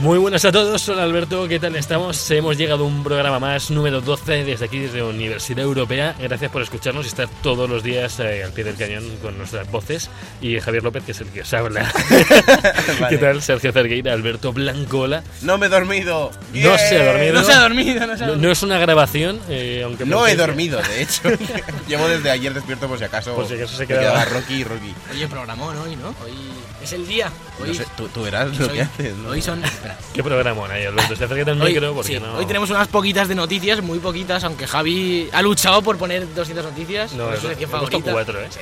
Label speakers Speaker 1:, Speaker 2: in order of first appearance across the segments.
Speaker 1: Muy buenas a todos, hola Alberto, ¿qué tal estamos? Hemos llegado a un programa más, número 12, desde aquí, desde Universidad Europea. Gracias por escucharnos y estar todos los días eh, al pie del cañón con nuestras voces. Y Javier López, que es el que os habla. ¿Qué
Speaker 2: Vale.
Speaker 1: tal? Sergio Cergueira, Alberto Blanco, hola.
Speaker 2: No me he dormido.
Speaker 1: No se ha dormido.
Speaker 2: No se ha dormido, no se ha
Speaker 1: No,
Speaker 2: dormido.
Speaker 1: no es una grabación, eh, aunque...
Speaker 2: No
Speaker 1: parece
Speaker 2: he
Speaker 1: que-
Speaker 2: dormido, de hecho. Llevo desde ayer despierto por si acaso.
Speaker 1: Por si acaso se
Speaker 2: me
Speaker 1: quedaba.
Speaker 2: Rocky y Rocky.
Speaker 3: Oye, programón hoy, ¿no? Hoy es el día. Hoy,
Speaker 2: No sé, tú, tú verás lo
Speaker 3: hoy-
Speaker 2: que haces. ¿no?
Speaker 3: hoy son. espera.
Speaker 1: ¿Qué programa hay, Alberto? Se acerca al
Speaker 3: Hoy,
Speaker 1: micro porque
Speaker 3: sí,
Speaker 1: no...
Speaker 3: hoy tenemos unas poquitas de noticias, muy poquitas, aunque Javi ha luchado por poner 200 noticias.
Speaker 1: No,
Speaker 3: por su
Speaker 1: hemos-
Speaker 3: sección
Speaker 1: hemos
Speaker 3: favorita.
Speaker 1: tocado cuatro, ¿eh?
Speaker 3: Sí,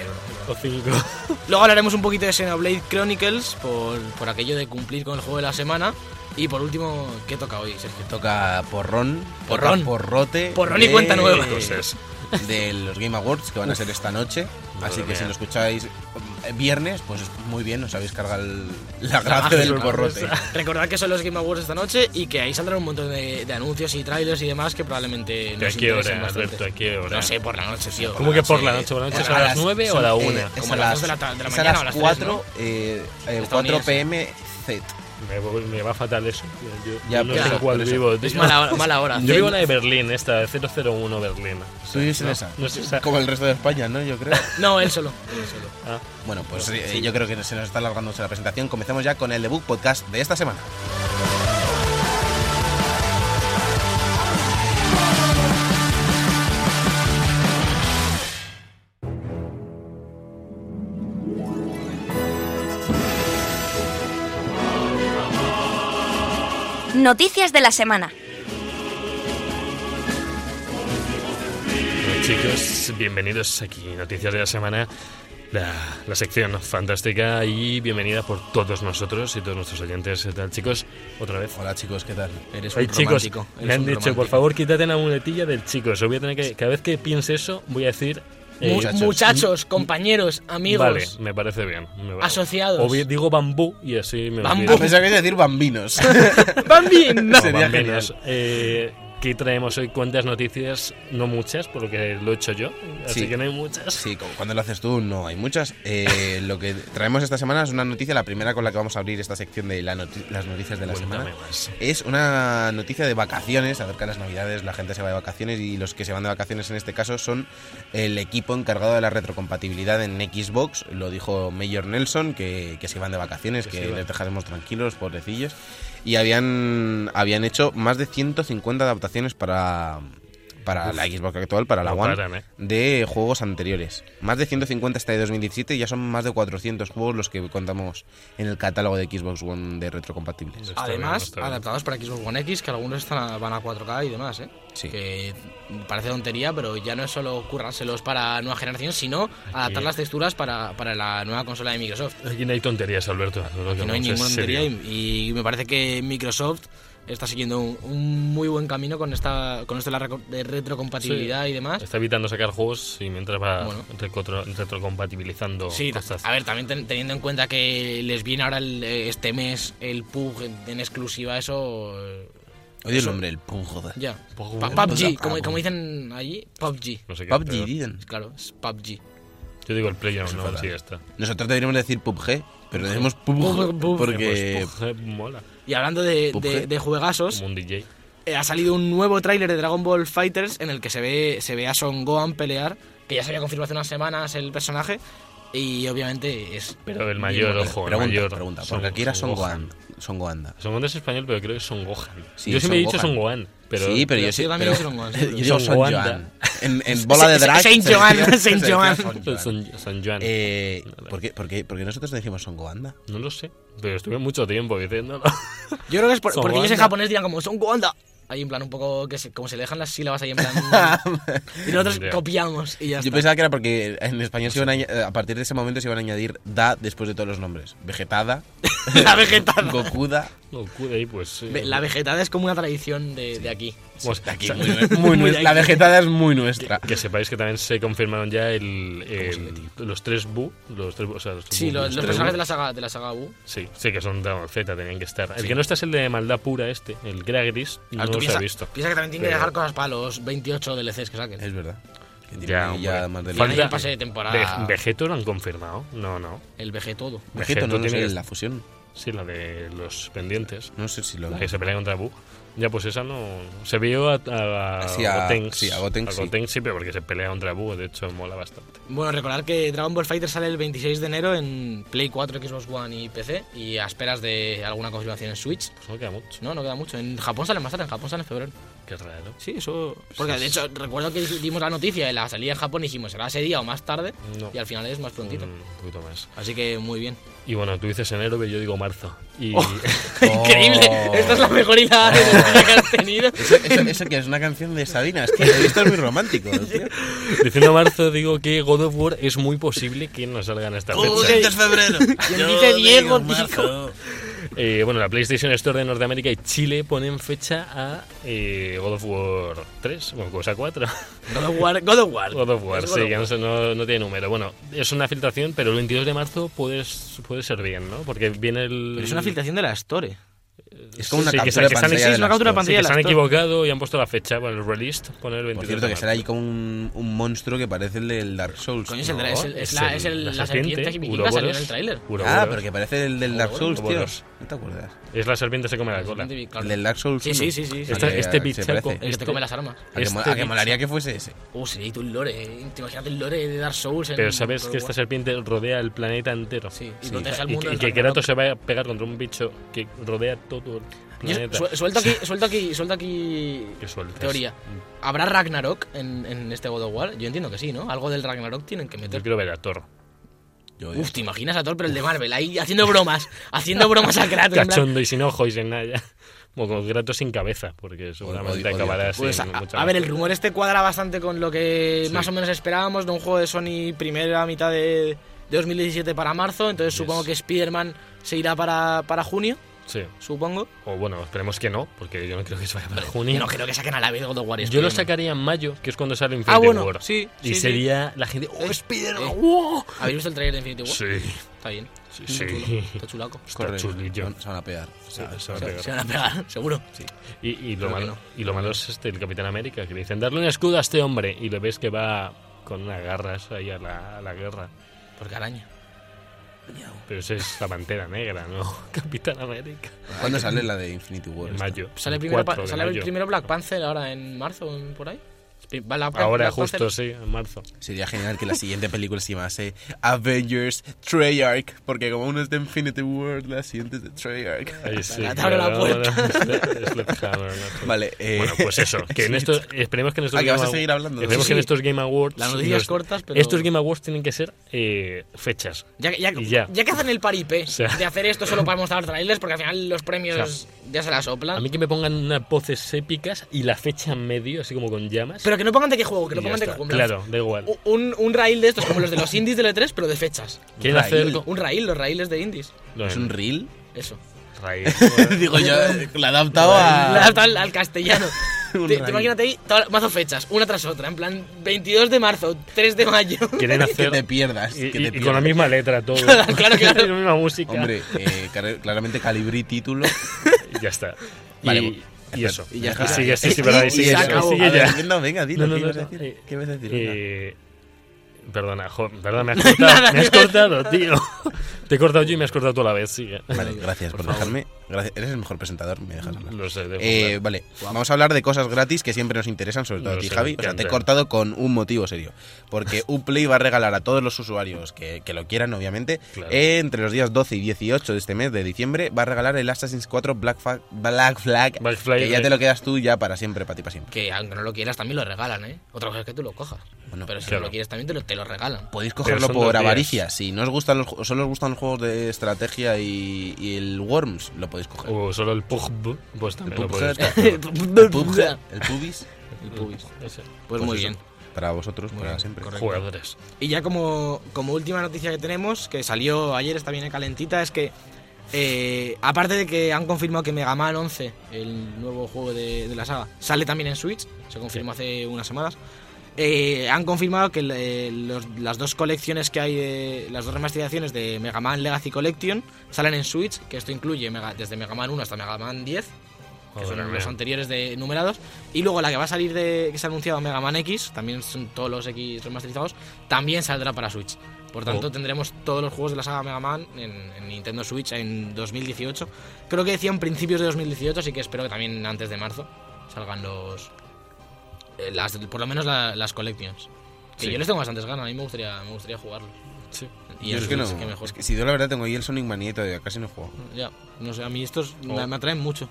Speaker 3: no,
Speaker 1: O cinco.
Speaker 3: no. Luego hablaremos un poquito de Xenoblade Chronicles por, por aquello de cumplir con el juego de la semana. Y por último, ¿qué toca hoy, Sergio?
Speaker 2: Toca porrón. toca
Speaker 3: Porrón.
Speaker 2: Porrote.
Speaker 3: Porrón y
Speaker 2: de-
Speaker 3: cuenta nueva.
Speaker 1: Entonces,
Speaker 2: De los Game Awards que van a ser esta noche.
Speaker 1: Madre
Speaker 2: Así que
Speaker 1: mía.
Speaker 2: si lo escucháis eh, viernes, pues muy bien, os habéis cargado el- la
Speaker 3: Ah,
Speaker 2: gracia del
Speaker 3: sí,
Speaker 2: porrote.
Speaker 3: pues, Recordad que son los Game Awards esta noche y que ahí saldrán un montón de, de anuncios y trailers y demás que probablemente
Speaker 1: ¿A
Speaker 3: nos
Speaker 1: qué
Speaker 3: interesen
Speaker 1: hora,
Speaker 3: bastante.
Speaker 1: Alberto? ¿A qué hora?
Speaker 3: No sé, por la noche, tío.
Speaker 1: ¿Cómo que por la noche? ¿Por la noche
Speaker 2: Es
Speaker 1: son a las nueve o a la
Speaker 2: son, eh,
Speaker 1: una?
Speaker 2: es
Speaker 3: Como
Speaker 2: a
Speaker 3: las dos
Speaker 2: las
Speaker 3: de la ta- de la
Speaker 2: es
Speaker 3: mañana o
Speaker 2: a
Speaker 3: a las
Speaker 2: las
Speaker 3: tres,
Speaker 2: 4 eh, eh, 4
Speaker 3: Estadounidense.
Speaker 2: pm Z.
Speaker 1: Me, voy- me va fatal eso. tío. Yo
Speaker 2: Ya,
Speaker 1: no
Speaker 2: pero-
Speaker 1: sé cuál
Speaker 2: pero eso-
Speaker 1: vivo.
Speaker 3: Es
Speaker 1: tío.
Speaker 3: mala hora. Mala hora.
Speaker 1: Yo vivo la de Berlín, esta, 001 Berlín.
Speaker 2: Tú vives en
Speaker 1: No,
Speaker 2: esa.
Speaker 1: no sé esa-
Speaker 2: Como el resto de España, ¿no? Yo creo.
Speaker 3: No, él solo. él solo.
Speaker 1: Ah,
Speaker 2: Bueno, pues eh, yo creo que se nos está alargando mucho la presentación. Comencemos ya con el debut podcast de esta semana.
Speaker 4: Noticias de la semana.
Speaker 1: bueno, chicos, bienvenidos aquí. Noticias de la semana. La, la sección fantástica y bienvenida por todos nosotros y todos nuestros oyentes. ¿Qué tal, chicos? Otra vez.
Speaker 2: Hola chicos, ¿qué tal?
Speaker 3: Eres
Speaker 1: Ay,
Speaker 3: un
Speaker 1: chicos,
Speaker 3: romántico.
Speaker 1: me
Speaker 3: eres
Speaker 1: han
Speaker 3: un
Speaker 1: dicho, por
Speaker 3: romántico.
Speaker 1: favor, quítate la muletilla del chico. Eso voy a tener que, cada vez que piense eso, voy a decir... eh,
Speaker 3: Mu-
Speaker 2: muchachos.
Speaker 3: Muchachos, compañeros, amigos.
Speaker 1: Vale, me parece bien. me va-
Speaker 3: Asociados.
Speaker 1: O bien digo bambú y así me
Speaker 3: Bambú.
Speaker 2: Ah,
Speaker 1: olvido.
Speaker 2: pensaba que iba a decir bambinos.
Speaker 3: ¡Bambi! No.
Speaker 2: Sería
Speaker 1: Van Venas.
Speaker 2: genial.
Speaker 1: Eh, ¿Qué traemos hoy? ¿Cuántas noticias? No muchas, porque lo he hecho yo. Así
Speaker 2: Sí.
Speaker 1: que no hay muchas.
Speaker 2: Sí, como cuando lo haces tú no hay muchas. Eh, lo que traemos esta semana es una noticia, la primera con la que vamos a abrir esta sección de la noti- las noticias de la
Speaker 1: Cuéntame
Speaker 2: semana.
Speaker 1: más.
Speaker 2: Es una noticia de vacaciones, acerca de las navidades, la gente se va de vacaciones y los que se van de vacaciones en este caso son el equipo encargado de la retrocompatibilidad en Xbox, lo dijo Mayor Nelson, que, que se iban de vacaciones,
Speaker 1: Que
Speaker 2: que,
Speaker 1: se iban.
Speaker 2: les dejaremos tranquilos, pobrecillos, y habían, habían hecho más de 150 adaptaciones para, para la Xbox actual, para la
Speaker 1: No
Speaker 2: One,
Speaker 1: paran, ¿eh?
Speaker 2: de juegos anteriores. Más de 150 hasta de 2017 y ya son más de 400 juegos los que contamos en el catálogo de Xbox One de retrocompatibles.
Speaker 1: Está bien,
Speaker 3: Además,
Speaker 1: está bien.
Speaker 3: adaptados para Xbox One X, que algunos están a- van a 4K y demás, ¿eh?
Speaker 2: Sí.
Speaker 3: Que parece tontería, pero ya no es solo currárselos para nueva generación, sino adaptar las texturas para, para la nueva consola de Microsoft.
Speaker 1: Aquí no hay tonterías, Alberto. Todo lo que
Speaker 3: Que no hay
Speaker 1: hablamos
Speaker 3: ninguna
Speaker 1: es
Speaker 3: tontería
Speaker 1: serio.
Speaker 3: y, y me parece que Microsoft está siguiendo un, un muy buen camino con esta con esto de la reco- de retrocompatibilidad y demás.
Speaker 1: Está evitando sacar juegos y mientras va
Speaker 3: Bueno.
Speaker 1: recotro- retrocompatibilizando
Speaker 3: Sí,
Speaker 1: cosas.
Speaker 3: a ver, también ten- teniendo en cuenta que les viene ahora el- este mes el PUG en, en exclusiva, eso... eh,
Speaker 2: Oye el
Speaker 3: eso-
Speaker 2: nombre, el Pug, joder.
Speaker 3: Ya.
Speaker 1: PUBG.
Speaker 3: Pa- PUBG,
Speaker 1: ah,
Speaker 3: como, como dicen allí, PUBG.
Speaker 1: No sé qué
Speaker 2: PUBG,
Speaker 1: peor.
Speaker 2: dicen.
Speaker 3: Claro, es PUBG.
Speaker 1: Yo digo el PlayerUnknown's
Speaker 2: Eso
Speaker 1: no,
Speaker 2: es fatal.
Speaker 1: sí, ya está.
Speaker 2: Nosotros deberíamos decir PUBG, pero decimos
Speaker 3: Pug,
Speaker 2: PUBG
Speaker 3: pug.
Speaker 2: porque...
Speaker 1: Eh, pues, puf, mola.
Speaker 3: Y hablando de,
Speaker 2: PUBG.
Speaker 3: de- de juegazos,
Speaker 1: Como un DJ.
Speaker 3: eh, ha salido un nuevo tráiler de Dragon Ball Fighters en el que se ve, se ve a Son Gohan pelear, que ya se había confirmado hace unas semanas el personaje, y obviamente es...
Speaker 1: Pero el mayor,
Speaker 3: Bien,
Speaker 1: ojo, el
Speaker 2: pregunta,
Speaker 1: mayor.
Speaker 2: pregunta,
Speaker 1: Son-
Speaker 2: porque aquí era Son
Speaker 1: Gohan.
Speaker 2: Gohan. Son Goanda.
Speaker 1: Son Gohan es español, pero creo que son Gohan.
Speaker 2: Sí,
Speaker 1: yo siempre he
Speaker 2: Son
Speaker 1: dicho son Gohan. Pero
Speaker 2: sí, pero
Speaker 3: pero
Speaker 2: yo sí.
Speaker 3: yo también
Speaker 2: Pero,
Speaker 3: soy Son Gohan, sí,
Speaker 2: yo
Speaker 3: pero-
Speaker 2: digo
Speaker 1: Son
Speaker 2: Son
Speaker 1: Goanda.
Speaker 2: Joan. En, en bola de
Speaker 3: Se-
Speaker 2: drag.
Speaker 3: Saint
Speaker 2: se decía-
Speaker 3: Joan,
Speaker 2: se
Speaker 3: Saint
Speaker 2: decía
Speaker 3: Joan.
Speaker 2: Son
Speaker 1: son,
Speaker 2: Joan.
Speaker 1: son, son Joan.
Speaker 2: Eh, ¿por, qué, por, qué, por qué nosotros decimos Son Goanda?
Speaker 1: No lo sé, pero estuve mucho tiempo diciéndolo.
Speaker 3: Yo creo que es por-
Speaker 1: Son
Speaker 3: porque ellos en
Speaker 1: Gohan.
Speaker 3: japonés dirán como Son Gohan. Ahí en plan un poco, que se- como se le dejan las sílabas ahí en plan... y nosotros
Speaker 1: Ya.
Speaker 3: copiamos y
Speaker 2: Yo
Speaker 3: ya está.
Speaker 2: pensaba que era porque en español se iban a, añ- a partir de ese momento se iban a añadir da después de todos los nombres. Vegetada,
Speaker 3: La vegetada.
Speaker 2: Gokuda,
Speaker 1: No, Kudai, pues. eh,
Speaker 3: Ve- La vegetada es como una tradición de, de aquí.
Speaker 1: pues,
Speaker 2: Aquí,
Speaker 1: sa-
Speaker 2: muy nue- muy
Speaker 3: Muy
Speaker 2: nue-
Speaker 3: aquí.
Speaker 2: la vegetada es muy nuestra.
Speaker 1: Que sepáis que también se confirmaron ya el, el- los tres Bu. Los tres, Bu- o sea, los tres
Speaker 3: Sí,
Speaker 1: Bu,
Speaker 3: los,
Speaker 1: los
Speaker 3: los
Speaker 1: tres
Speaker 3: personajes
Speaker 1: Bu.
Speaker 3: de la saga de la saga U.
Speaker 1: Sí, sí, que son Dragon Z, tenían que estar. El que no está es el de maldad pura, este, el Gragris. No
Speaker 2: Ah, tú
Speaker 1: lo
Speaker 2: piensa-
Speaker 1: he visto.
Speaker 3: Piensa que también tienen que
Speaker 1: Pero-
Speaker 3: dejar cosas para los 28 DLCs que saquen.
Speaker 2: Es verdad. Que tiene
Speaker 1: Ya,
Speaker 2: ahí
Speaker 1: hombre.
Speaker 2: más del-
Speaker 3: Falta- Tiene el pase de temporada.
Speaker 1: Ve- Vegeto lo han confirmado. No, no.
Speaker 3: El vegetodo.
Speaker 2: Vegeto, no, no
Speaker 1: tiene
Speaker 2: sé,
Speaker 1: que-
Speaker 2: la fusión.
Speaker 1: Sí, la de los pendientes.
Speaker 2: No sé si lo.
Speaker 1: La que se pelea contra Bu. Ya, pues esa no. Se vio a, a,
Speaker 2: Ah, Sí, a-
Speaker 1: Gotenks.
Speaker 2: sí, a Gotenks, sí.
Speaker 1: sí, pero porque se pelea contra Bu, de hecho, mola bastante.
Speaker 3: Bueno, recordar que Dragon Ball Fighter sale el 26 de enero en Play 4, Xbox One y PC. Y a esperas de alguna confirmación en Switch.
Speaker 1: Pues no queda mucho.
Speaker 3: No, no queda mucho. En Japón sale más tarde, en Japón sale en febrero.
Speaker 1: Qué raro.
Speaker 3: Sí, eso. Porque de hecho, recuerdo que dimos la noticia de la salida en Japón y dijimos será ese día o más tarde.
Speaker 1: No.
Speaker 3: Y al final es más prontito.
Speaker 1: Mm, Un poquito más.
Speaker 3: Así que muy bien.
Speaker 1: Y bueno, tú dices enero, pero yo digo marzo. Y
Speaker 3: Increíble.
Speaker 2: Oh.
Speaker 3: Esta es la mejor hilada de energía que has tenido.
Speaker 2: Eso, eso- eso que es una canción de Sabina, es que esto es muy romántico. tío.
Speaker 1: diciendo marzo, digo que God of War es muy posible que no salga en esta fecha.
Speaker 2: febrero.
Speaker 3: Yo dice Diego, digo marzo.
Speaker 1: Eh, bueno, la PlayStation Store de Norteamérica y Chile ponen fecha a eh, God of War 3, o cosa 4.
Speaker 3: God of War. God of War.
Speaker 1: God of War,
Speaker 3: Es
Speaker 1: sí,
Speaker 3: God of
Speaker 1: que no, sé, no- no tiene número. Bueno, es una filtración, pero el 22 de marzo puede, puede ser bien, ¿no? Porque viene el...
Speaker 3: Pero es una filtración de la Store.
Speaker 2: Es como una
Speaker 1: Sí, que
Speaker 2: captura
Speaker 1: se-
Speaker 2: de
Speaker 1: que están-
Speaker 2: pantalla.
Speaker 1: sí,
Speaker 3: es
Speaker 2: de
Speaker 3: una
Speaker 2: las
Speaker 3: captura de
Speaker 2: dos.
Speaker 1: Sí, que se han
Speaker 3: Esto-
Speaker 1: equivocado y han puesto la fecha, bueno, el release, poner el 22
Speaker 2: Por cierto,
Speaker 1: de
Speaker 2: que
Speaker 1: marzo.
Speaker 2: será ahí como un, un monstruo que parece el del Dark Souls.
Speaker 3: Coño, es el
Speaker 2: ¿no?
Speaker 3: dra- es el- es la- es el- la serpiente que vikinga
Speaker 1: Uroboros.
Speaker 3: salió en el tráiler.
Speaker 1: Uroboros.
Speaker 2: Ah, pero que parece el del Dark Souls, tío.
Speaker 1: Uroboros.
Speaker 2: ¿No te acuerdas?
Speaker 1: Es la serpiente que se come la cola.
Speaker 2: El del Dark Souls.
Speaker 3: Sí,
Speaker 2: uno.
Speaker 3: sí, sí, sí, sí.
Speaker 2: A
Speaker 1: Esta-
Speaker 2: que-
Speaker 1: este
Speaker 2: a que se
Speaker 1: bichaco-
Speaker 2: parece.
Speaker 3: El que
Speaker 1: este-
Speaker 3: te come las armas.
Speaker 2: A que, mo- a
Speaker 1: este
Speaker 2: que molaría que fuese ese.
Speaker 3: Uh, sería tú el lore. ¿eh? ¿Te imaginas el lore de Dark Souls? en
Speaker 1: Pero sabes
Speaker 3: God of
Speaker 1: que esta
Speaker 3: War?
Speaker 1: serpiente rodea el planeta entero.
Speaker 3: Sí, y
Speaker 1: Y,
Speaker 3: protege al
Speaker 1: y-
Speaker 3: mundo
Speaker 1: y
Speaker 3: del
Speaker 1: que
Speaker 3: Ragnarok.
Speaker 1: Kratos se va a pegar contra un bicho que rodea todo el
Speaker 3: Yo
Speaker 1: planeta.
Speaker 3: su- suelto aquí, suelto aquí, suelto aquí.
Speaker 1: Que sueltas.
Speaker 3: Teoría. ¿Habrá Ragnarok en, en este God of War? Yo entiendo que sí, ¿no? Algo del Ragnarok tienen que
Speaker 1: Yo
Speaker 3: meter.
Speaker 1: quiero ver a Thor.
Speaker 2: Yo odio.
Speaker 3: Uf, te imaginas a Thor, pero el de Marvel, ahí haciendo bromas, haciendo bromas a Kratos. en plan,
Speaker 1: Cachondo y sin ojo y sin nada. ya. O con Kratos sin cabeza, porque seguramente
Speaker 2: odio, odio.
Speaker 1: acabará sin
Speaker 3: Pues a,
Speaker 1: mucha
Speaker 3: a ver, el rumor este cuadra bastante con lo que más o menos esperábamos de un juego de Sony primera mitad de, de 2017 para marzo, entonces supongo que Spider-Man se irá para, para junio,
Speaker 1: Sí.
Speaker 3: supongo.
Speaker 1: O bueno, esperemos que no, porque yo no creo que se vaya para
Speaker 3: Y
Speaker 1: junio.
Speaker 3: no creo que saquen a la vez God of War. y
Speaker 1: yo lo
Speaker 3: Spider-Man.
Speaker 1: sacaría en mayo, que es cuando sale Infinity
Speaker 3: Ah, bueno,
Speaker 1: War.
Speaker 3: sí,
Speaker 1: y
Speaker 3: sí, sí.
Speaker 1: sería la gente. ¡Oh,
Speaker 3: Eh.
Speaker 1: Spider-Man! wow".
Speaker 3: ¿Habéis visto el trailer de Infinity War?
Speaker 1: Sí,
Speaker 3: Está bien.
Speaker 1: sí,
Speaker 3: Está
Speaker 1: sí.
Speaker 3: chulo, Está chulaco.
Speaker 1: Está
Speaker 2: Corre,
Speaker 1: chulillo.
Speaker 2: Se van a pegar.
Speaker 1: Sí, se va a
Speaker 3: Se,
Speaker 1: pegar.
Speaker 3: se van a pegar, seguro.
Speaker 1: Y, y lo
Speaker 3: Creo que
Speaker 1: malo,
Speaker 3: no.
Speaker 1: y lo malo es este, el Capitán América, que le dicen, darle un escudo a este hombre. Y le ves que va con unas garras ahí a la, a la guerra.
Speaker 3: Porque araña.
Speaker 1: Pero ese es la pantera negra, ¿no? Capitán América.
Speaker 2: ¿Cuándo sale la de Infinity War?
Speaker 1: En
Speaker 2: esta?
Speaker 1: mayo.
Speaker 3: ¿Sale,
Speaker 1: el
Speaker 3: primero,
Speaker 1: 4
Speaker 3: pa-
Speaker 1: de
Speaker 3: sale
Speaker 1: mayo.
Speaker 3: primero Black Panther ahora en marzo o por ahí? Va la-
Speaker 1: Ahora
Speaker 3: Black Panther-
Speaker 1: justo, sí, en marzo.
Speaker 2: Sería genial que la siguiente película se llamase Avengers Treyarch, porque como uno es de Infinity War, la siguiente es de Treyarch.
Speaker 1: Ahí sí.
Speaker 3: Te abre la
Speaker 1: ahora-
Speaker 3: puerta.
Speaker 1: ahora- Sledgehammer, no sé.
Speaker 2: Vale, eh,
Speaker 1: Bueno, pues eso, que en esto, esperemos que en estos
Speaker 2: Ah, que vas a
Speaker 1: Game Awa-
Speaker 2: seguir hablando.
Speaker 1: esperemos
Speaker 2: Sí,
Speaker 1: que en
Speaker 3: sí.
Speaker 1: estos Game Awards...
Speaker 3: Las noticias cortas, pero-
Speaker 1: Estos Game Awards tienen que ser eh, fechas.
Speaker 3: Ya, ya,
Speaker 1: Y ya.
Speaker 3: ya. que hacen el paripé
Speaker 1: sea-
Speaker 3: de hacer esto solo para mostrar trailers, porque al final los premios
Speaker 1: O sea,
Speaker 3: ya se la soplan.
Speaker 1: A mí que me pongan unas voces épicas y la fecha en medio, así como con llamas.
Speaker 3: Pero que no pongan de qué juego, que
Speaker 1: y
Speaker 3: no
Speaker 1: ya
Speaker 3: pongan de Oh, qué
Speaker 1: está.
Speaker 3: juego. en plan,
Speaker 1: Claro, da igual.
Speaker 3: Un, un rail de estos, como los de los indies del E3, pero de fechas.
Speaker 1: Quieren
Speaker 2: rail.
Speaker 1: hacer...
Speaker 3: Un rail, los raíles de indies.
Speaker 1: No,
Speaker 2: ¿Es un reel?
Speaker 3: Eso.
Speaker 1: raíz.
Speaker 2: Digo yo, la he adaptado
Speaker 3: La
Speaker 2: a...
Speaker 3: adapta al, al castellano.
Speaker 2: Un
Speaker 3: Te- te
Speaker 2: rail.
Speaker 3: imagínate ahí, toda- mazo fechas, una tras otra. En plan, 22 de marzo, 3 de mayo.
Speaker 1: Quieren
Speaker 2: Que te
Speaker 1: hacer...
Speaker 2: pierdas.
Speaker 1: Y,
Speaker 2: que te
Speaker 1: y- y
Speaker 2: pierdas.
Speaker 1: con la misma letra todo.
Speaker 3: Claro, claro, claro.
Speaker 1: Y la misma música.
Speaker 2: Hombre, eh, car- claramente calibrí título.
Speaker 1: Y ya está. Y,
Speaker 2: Vale,
Speaker 1: y eso.
Speaker 2: Y ya
Speaker 1: Y
Speaker 2: está.
Speaker 1: sigue, sí, sí, verdad, y
Speaker 2: Y
Speaker 1: sigue,
Speaker 2: se
Speaker 1: ya,
Speaker 2: acabó.
Speaker 1: sigue
Speaker 2: A
Speaker 1: ya.
Speaker 2: ver, No, venga, dilo.
Speaker 1: No, no,
Speaker 2: ¿qué
Speaker 1: no,
Speaker 2: ibas a
Speaker 1: no,
Speaker 2: decir?
Speaker 1: eh,
Speaker 2: ¿Qué ibas a decir? Venga.
Speaker 1: Eh, perdona, jo- perdona, me has cortado, me has cortado, tío. Te he cortado yo y me has cortado tú a la vez, sigue.
Speaker 2: Vale, gracias por, dejarme. Gracias. Eres el mejor presentador, me dejas hablar.
Speaker 1: Lo sé, de
Speaker 2: Eh, vale, vamos a hablar de cosas gratis que siempre nos interesan, sobre todo
Speaker 1: Lo
Speaker 2: a ti,
Speaker 1: sé, me
Speaker 2: Javi. O sea, te he
Speaker 1: encanta.
Speaker 2: cortado con un motivo serio. Porque Uplay va a regalar a todos los usuarios que, que lo quieran, obviamente,
Speaker 1: Claro.
Speaker 2: eh, entre los días 12 y 18 de este mes de diciembre, va a regalar el Assassin's 4 Black, Fa- Black Flag.
Speaker 1: Black Flag,
Speaker 2: que ya
Speaker 1: eh.
Speaker 2: te lo quedas tú ya para siempre, para ti, para siempre.
Speaker 3: Que aunque no lo quieras, también lo regalan, ¿eh? Otra cosa es que tú lo cojas.
Speaker 2: Bueno,
Speaker 3: pero si
Speaker 1: claro.
Speaker 3: no lo quieres, también te lo, te lo regalan.
Speaker 2: Podéis cogerlo
Speaker 1: son dos
Speaker 2: por
Speaker 1: días.
Speaker 2: avaricia. Si no os gustan los, ju- solo os gustan los juegos de estrategia y, y el Worms, lo podéis coger.
Speaker 1: O solo el PUGB, pues
Speaker 2: el,
Speaker 1: también Uh, lo
Speaker 2: PUBG,
Speaker 1: puedes.
Speaker 2: el PUBG, el Pubis,
Speaker 3: El pubis.
Speaker 1: Ese,
Speaker 3: Pues
Speaker 2: Pues
Speaker 3: muy
Speaker 2: eso,
Speaker 3: bien.
Speaker 2: Para vosotros, para siempre.
Speaker 1: Jugadores.
Speaker 3: Y ya como, como última noticia que tenemos, que salió ayer, está bien calentita, es que Eh, aparte de que han confirmado que Mega Man 11, el nuevo juego de, de la saga, sale también en Switch, se confirmó hace unas semanas. Eh, han confirmado que eh, los- las dos colecciones que hay, de, las dos remasterizaciones de Mega Man Legacy Collection salen en Switch, que esto incluye Mega- desde Mega Man 1 hasta Mega Man 10, que
Speaker 1: Joder,
Speaker 3: son los
Speaker 1: mira.
Speaker 3: anteriores de numerados. Y luego la que va a salir de. que se ha anunciado Mega Man X, también son todos los X remasterizados, también saldrá para Switch. Por tanto,
Speaker 1: Oh.
Speaker 3: tendremos todos los juegos de la saga Mega Man en, en Nintendo Switch en 2018. Creo que decían principios de 2018, así que espero que también antes de marzo salgan los. eh, las, por lo menos la- las collections. Que
Speaker 1: Sí.
Speaker 3: yo les tengo bastantes ganas, a mí me gustaría, me gustaría jugarlos.
Speaker 1: Sí.
Speaker 3: Y
Speaker 2: Yo
Speaker 3: en
Speaker 2: es que no.
Speaker 3: Switch, que mejor.
Speaker 2: es que si yo la verdad tengo ahí el Sonic Mania y todavía casi no juego.
Speaker 3: Ya, no sé, a mí estos me-
Speaker 1: Oh.
Speaker 3: me atraen mucho.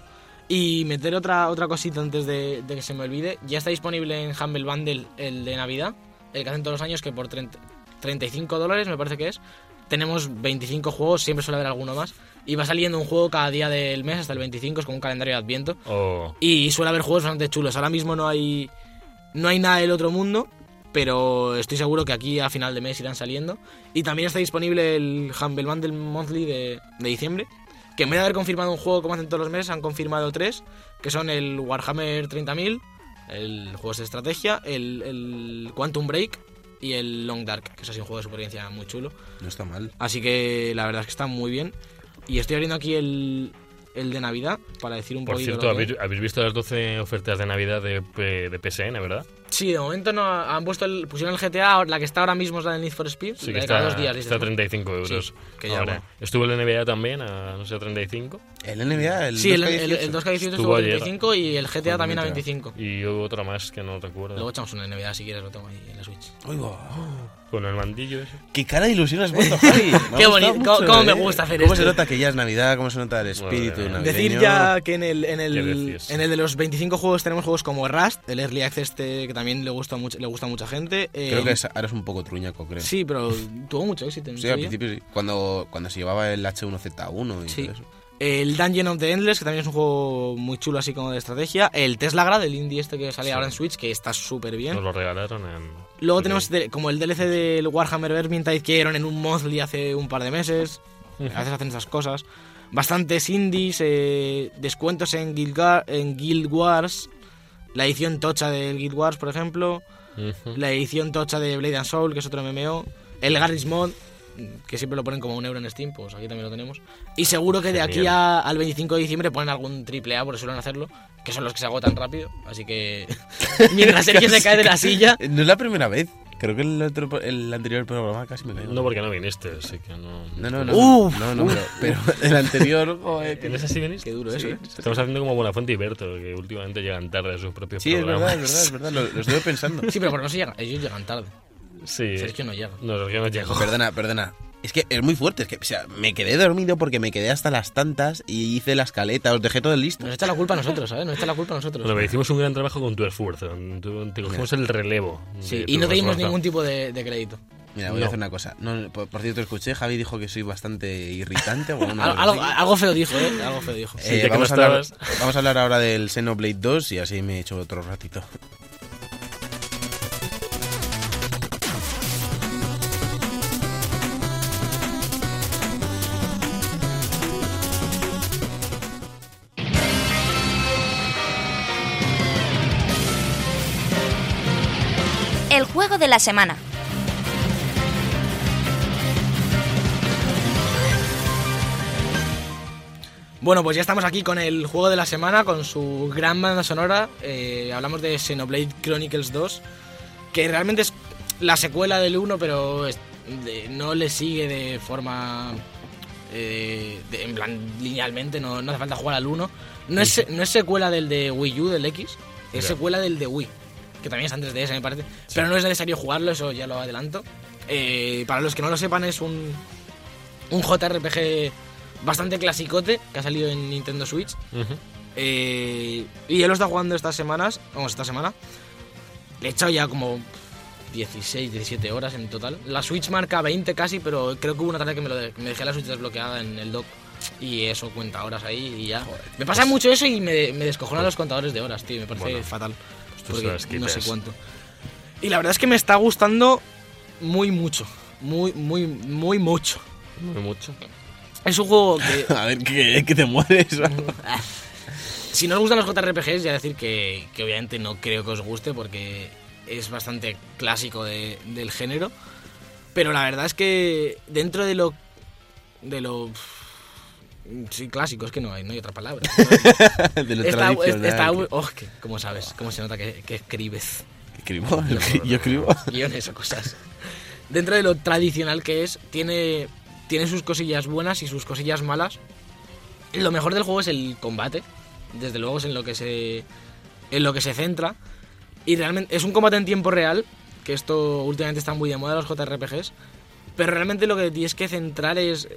Speaker 3: Y meter otra, otra cosita antes de, de que se me olvide. Ya está disponible en Humble Bundle el de Navidad, el que hacen todos los años, que por 30 35 dólares me parece que es. Tenemos 25 juegos, siempre suele haber alguno más. Y va saliendo un juego cada día del mes hasta el 25, es como un calendario de adviento.
Speaker 1: O
Speaker 3: Y suele haber juegos bastante chulos. Ahora mismo no hay, no hay nada del otro mundo, pero estoy seguro que aquí a final de mes irán saliendo. Y también está disponible el Humble Bundle Monthly de, de diciembre, que en vez de haber confirmado un juego como hacen todos los meses, han confirmado tres, que son el Warhammer 30.000, el juego de estrategia, el, el Quantum Break y el Long Dark, que es así un juego de supervivencia muy chulo.
Speaker 2: No está mal.
Speaker 3: Así que la verdad es que está muy bien. Y estoy abriendo aquí el, el de Navidad para decir un
Speaker 1: por
Speaker 3: poquito...
Speaker 1: cierto,
Speaker 3: lo que-
Speaker 1: habéis, habéis visto las 12 ofertas de Navidad de, P- de PSN, ¿verdad?
Speaker 3: Sí, de momento no han puesto el, pusieron el GTA, la que está ahora mismo es la del Need for Speed,
Speaker 1: Sí,
Speaker 3: la
Speaker 1: que
Speaker 3: de Eh, cada
Speaker 1: está,
Speaker 3: dos días. dices,
Speaker 1: está a
Speaker 3: ¿no?
Speaker 1: 35 euros.
Speaker 3: Sí, que ya,
Speaker 1: Ahora,
Speaker 3: bueno.
Speaker 1: Estuvo el NBA también, a, no sé, a 35.
Speaker 2: El NBA, el
Speaker 3: Sí, el,
Speaker 2: 2K18.
Speaker 3: el, el 2K18 estuvo,
Speaker 1: Estuvo
Speaker 3: a
Speaker 1: ayer.
Speaker 3: 35 y el GTA
Speaker 2: Joder,
Speaker 3: también a
Speaker 2: mira.
Speaker 3: 25.
Speaker 1: Y hubo otra más que no recuerdo.
Speaker 3: Luego echamos una NBA si quieres, lo tengo ahí en la Switch.
Speaker 2: Uy, va.
Speaker 1: Con el mandillo ese.
Speaker 2: Qué cara de ilusión has puesto, Javi. Me ha
Speaker 3: Qué
Speaker 2: gustado
Speaker 3: bonito,
Speaker 2: mucho, ¿eh?
Speaker 3: cómo- cómo me gusta hacer
Speaker 2: ¿Cómo
Speaker 3: esto.
Speaker 2: se nota que ya es Navidad? ¿Cómo se nota el espíritu
Speaker 1: Madre mía.
Speaker 2: navideño?
Speaker 3: Decir ya que en el, en,
Speaker 1: ¿Qué
Speaker 3: el,
Speaker 1: decís?
Speaker 3: en el de los 25 juegos tenemos juegos como Rust, el Early Access este, que también le gusta, mucho, le gusta a mucha gente. eh,
Speaker 2: Creo que es- ahora es un poco truñaco, creo.
Speaker 3: Sí, pero tuvo mucho éxito. en
Speaker 2: Sí,
Speaker 3: su
Speaker 2: al
Speaker 3: día.
Speaker 2: principio sí. Cuando, cuando se llevaba el H1Z1 y
Speaker 3: Sí.
Speaker 2: todo eso.
Speaker 3: El Dungeon of the Endless, que también es un juego muy chulo así como de estrategia. El Tesla Grad, el indie este que sale
Speaker 1: Sí.
Speaker 3: ahora en Switch, que está súper bien.
Speaker 1: Nos lo regalaron en.
Speaker 3: ¿Eh? Luego
Speaker 1: en-
Speaker 3: tenemos de- como el DLC del Warhammer Vermintide que dieron en un monthly hace un par de meses. A
Speaker 1: Ujú.
Speaker 3: veces hacen estas cosas. Bastantes indies, eh, descuentos en Guild, Gar- en Guild Wars, la edición tocha del Guild Wars, por ejemplo,
Speaker 1: Ujú.
Speaker 3: la edición tocha de Blade and Soul, que es otro MMO, el Garry's Mod, que siempre lo ponen como un euro en Steam, pues aquí también lo tenemos. Y seguro que de aquí
Speaker 1: Genial.
Speaker 3: a- al 25 de diciembre ponen algún triple A, porque suelen hacerlo, que son los que se agotan rápido. Así que mientras Sergio se cae de la silla...
Speaker 2: Eh, No es la primera vez. Creo que el, otro, pro- el anterior programa casi me caigo.
Speaker 1: No, porque no viniste, así que no.
Speaker 2: no, no. no,
Speaker 3: Uf.
Speaker 2: no, no, pero, pero el anterior... joder,
Speaker 1: ¿En esa sí viniste?
Speaker 3: Qué duro eso, ¿eh?
Speaker 1: Estamos haciendo como Buenafuente y Berto, que últimamente llegan tarde a sus propios
Speaker 2: Sí, es verdad,
Speaker 1: programas.
Speaker 2: es verdad, es verdad. Lo, lo estuve pensando.
Speaker 3: Sí, pero por no se llega. Ellos llegan tarde.
Speaker 1: Sí.
Speaker 3: Sergio no llega.
Speaker 1: No, Sergio no llegó.
Speaker 2: Perdona, perdona. Es que es muy fuerte. Es que o sea, me quedé dormido porque me quedé hasta las tantas y hice la escaleta. Os dejé todo listo.
Speaker 3: Nos echa la culpa a nosotros, ¿sabes? Nos echa la culpa a nosotros.
Speaker 1: Bueno, pero hicimos un gran trabajo con tu esfuerzo. Tú- te cogimos el relevo.
Speaker 3: sí,
Speaker 1: de
Speaker 3: y
Speaker 1: tu
Speaker 3: no te dimos
Speaker 1: esfuerzo.
Speaker 3: ningún tipo de, de crédito.
Speaker 2: Mira, voy
Speaker 1: No.
Speaker 2: a hacer una cosa. No, no, por, por cierto, escuché, Javi dijo que soy bastante irritante. o alguna
Speaker 3: Al-
Speaker 2: cosa
Speaker 3: algo,
Speaker 2: así.
Speaker 3: algo feo dijo, ¿eh? Algo feo dijo.
Speaker 1: Sí, ya que no
Speaker 2: vamos, a hablar,
Speaker 1: estabas.
Speaker 2: vamos a hablar ahora del Xenoblade 2 y así me he hecho otro ratito.
Speaker 4: El juego de la semana.
Speaker 3: Bueno, pues ya estamos aquí con el juego de la semana, con su gran banda sonora. Eh, hablamos de Xenoblade Chronicles 2, que realmente es la secuela del 1, pero es- de- no le sigue de forma. eh, de- en plan, linealmente, no, no hace falta jugar al 1. No es, no es secuela del de Wii U, del X, es
Speaker 1: Ya.
Speaker 3: secuela del de Wii, que también es antes de ese, me parece. Pero no es necesario jugarlo, eso ya lo adelanto. Eh, para los que no lo sepan, es un, un JRPG bastante clasicote que ha salido en Nintendo Switch.
Speaker 1: Ujú.
Speaker 3: Eh, y yo lo he estado jugando estas semanas. Vamos, esta semana. Le he echado ya como 16, 17 horas en total. La Switch marca 20 casi, pero creo que hubo una tarde que me, lo de- me dejé la Switch desbloqueada en el dock. Y eso cuenta horas ahí y ya. me pasa mucho eso y me, me descojonan los contadores de horas, tío. Me parece
Speaker 1: Bueno,
Speaker 3: fatal.
Speaker 1: tú se
Speaker 3: Porque
Speaker 1: las
Speaker 3: no sé
Speaker 1: quitas.
Speaker 3: cuánto. Y la verdad es que me está gustando muy mucho. Muy, muy, muy mucho.
Speaker 1: Muy mucho.
Speaker 3: Es un juego que,
Speaker 2: A ver, que, que te mueres.
Speaker 3: Si no os gustan los JRPGs, ya decir que, que obviamente no creo que os guste porque es bastante clásico de- del género. Pero la verdad es que dentro de lo. de lo. Sí, clásico, es que no hay, no hay otra palabra.
Speaker 2: de lo
Speaker 3: Está-
Speaker 2: tradicional.
Speaker 3: está- oh, que- ¿Cómo sabes? ¿Cómo se nota que, que escribes
Speaker 2: Escribo, yo escribo.
Speaker 3: guiones o cosas? Dentro de lo tradicional que es, tiene, tiene sus cosillas buenas y sus cosillas malas. Lo mejor del juego es el combate. Desde luego es en lo que se, en lo que se centra. Y realmente es un combate en tiempo real, que esto últimamente está muy de moda los JRPGs. Pero realmente lo que tienes que centrar es...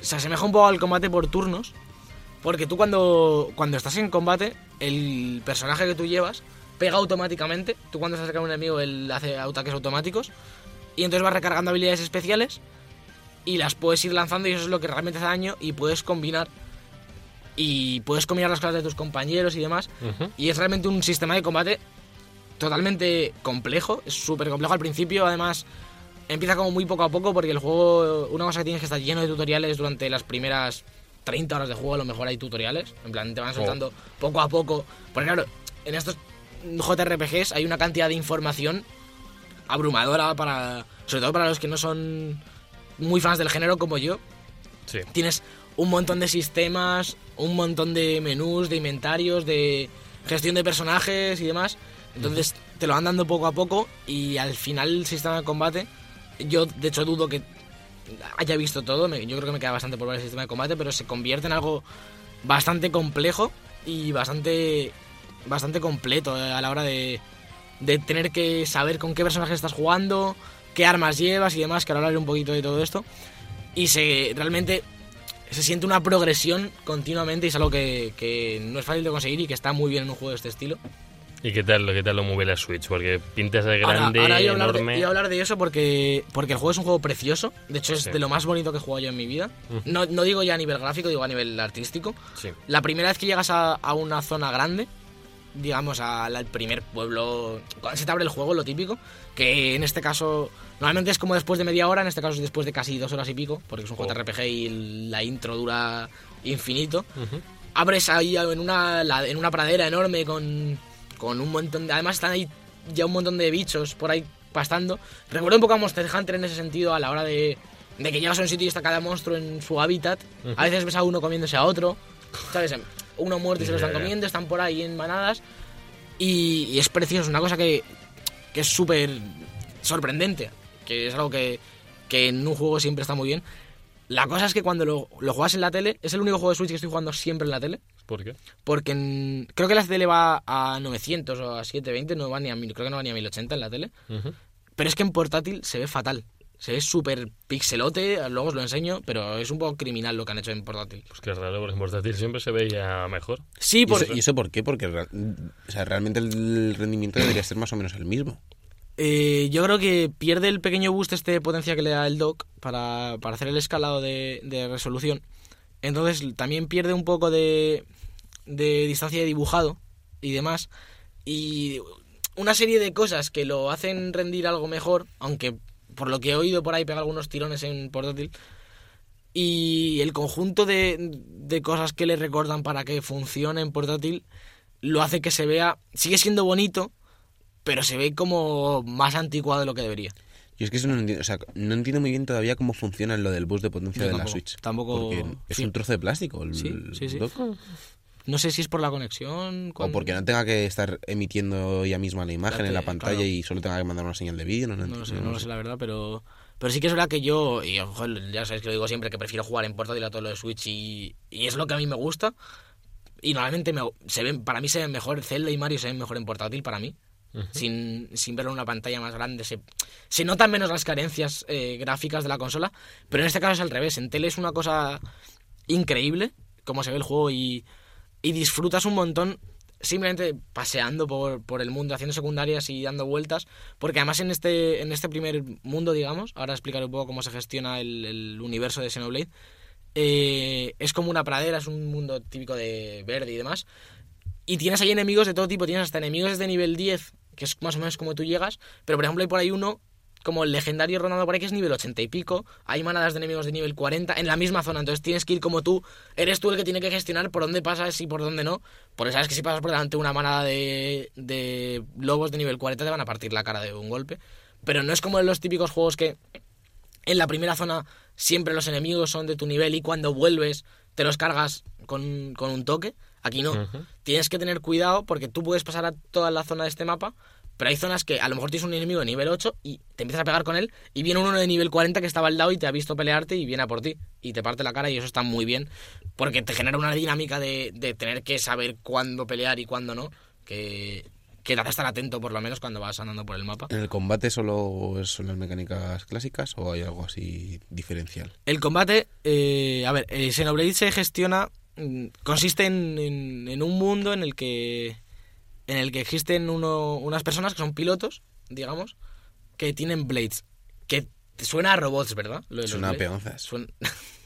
Speaker 3: Se asemeja un poco al combate por turnos. Porque tú cuando, cuando estás en combate, el personaje que tú llevas pega automáticamente. Tú cuando estás cerca de un enemigo, él hace ataques automáticos. Y entonces vas recargando habilidades especiales y las puedes ir lanzando y eso es lo que realmente hace daño y puedes combinar. Y puedes combinar las cosas de tus compañeros y demás.
Speaker 1: Ujú.
Speaker 3: Y es realmente un sistema de combate totalmente complejo, es súper complejo al principio, además empieza como muy poco a poco porque el juego, una cosa que tienes que estar lleno de tutoriales durante las primeras 30 horas de juego, a lo mejor hay tutoriales, en plan te van soltando poco a poco, porque claro, en estos JRPGs hay una cantidad de información abrumadora para, sobre todo para los que no son muy fans del género como yo,
Speaker 1: Sí.
Speaker 3: tienes un montón de sistemas, un montón de menús, de inventarios, de gestión de personajes y demás. Entonces te lo van dando poco a poco y al final el sistema de combate, yo de hecho dudo que haya visto todo, me- yo creo que me queda bastante por ver el sistema de combate, pero se convierte en algo bastante complejo y bastante, bastante completo eh, a la hora de, de tener que saber con qué personaje estás jugando, qué armas llevas y demás, que ahora hablaré un poquito de todo esto y se realmente se siente una progresión continuamente y es algo que, que no es fácil de conseguir y que está muy bien en un juego de este estilo.
Speaker 1: ¿Y qué tal, lo- qué tal lo mueve la Switch? Porque pintas de
Speaker 3: Ahora-
Speaker 1: grande,
Speaker 3: ahora, iba a hablar de-
Speaker 1: enorme.
Speaker 3: iba a hablar de eso porque, porque el juego es un juego precioso, de hecho es
Speaker 1: Sí. Mm.
Speaker 3: de lo más bonito que he jugado yo en mi vida.
Speaker 1: Ujú.
Speaker 3: No, no digo ya a nivel gráfico, digo a nivel artístico.
Speaker 1: Sí.
Speaker 3: La primera vez que llegas a, a una zona grande, digamos a la- al primer pueblo, cuando se te abre el juego, lo típico, que en este caso normalmente es como después de media hora, en este caso es después de casi dos horas y pico, porque es un
Speaker 1: Oh. Mm.
Speaker 3: JRPG y la intro dura infinito
Speaker 1: Ujú.
Speaker 3: abres ahí en una, la- en una pradera enorme con, con un montón de... Además están ahí ya un montón de bichos por ahí pastando. Recuerdo un poco a Monster Hunter en ese sentido a la hora de, de que llegas a un sitio y está cada monstruo en su hábitat. A veces ves a uno comiéndose a otro. ¿Sabes? Uno muerto y se lo
Speaker 1: Ya,
Speaker 3: están
Speaker 1: ya.
Speaker 3: comiendo, están por ahí en manadas. Y, y es precioso, una cosa que, que es súper sorprendente. Que es algo que, que en un juego siempre está muy bien. La cosa es que cuando lo, lo juegas en la tele, es el único juego de Switch que estoy jugando siempre en la tele.
Speaker 1: ¿Por qué?
Speaker 3: Porque en- creo que la tele va a 900 o a 720, no va ni a, mil- creo que no va ni a 1080 en la tele.
Speaker 1: Ujú.
Speaker 3: Pero es que en portátil se ve fatal. Se ve súper pixelote, luego os lo enseño, pero es un poco criminal lo que han hecho en portátil.
Speaker 1: Pues qué raro, porque en portátil siempre se veía mejor.
Speaker 3: Sí,
Speaker 2: ¿Y
Speaker 3: por...
Speaker 2: eso, y eso por qué? Porque ra- o sea, realmente el rendimiento debería ser más o menos el mismo.
Speaker 3: Eh, yo creo que pierde el pequeño boost este de potencia que le da el dock para, para hacer el escalado de, de resolución. Entonces también pierde un poco de, de distancia de dibujado y demás. Y una serie de cosas que lo hacen rendir algo mejor, aunque por lo que he oído por ahí pega algunos tirones en portátil. Y el conjunto de, de cosas que le recordan para que funcione en portátil lo hace que se vea, sigue siendo bonito, pero se ve como más anticuado de lo que debería.
Speaker 2: Yo es que eso no entiendo, o sea, no entiendo muy bien todavía cómo funciona lo del boost de potencia
Speaker 3: Yo
Speaker 2: de la
Speaker 3: tampoco,
Speaker 2: Switch.
Speaker 3: tampoco-
Speaker 2: Porque es
Speaker 3: sí.
Speaker 2: un trozo de plástico el
Speaker 3: Sí, sí, sí.
Speaker 2: dock.
Speaker 3: No sé si es por la conexión con...
Speaker 2: O porque no tenga que estar emitiendo ella misma la imagen
Speaker 3: La
Speaker 2: en la
Speaker 3: tele,
Speaker 2: pantalla
Speaker 3: claro.
Speaker 2: y solo tenga que mandar una señal de vídeo. No, lo
Speaker 3: No lo sé,
Speaker 2: entiendo,
Speaker 3: no lo sé la verdad, pero... Pero sí que es verdad que yo, y ojo, ya sabéis que lo digo siempre, que prefiero jugar en portátil a todo lo de Switch y, y es lo que a mí me gusta. Y normalmente me- se ven, para mí se ven mejor, Zelda y Mario se ven mejor en portátil para mí. sin, sin verlo en una pantalla más grande. Se, se notan menos las carencias eh, gráficas de la consola, pero en este caso es al revés. En tele es una cosa increíble cómo se ve el juego y, y disfrutas un montón simplemente paseando por, por el mundo, haciendo secundarias y dando vueltas, porque además en este, en este primer mundo, digamos, ahora explicaré un poco cómo se gestiona el, el universo de Xenoblade, eh, es como una pradera, es un mundo típico de verde y demás, y tienes ahí enemigos de todo tipo, tienes hasta enemigos de nivel 10, que es más o menos como tú llegas, pero por ejemplo hay por ahí uno como el legendario rondando por ahí, que es nivel 80 y pico. Hay manadas de enemigos de nivel 40 en la misma zona. Entonces tienes que ir como tú. Eres tú el que tiene que gestionar por dónde pasas y por dónde no. Porque sabes que si pasas por delante de una manada de, de lobos de nivel 40 te van a partir la cara de un golpe. Pero no es como en los típicos juegos que en la primera zona siempre los enemigos son de tu nivel y cuando vuelves te los cargas con, con un toque. Aquí no.
Speaker 1: Ujú.
Speaker 3: Tienes que tener cuidado porque tú puedes pasar a toda la zona de este mapa, pero hay zonas que a lo mejor tienes un enemigo de nivel 8 y te empiezas a pegar con él y viene uno de nivel 40 que estaba al lado y te ha visto pelearte y viene a por ti y te parte la cara y eso está muy bien porque te genera una dinámica de, de tener que saber cuándo pelear y cuándo no, que, que te hace estar atento por lo menos cuando vas andando por el mapa.
Speaker 2: ¿En el combate solo son las mecánicas clásicas o hay algo así diferencial?
Speaker 3: El combate, eh, a ver, eh, Xenoblade se gestiona, mm, consiste en, en- en un mundo en el que, en el que existen uno- unas personas que son pilotos, digamos, que tienen blades, que te suena a robots, ¿verdad? Lo de los
Speaker 2: Suena a
Speaker 3: blades.
Speaker 2: peonzas.
Speaker 3: Suen-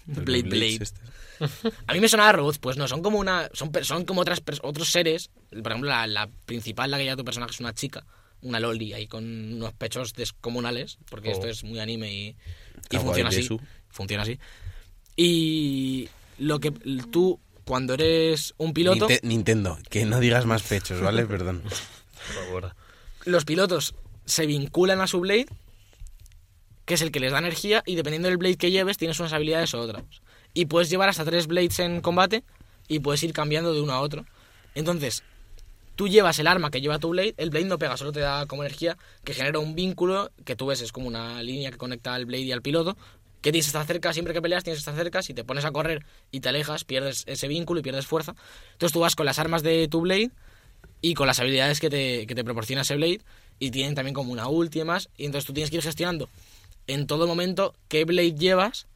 Speaker 2: Los
Speaker 3: blade,
Speaker 2: Blades este.
Speaker 3: blade.
Speaker 2: estos.
Speaker 3: A mí me sonaba a robots, pues no, son como una, son, per- son como otras pers- otros seres. Por ejemplo, la, la principal, la que lleva tu personaje es una chica, una loli ahí con unos pechos descomunales, porque
Speaker 1: Oh.
Speaker 3: esto es muy anime y, y
Speaker 2: Kawaii
Speaker 3: funciona así.
Speaker 2: Yesu.
Speaker 3: Funciona así. Y lo que tú cuando eres un piloto,
Speaker 2: Ninte- Nintendo, que no digas más pechos, ¿vale? Perdón.
Speaker 1: Por favor.
Speaker 3: los pilotos se vinculan a su blade, que es el que les da energía, y dependiendo del blade que lleves, tienes unas habilidades o otras. Y puedes llevar hasta tres blades en combate y puedes ir cambiando de uno a otro. Entonces, tú llevas el arma que lleva tu blade, el blade no pega, solo te da como energía, que genera un vínculo que tú ves, es como una línea que conecta al blade y al piloto. Que tienes que estar cerca, siempre que peleas tienes que estar cerca, si te pones a correr y te alejas, pierdes ese vínculo y pierdes fuerza. Entonces tú vas con las armas de tu blade y con las habilidades que te, que te proporciona ese Blade y tienen también como una ulti y más y entonces tú tienes que ir gestionando en todo momento qué Blade llevas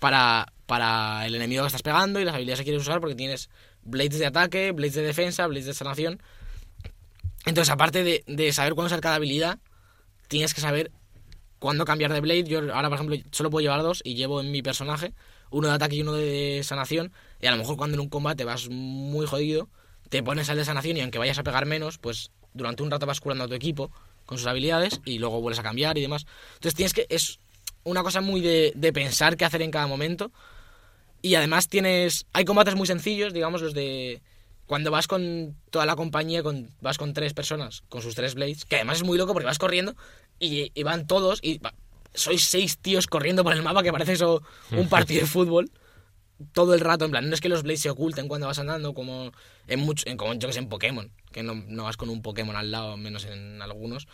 Speaker 3: para, para el enemigo que estás pegando y las habilidades que quieres usar porque tienes Blades de ataque, Blades de defensa, Blades de sanación. Entonces aparte de, de saber cuándo usar cada habilidad, tienes que saber cuándo cambiar de Blade. Yo ahora, por ejemplo, solo puedo llevar dos y llevo en mi personaje uno de ataque y uno de sanación. Y a lo mejor cuando en un combate vas muy jodido, te pones al de sanación y aunque vayas a pegar menos, pues durante un rato vas curando a tu equipo con sus habilidades y luego vuelves a cambiar y demás. Entonces tienes que... Es una cosa muy de, de pensar qué hacer en cada momento. Y además tienes... Hay combates muy sencillos, digamos, los de... Cuando vas con toda la compañía, con, vas con tres personas, con sus tres blades, que además es muy loco porque vas corriendo y, y van todos y va- sois seis tíos corriendo por el mapa que parece eso un partido de fútbol todo el rato, en plan, no es que los Blades se oculten cuando vas andando, como en muchos, en, como yo que sé, en Pokémon, que no, no vas con un Pokémon al lado, menos en algunos.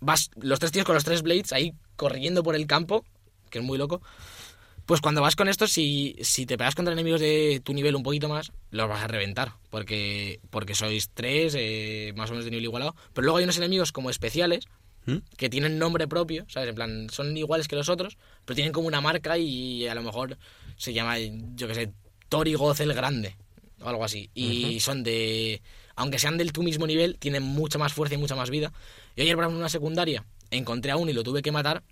Speaker 3: Vas, los tres tíos con los tres Blades ahí corriendo por el campo, que es muy loco. Pues cuando vas con esto, si, si te pegas contra enemigos de tu nivel un poquito más, los vas a reventar, porque, porque sois tres, eh, más o menos de nivel igualado. Pero luego hay unos enemigos como especiales,
Speaker 2: ¿Mm?
Speaker 3: que tienen nombre propio, ¿sabes? En plan, son iguales que los otros, pero tienen como una marca y a lo mejor se llama, yo qué sé, Tori Goz el Grande o algo así. Y son de. Aunque sean del tu mismo nivel, tienen mucha más fuerza y mucha más vida. Yo ayer, por ejemplo, en una secundaria encontré a uno y lo tuve que matar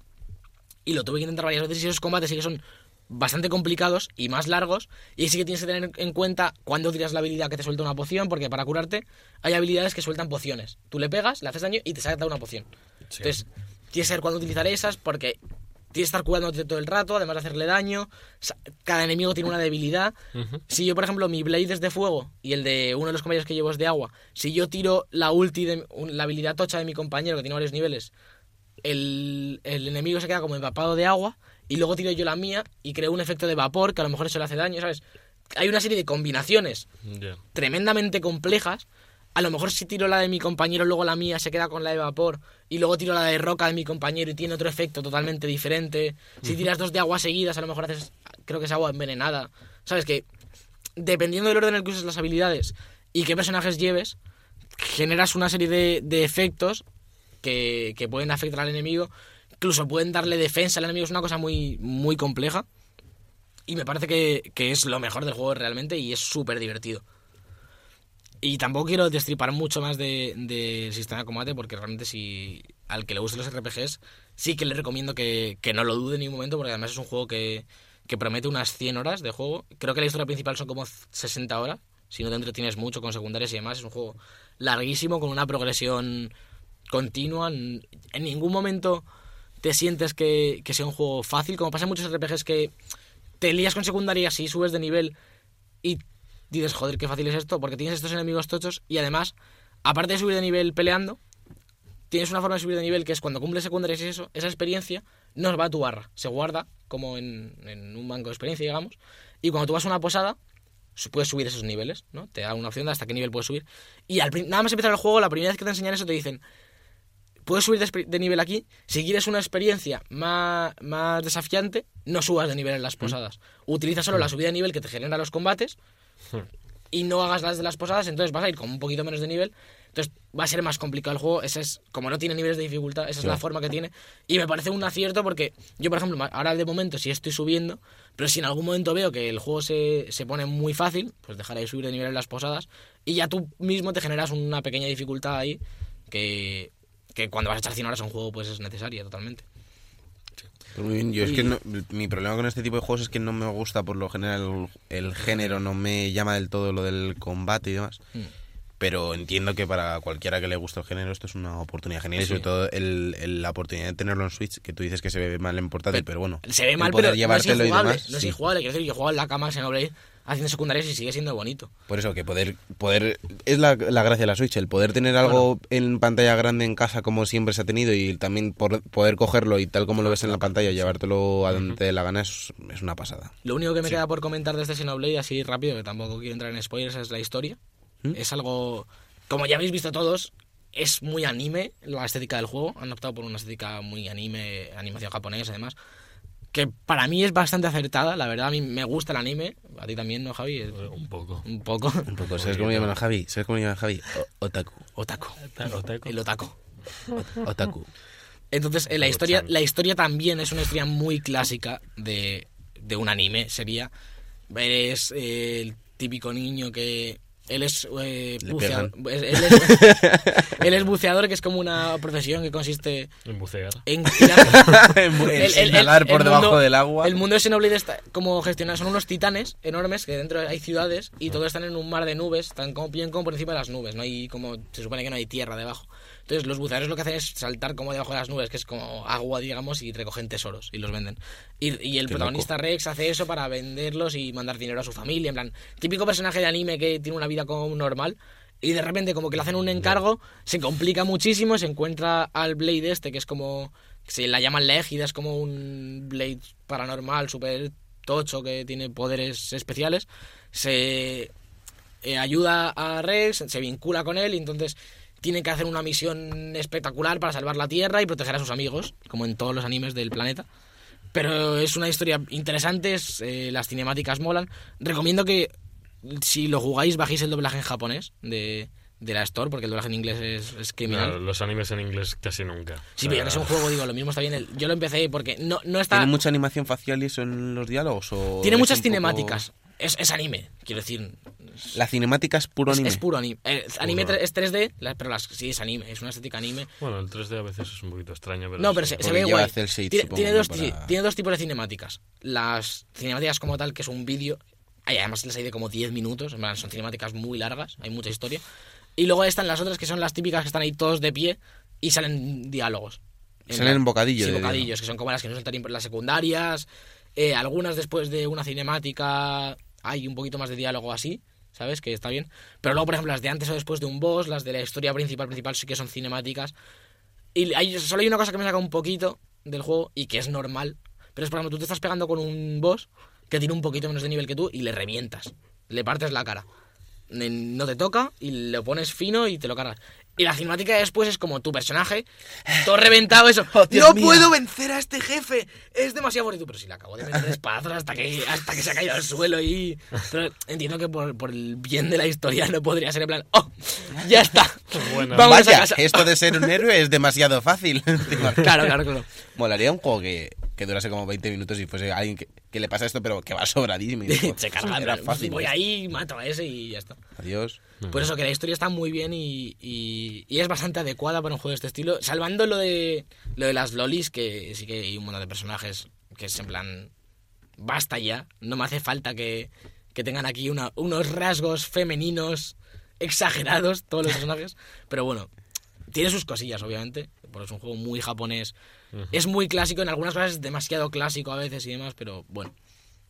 Speaker 3: y lo tuve que intentar varias veces y esos combates sí que son bastante complicados y más largos y sí que tienes que tener en cuenta cuándo tiras la habilidad que te suelta una poción porque para curarte hay habilidades que sueltan pociones tú le pegas le haces daño y te salta una poción entonces tienes que saber cuándo utilizar esas porque tienes que estar curándote todo el rato además de hacerle daño Sa- cada enemigo tiene una debilidad
Speaker 1: Ujú.
Speaker 3: si yo, por ejemplo, mi Blade es de fuego y el de uno de los compañeros que llevo es de agua, si yo tiro la ulti, de, un- la habilidad tocha de mi compañero, que tiene varios niveles, el, el enemigo se queda como empapado de agua y luego tiro yo la mía y creo un efecto de vapor que a lo mejor eso le hace daño, ¿sabes? Hay una serie de combinaciones
Speaker 1: Ya.
Speaker 3: tremendamente complejas. A lo mejor si tiro la de mi compañero, luego la mía se queda con la de vapor. Y luego tiro la de roca de mi compañero y tiene otro efecto totalmente diferente. Si tiras dos de agua seguidas, a lo mejor haces. Creo que es agua envenenada. ¿Sabes? Que dependiendo del orden en el que uses las habilidades y qué personajes lleves, generas una serie de, de efectos que, que pueden afectar al enemigo. Incluso pueden darle defensa al enemigo. Es una cosa muy, muy compleja. Y me parece que, que es lo mejor del juego realmente y es súper divertido. Y tampoco quiero destripar mucho más de- del sistema de combate, porque realmente si al que le gusten los RPGs, sí que le recomiendo que, que no lo dude en ningún momento, porque además es un juego que, que promete unas 100 horas de juego. Creo que la historia principal son como 60 horas, si no te entretienes mucho con secundarias y demás. Es un juego larguísimo, con una progresión continua. En en ningún momento te sientes que, que sea un juego fácil, como pasa en muchos RPGs que te lías con secundarias y subes de nivel y dices, joder, qué fácil es esto, porque tienes estos enemigos tochos y además, aparte de subir de nivel peleando, tienes una forma de subir de nivel que es cuando cumples secundarias y eso, esa experiencia no va a tu barra, se guarda como en, en un banco de experiencia, digamos, y cuando tú vas a una posada, su- puedes subir esos niveles, ¿no? Te da una opción de hasta qué nivel puedes subir. Y al, prin- nada más empezar el juego, la primera vez que te enseñan eso te dicen, puedes subir de, exper- de nivel aquí, si quieres una experiencia más, más desafiante, no subas de nivel en las posadas. Utiliza solo la subida de nivel que te genera los combates y no hagas las de las posadas, entonces vas a ir con un poquito menos de nivel. Entonces va a ser más complicado el juego. Ese es, como no tiene niveles de dificultad, esa es la forma que tiene. Y me parece un acierto porque yo, por ejemplo, ma- ahora de momento sí estoy subiendo, pero si en algún momento veo que el juego se, se pone muy fácil, pues dejaré de subir de nivel en las posadas y ya tú mismo te generas una pequeña dificultad ahí que, que cuando vas a echar 100 horas a un juego pues es necesaria totalmente.
Speaker 2: Pues muy bien, yo es que no- mi problema con este tipo de juegos es que no me gusta por lo general el género, no me llama del todo lo del combate y demás. Pero entiendo que para cualquiera que le guste el género esto es una oportunidad genial y
Speaker 3: Sí.
Speaker 2: sobre todo el, el- la oportunidad de tenerlo en Switch, que tú dices que se ve mal en portátil,
Speaker 3: Pe-
Speaker 2: pero bueno.
Speaker 3: Se ve
Speaker 2: el
Speaker 3: mal,
Speaker 2: poder
Speaker 3: pero no es
Speaker 2: llevártelo y
Speaker 3: injugable.
Speaker 2: demás,
Speaker 3: no es
Speaker 2: sí.
Speaker 3: injugable. Quiero decir, yo jugaba en la cama en Xenoblade haciendo secundarias y sigue siendo bonito.
Speaker 2: Por eso, que poder... poder Es la, la gracia de la Switch, el poder tener algo en pantalla grande en casa como siempre se ha tenido y también por- poder cogerlo y tal como lo ves en la pantalla, llevártelo a donde te dé la gana es- es una pasada.
Speaker 3: Lo único que me queda por comentar de este Xenoblade, así rápido, que tampoco quiero entrar en spoilers, es la historia. Es algo, como ya habéis visto todos, es muy anime la estética del juego. Han optado por una estética muy anime, animación japonesa además, que para mí es bastante acertada. La verdad, a mí me gusta el anime. A ti también, ¿no, Javi? Eh,
Speaker 1: Un poco.
Speaker 3: Un poco.
Speaker 2: Un poco, ¿sabes cómo llaman a Javi? ¿Sabes cómo llaman a Javi? O- otaku.
Speaker 3: Otaku.
Speaker 1: Otaku.
Speaker 3: El otaku.
Speaker 2: O- otaku.
Speaker 3: Entonces, eh, la historia, la historia también es una historia muy clásica de, de un anime. Sería. Eres eh, el típico niño que. Él es, eh,
Speaker 2: Le
Speaker 3: buceador,
Speaker 2: pegan.
Speaker 3: es- él, es, él es buceador, que es como una profesión que consiste
Speaker 1: En bucear.
Speaker 3: en tirar-
Speaker 2: En bu- en inhalar por debajo del agua.
Speaker 3: El mundo de Xenoblade está como gestionado. Son unos titanes enormes que dentro hay ciudades y todos están en un mar de nubes. Están como, bien como por encima de las nubes. No hay como Se supone que no hay tierra debajo. Entonces los buceadores lo que hacen es saltar como debajo de las nubes, que es como agua, digamos, y recogen tesoros y los venden. Y, y el
Speaker 2: Qué
Speaker 3: protagonista Rex hace eso para venderlos y mandar dinero a su familia. En plan, típico personaje de anime que tiene una vida como normal. Y de repente, como que le hacen un encargo, se complica muchísimo, se encuentra al Blade este, que es como. Se la llaman la égida, es como un Blade paranormal, super tocho, que tiene poderes especiales. Se eh, ayuda a Rex, se vincula con él y entonces tienen que hacer una misión espectacular para salvar la Tierra y proteger a sus amigos, como en todos los animes del planeta. Pero es una historia interesante, es, eh, las cinemáticas molan. Recomiendo que si lo jugáis bajéis el doblaje en japonés de, de la Store, porque el doblaje en inglés es, es criminal.
Speaker 1: No, los animes en inglés casi nunca.
Speaker 3: Sí,
Speaker 1: O
Speaker 3: pero
Speaker 1: sea,
Speaker 3: ya que es un juego, digo, lo mismo está bien. el- yo lo empecé porque no, no está...
Speaker 2: ¿Tiene mucha animación facial y eso en los diálogos? O
Speaker 3: tiene
Speaker 2: es
Speaker 3: muchas
Speaker 2: un poco-
Speaker 3: cinemáticas. Es, es anime, quiero decir.
Speaker 2: La cinemática es puro
Speaker 3: Es,
Speaker 2: anime.
Speaker 3: es puro anime. Eh, anime
Speaker 1: Puro.
Speaker 3: tre- es 3D, la- pero las, sí, es anime, es una estética anime.
Speaker 1: Bueno, el 3D a veces es un poquito extraño, pero.
Speaker 3: No, pero
Speaker 1: sí.
Speaker 3: se,
Speaker 2: porque
Speaker 3: se ve
Speaker 2: lleva
Speaker 3: guay.
Speaker 2: cel shade,
Speaker 3: tiene,
Speaker 2: supongo,
Speaker 3: tiene dos,
Speaker 2: para-
Speaker 3: ti- tiene dos tipos de cinemáticas. Las cinemáticas como tal, que es un vídeo. ay, Además las hay de como 10 minutos. en plan, Son cinemáticas muy largas, hay mucha historia. Y luego están las otras que son las típicas que están ahí todos de pie y salen diálogos. En
Speaker 2: Salen
Speaker 3: plan,
Speaker 2: bocadillos
Speaker 3: Sí,
Speaker 2: de
Speaker 3: bocadillos, que son como las que no son tan imp- las secundarias. eh, algunas después de una cinemática hay un poquito más de diálogo así, ¿sabes? Que está bien. Pero luego, por ejemplo, las de antes o después de un boss, las de la historia principal, principal sí que son cinemáticas. Y hay- solo hay una cosa que me saca un poquito del juego y que es normal. Pero es, por ejemplo, tú te estás pegando con un boss que tiene un poquito menos de nivel que tú y le revientas. Le partes la cara. Ne- No te toca y lo pones fino y te lo cargas. Y la cinemática de después es como tu personaje, todo reventado, eso.
Speaker 2: Oh, Dios
Speaker 3: ¡No
Speaker 2: mío!
Speaker 3: puedo vencer a este jefe! Es demasiado bonito, pero si le acabo de meter espadazos hasta que, hasta que se ha caído al suelo y. Pero entiendo que por, por el bien de la historia no podría ser en plan, ¡oh! ¡Ya está!
Speaker 1: Bueno.
Speaker 3: Vámonos a
Speaker 2: Vaya,
Speaker 3: casa.
Speaker 2: esto de ser un héroe es demasiado fácil. ¿Te imaginas?
Speaker 3: Claro, claro, claro.
Speaker 2: Molaría un juego que, que durase como 20 minutos y fuese alguien que, que le pasa esto, pero que va sobradísimo. y dijo,
Speaker 3: se carga,
Speaker 2: era
Speaker 3: pero
Speaker 2: fácil. ¿eh? Mm.
Speaker 3: voy
Speaker 2: esto".
Speaker 3: ahí, mato a ese y ya está.
Speaker 2: Adiós.
Speaker 3: Por eso que la historia está muy bien y, y- y es bastante adecuada para un juego de este estilo. Salvando lo de, lo de las lolis, que sí que hay un montón de personajes que es en plan, basta ya, no me hace falta que, que tengan aquí una- unos rasgos femeninos exagerados todos los personajes. Pero bueno, tiene sus cosillas, obviamente, porque es un juego muy japonés Es muy clásico, en algunas cosas es demasiado clásico a veces y demás, pero bueno.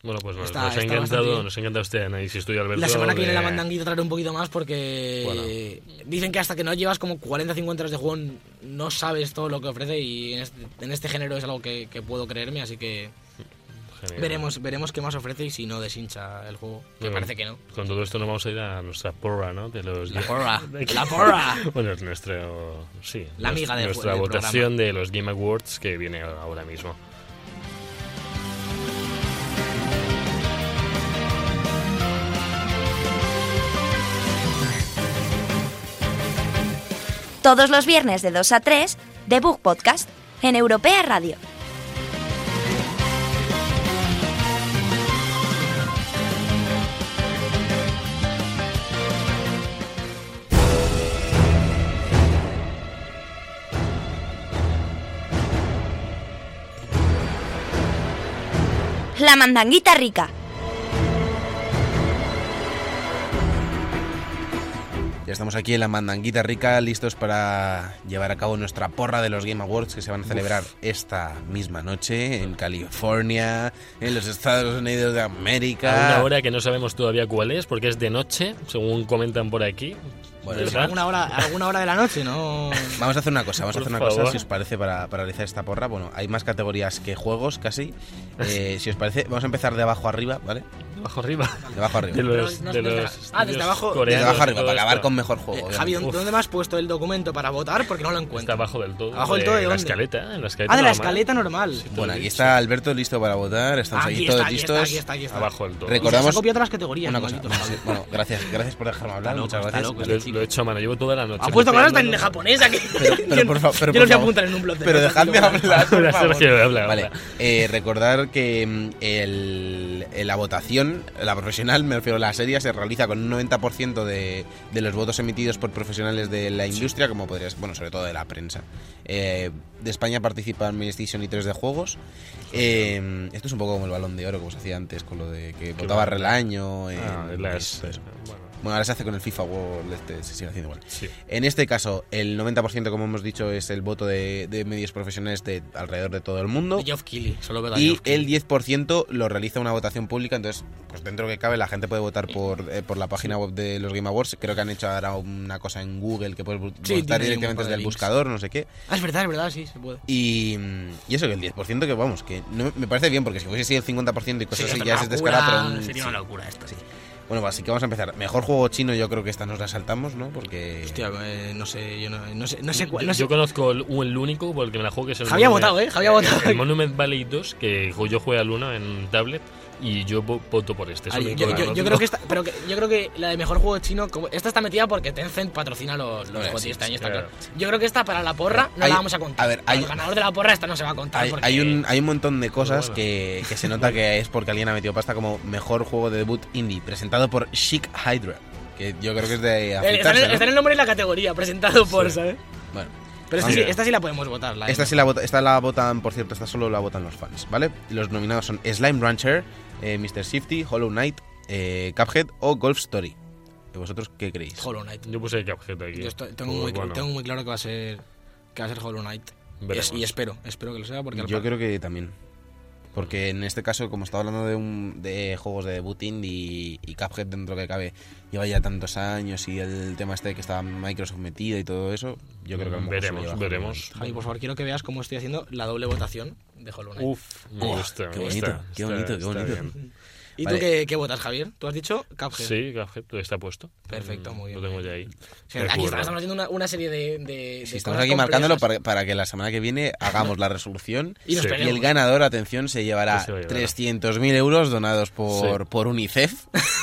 Speaker 1: Bueno, pues nos-
Speaker 3: Está-
Speaker 1: nos, ha
Speaker 3: está
Speaker 1: encantado,
Speaker 3: bastante-
Speaker 1: nos ha encantado este análisis tuyo, Alberto.
Speaker 3: La semana que viene la
Speaker 1: de-
Speaker 3: mandanguita traeré un poquito más porque dicen que hasta que no llevas como 40 50 horas de juego no sabes todo lo que ofrece y en este, en este género es algo que, que puedo creerme, así que
Speaker 1: Genial.
Speaker 3: veremos veremos qué más ofrece y si no deshincha el juego, que
Speaker 1: Bueno,
Speaker 3: parece que no.
Speaker 1: Con todo esto nos vamos a ir a nuestra porra, ¿no? De los
Speaker 3: La porra, la porra.
Speaker 1: Bueno, es nuestro. Sí.
Speaker 3: La
Speaker 1: nues-
Speaker 3: amiga del-
Speaker 1: Nuestra
Speaker 3: del
Speaker 1: votación de los Game Awards que viene ahora mismo.
Speaker 4: Todos los viernes de 2 a 3, The Book Podcast, en Europea Radio. La mandanguita rica.
Speaker 2: Ya estamos aquí en la mandanguita rica, listos para llevar a cabo nuestra porra de los Game Awards que se van a celebrar esta misma noche en California, en los Estados Unidos de
Speaker 1: A
Speaker 2: América.
Speaker 1: una hora que no sabemos todavía cuál es, porque es de noche, según comentan por aquí.
Speaker 2: Bueno,
Speaker 1: ¿verdad?
Speaker 3: Alguna hora, alguna hora de la noche, ¿no? Eh,
Speaker 2: Vamos a hacer una cosa, vamos a
Speaker 1: Por
Speaker 2: hacer una
Speaker 1: favor.
Speaker 2: cosa, si os parece, para, para realizar esta porra. Bueno, hay más categorías que juegos, casi. Eh, si os parece, vamos a empezar de abajo arriba, ¿vale?
Speaker 1: Bajo arriba.
Speaker 2: De abajo arriba.
Speaker 1: De los.
Speaker 3: no es
Speaker 1: de
Speaker 3: desde-
Speaker 1: los
Speaker 3: ah, desde
Speaker 1: estudios
Speaker 3: abajo-
Speaker 2: De
Speaker 1: coreanos,
Speaker 2: abajo arriba,
Speaker 1: todo
Speaker 2: para acabar
Speaker 1: esto.
Speaker 2: con mejor juego.
Speaker 3: Eh,
Speaker 2: obviamente.
Speaker 3: Javi, ¿dó-
Speaker 1: Uf.
Speaker 3: ¿dónde me has puesto el documento para votar? Porque no lo
Speaker 1: Está
Speaker 3: encuentro.
Speaker 1: abajo del todo.
Speaker 3: ¿Abajo del todo de
Speaker 1: la
Speaker 3: dónde?
Speaker 1: escaleta. ¿eh? En la escaleta
Speaker 3: Ah, de la
Speaker 1: normal.
Speaker 3: escaleta normal.
Speaker 2: Bueno, aquí está Alberto listo para votar, estamos
Speaker 3: Aquí
Speaker 2: aquí
Speaker 3: está,
Speaker 2: todos
Speaker 3: aquí
Speaker 2: listos.
Speaker 3: está, aquí está, aquí está.
Speaker 1: Abajo del todo.
Speaker 3: Y se
Speaker 2: Recordamos-
Speaker 3: ha copiado todas las categorías.
Speaker 2: Una cosa,
Speaker 3: malditos.
Speaker 2: sí, bueno, gracias, gracias por dejarme hablar,
Speaker 3: Está
Speaker 2: muchas
Speaker 3: loco,
Speaker 2: gracias.
Speaker 3: está loco.
Speaker 1: Lo, lo he hecho a mano, llevo toda la noche.
Speaker 3: Ha puesto cosas tan
Speaker 1: copiando.
Speaker 3: japonesa que.
Speaker 2: Pero por favor, pero por
Speaker 3: yo
Speaker 2: favor.
Speaker 3: los voy a apuntar en un blog de
Speaker 2: Pero
Speaker 3: notas,
Speaker 2: dejadme
Speaker 3: tío.
Speaker 2: hablar. por
Speaker 1: Ahora
Speaker 2: favor.
Speaker 1: Sergio, habla,
Speaker 2: Vale,
Speaker 1: habla.
Speaker 2: eh, recordar que mm, el- eh, la votación, la profesional, me refiero a la serie, se realiza con un 90% de, de los votos emitidos por profesionales de la industria, como podrías, bueno, sobre todo de la prensa. Eh, de España participan PlayStation y 3 de juegos. Eh, esto es un poco como el balón de oro, como se hacía antes, con lo de que votaba
Speaker 1: va.
Speaker 2: Relaño. eh,
Speaker 1: Ah, las.
Speaker 2: esto, eso.
Speaker 1: Bueno,
Speaker 2: Bueno, ahora se hace con el FIFA World, este, se sigue haciendo igual.
Speaker 1: sí.
Speaker 2: En este caso, el 90%, como hemos dicho, es el voto de, de medios profesionales de alrededor de todo el mundo.
Speaker 3: De Geoff Keighley, solo veo a
Speaker 2: Y
Speaker 3: Geoff Keighley.
Speaker 2: el 10% lo realiza una votación pública, entonces, pues dentro que cabe, la gente puede votar por, eh, por la página web de los Game Awards. Creo que han hecho ahora una cosa en Google que puedes bu-
Speaker 3: Sí, tiene
Speaker 2: votar
Speaker 3: un
Speaker 2: directamente
Speaker 3: par de
Speaker 2: desde el
Speaker 3: links.
Speaker 2: buscador, no sé qué.
Speaker 3: Ah, es verdad, es verdad, sí, se puede.
Speaker 2: Y, y eso, que el 10%, que vamos, que no- me parece bien, porque si hubiese sido el 50% y cosas
Speaker 3: Sería
Speaker 2: así,
Speaker 3: una
Speaker 2: ya se
Speaker 3: locura,
Speaker 2: descarga, pero. un-
Speaker 3: Sería
Speaker 2: sí.
Speaker 3: una locura esto.
Speaker 2: Sí. Bueno, así que vamos a empezar. Mejor juego chino, yo creo que esta nos la saltamos, ¿no? Porque.
Speaker 3: Hostia, eh, no sé, yo no, no sé, no sé cuál. No sé.
Speaker 1: Yo conozco el, el único porque me la juego que es el.
Speaker 3: Javier ha
Speaker 1: Monument-
Speaker 3: votado, ¿eh? Javier ha votado.
Speaker 1: El Monument Valley 2, que jo- yo jugué al 1 en tablet y yo vo- voto por este. es el
Speaker 3: Ay,
Speaker 1: único
Speaker 3: yo,
Speaker 1: que
Speaker 3: yo- yo
Speaker 1: conozco.
Speaker 3: creo que esta, pero que- yo creo que la de mejor juego chino, como- esta está metida porque Tencent patrocina los, los
Speaker 2: Hombre,
Speaker 3: juegos
Speaker 2: sí,
Speaker 3: de este año,
Speaker 1: sí,
Speaker 3: está
Speaker 1: claro.
Speaker 3: claro. Yo creo que esta para la porra no
Speaker 2: Hay-
Speaker 3: la vamos a contar.
Speaker 2: a ver,
Speaker 3: Para
Speaker 2: hay-
Speaker 3: el ganador de la porra esta no se va a contar.
Speaker 2: Hay,
Speaker 3: porque
Speaker 2: hay un, hay un montón de cosas
Speaker 1: Pero bueno.
Speaker 2: que, que se nota que es porque alguien ha metido pasta como mejor juego de debut indie, presentado por Chic Hydra, que yo creo que es de
Speaker 3: Eh, Está en,
Speaker 2: afectarse,
Speaker 3: el, está en el nombre y la categoría, presentado por, ¿sabes?
Speaker 2: Bueno,
Speaker 3: Pero esta,
Speaker 2: vamos.
Speaker 3: sí, esta sí la podemos votar. La de-
Speaker 2: Esta, sí la vota- esta la votan, por cierto, esta solo la votan los fans, ¿vale? Los nominados son Slime Rancher, eh, Mr. Shifty, Hollow Knight, eh, Cuphead o Golf Story. ¿Y ¿Vosotros qué creéis?
Speaker 3: Hollow Knight.
Speaker 1: Yo puse el objeto aquí.
Speaker 3: Yo estoy- tengo,
Speaker 1: Pues
Speaker 3: muy,
Speaker 1: bueno,
Speaker 3: tengo muy claro que va a ser que va a ser Hollow Knight.
Speaker 1: Veremos.
Speaker 3: Es- y espero, espero que lo sea porque al
Speaker 2: Yo
Speaker 3: par-
Speaker 2: creo que también. Porque en este caso, como estaba hablando de, un, de juegos de debut indie y Cuphead dentro que cabe, lleva ya tantos años y el tema este que estaba Microsoft metida y todo eso, yo creo que a lo mejor se
Speaker 1: Veremos,
Speaker 2: lleva.
Speaker 1: veremos.
Speaker 3: Javi, por favor, quiero que veas cómo estoy haciendo la doble votación de Hollow Knight.
Speaker 1: Uf, me
Speaker 2: Uah,
Speaker 1: gusta.
Speaker 2: qué
Speaker 1: me
Speaker 2: bonito,
Speaker 1: gusta,
Speaker 2: qué
Speaker 1: está-
Speaker 2: bonito, qué
Speaker 1: está
Speaker 2: bonito.
Speaker 1: bien.
Speaker 3: ¿Y
Speaker 2: vale.
Speaker 3: tú qué, qué votas, Javier? ¿Tú has dicho Cuphead?
Speaker 1: Sí, el objeto está puesto. Mm,
Speaker 3: Perfecto, muy bien.
Speaker 1: Lo tengo ya ahí.
Speaker 3: O sea, aquí
Speaker 1: Recuerdo.
Speaker 3: estamos estamos haciendo una, una serie de, de- de
Speaker 2: Si estamos
Speaker 3: cosas
Speaker 2: aquí marcándolo
Speaker 3: complejas.
Speaker 2: para, para que la semana que viene hagamos la resolución.
Speaker 3: Y nos
Speaker 1: Sí.
Speaker 2: Y
Speaker 3: peleamos.
Speaker 2: el ganador, atención, se llevará
Speaker 1: Que se lo llevará.
Speaker 2: 300.000 euros donados por,
Speaker 1: Sí.
Speaker 2: por UNICEF.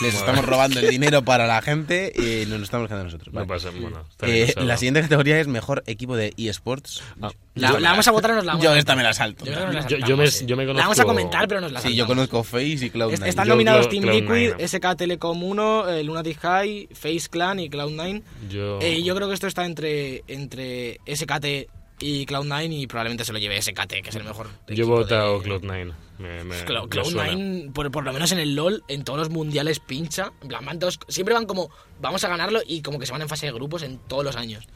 Speaker 2: Les estamos robando el dinero para la gente y nos lo estamos quedando nosotros.
Speaker 1: No
Speaker 2: Vale.
Speaker 1: pasa, bueno. está
Speaker 2: Eh,
Speaker 1: bien pensado.
Speaker 2: la siguiente categoría es mejor equipo de eSports.
Speaker 1: Ah,
Speaker 3: La, la vamos a votar o nos la vamos
Speaker 2: Yo
Speaker 3: a
Speaker 2: esta me la salto.
Speaker 3: Yo creo que nos la
Speaker 1: Yo- yo
Speaker 3: saltamos,
Speaker 1: me-
Speaker 3: eh.
Speaker 1: yo me
Speaker 3: La vamos a
Speaker 1: conozco-
Speaker 3: comentar, pero nos la
Speaker 2: Sí, yo
Speaker 3: saltamos.
Speaker 2: conozco Face y Cloud9.
Speaker 3: Es- Están
Speaker 1: Yo-
Speaker 3: nominados
Speaker 1: yo
Speaker 3: Team
Speaker 1: Cloud9,
Speaker 3: Liquid,
Speaker 1: no.
Speaker 3: SK Telecom 1, eh, Lunatic High, Face Clan y Cloud9.
Speaker 1: Yo.
Speaker 3: Eh, yo creo que esto está entre, entre SKT y Cloud9 y probablemente se lo lleve SKT, que es el mejor.
Speaker 1: Yo he
Speaker 3: equipo
Speaker 1: votado
Speaker 3: de-
Speaker 1: Cloud9. Me, me,
Speaker 3: Cla-
Speaker 1: me suena.
Speaker 3: Cloud9, por, por lo menos en el LoL, en todos los mundiales pincha. En plan, van todos- siempre van como, vamos a ganarlo y como que se van en fase de grupos en todos los años.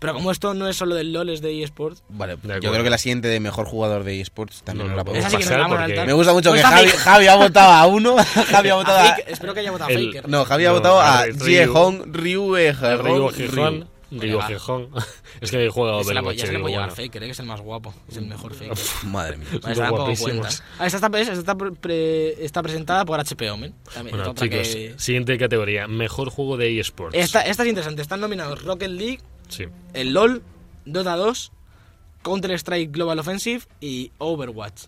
Speaker 3: Pero como esto no es solo del LOL, es de eSports.
Speaker 2: Vale, pues
Speaker 1: De
Speaker 2: yo
Speaker 1: acuerdo.
Speaker 2: creo que la siguiente de mejor jugador de esports también
Speaker 1: No,
Speaker 2: no,
Speaker 1: no
Speaker 2: la
Speaker 1: podemos
Speaker 2: podemos
Speaker 3: Esa sí
Speaker 2: pasar.
Speaker 3: que
Speaker 1: pasar
Speaker 3: nos la vamos a
Speaker 1: porque-
Speaker 3: adelantar.
Speaker 2: Me gusta mucho
Speaker 3: Pues
Speaker 2: que
Speaker 3: a
Speaker 2: Javi,
Speaker 3: Faker.
Speaker 2: Javi ha votado a uno, Javi ha votado
Speaker 3: A
Speaker 2: a...
Speaker 3: Faker- espero que haya votado
Speaker 1: El-
Speaker 3: a Faker.
Speaker 2: No, Javi ha
Speaker 1: No,
Speaker 2: votado
Speaker 1: a
Speaker 2: a
Speaker 1: Ryu.
Speaker 2: Jehong Ryu
Speaker 1: Río
Speaker 2: Ejerón
Speaker 1: Gijón. Río
Speaker 3: Venga, va.
Speaker 1: Gijón. Es que he jugado
Speaker 3: se la apoya-
Speaker 1: Overwatch. y
Speaker 3: ya se la
Speaker 1: digo,
Speaker 3: apoyaba
Speaker 1: bueno.
Speaker 3: al Faker, eh, que es el más guapo. Es el mejor Faker.
Speaker 2: Madre mía.
Speaker 3: Vale, se la pongo
Speaker 1: guapísimos.
Speaker 3: cuenta. Ah, esta, está, esta está, pre- pre- está presentada por HP Omen. También,
Speaker 1: Bueno,
Speaker 3: otra que-
Speaker 1: chicos, siguiente categoría. Mejor juego de eSports.
Speaker 3: esta, esta es interesante. Están nominados Rocket League,
Speaker 1: Sí.
Speaker 3: el LOL, Dota 2, Counter-Strike Global Offensive y Overwatch.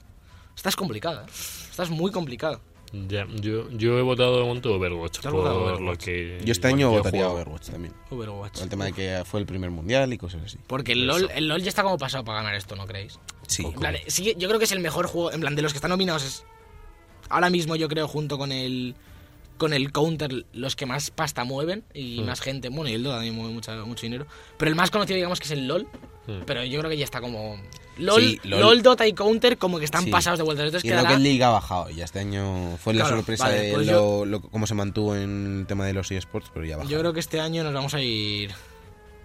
Speaker 3: Esta es complicada. ¿eh? Esta es muy complicada.
Speaker 1: Ya, yo, yo he votado un montón Overwatch.
Speaker 3: ¿Te
Speaker 1: Por
Speaker 3: has votado Overwatch?
Speaker 1: lo que.
Speaker 2: Yo este año
Speaker 1: yo he
Speaker 2: votaría a
Speaker 1: jugado.
Speaker 2: Overwatch también.
Speaker 3: Overwatch.
Speaker 2: Por El tema de que fue el primer mundial y cosas así.
Speaker 3: Porque el LOL, el LOL ya está como pasado para ganar esto, ¿no creéis?
Speaker 2: Sí.
Speaker 3: En plan, eh, sí, yo creo que es el mejor juego. En plan, de los que están nominados es. Ahora mismo, yo creo, junto con el. Con el counter, los que más pasta mueven y
Speaker 1: Mm.
Speaker 3: más gente. Bueno, y el Dota también mueve mucha- mucho dinero. Pero el más conocido, digamos, que es el LOL.
Speaker 1: Mm.
Speaker 3: Pero yo creo que ya está como. LOL,
Speaker 2: Sí,
Speaker 3: LOL.
Speaker 2: LOL.
Speaker 3: Dota y Counter como que están
Speaker 2: Sí.
Speaker 3: pasados de vuelta. Entonces
Speaker 2: Y
Speaker 3: quedará-
Speaker 2: Rocket League ha bajado. Ya este año fue la
Speaker 3: Claro,
Speaker 2: sorpresa
Speaker 3: vale,
Speaker 2: de
Speaker 3: pues
Speaker 2: lo,
Speaker 3: yo-
Speaker 2: lo- cómo se mantuvo en el tema de los eSports, pero ya bajó.
Speaker 3: Yo creo que este año nos vamos a ir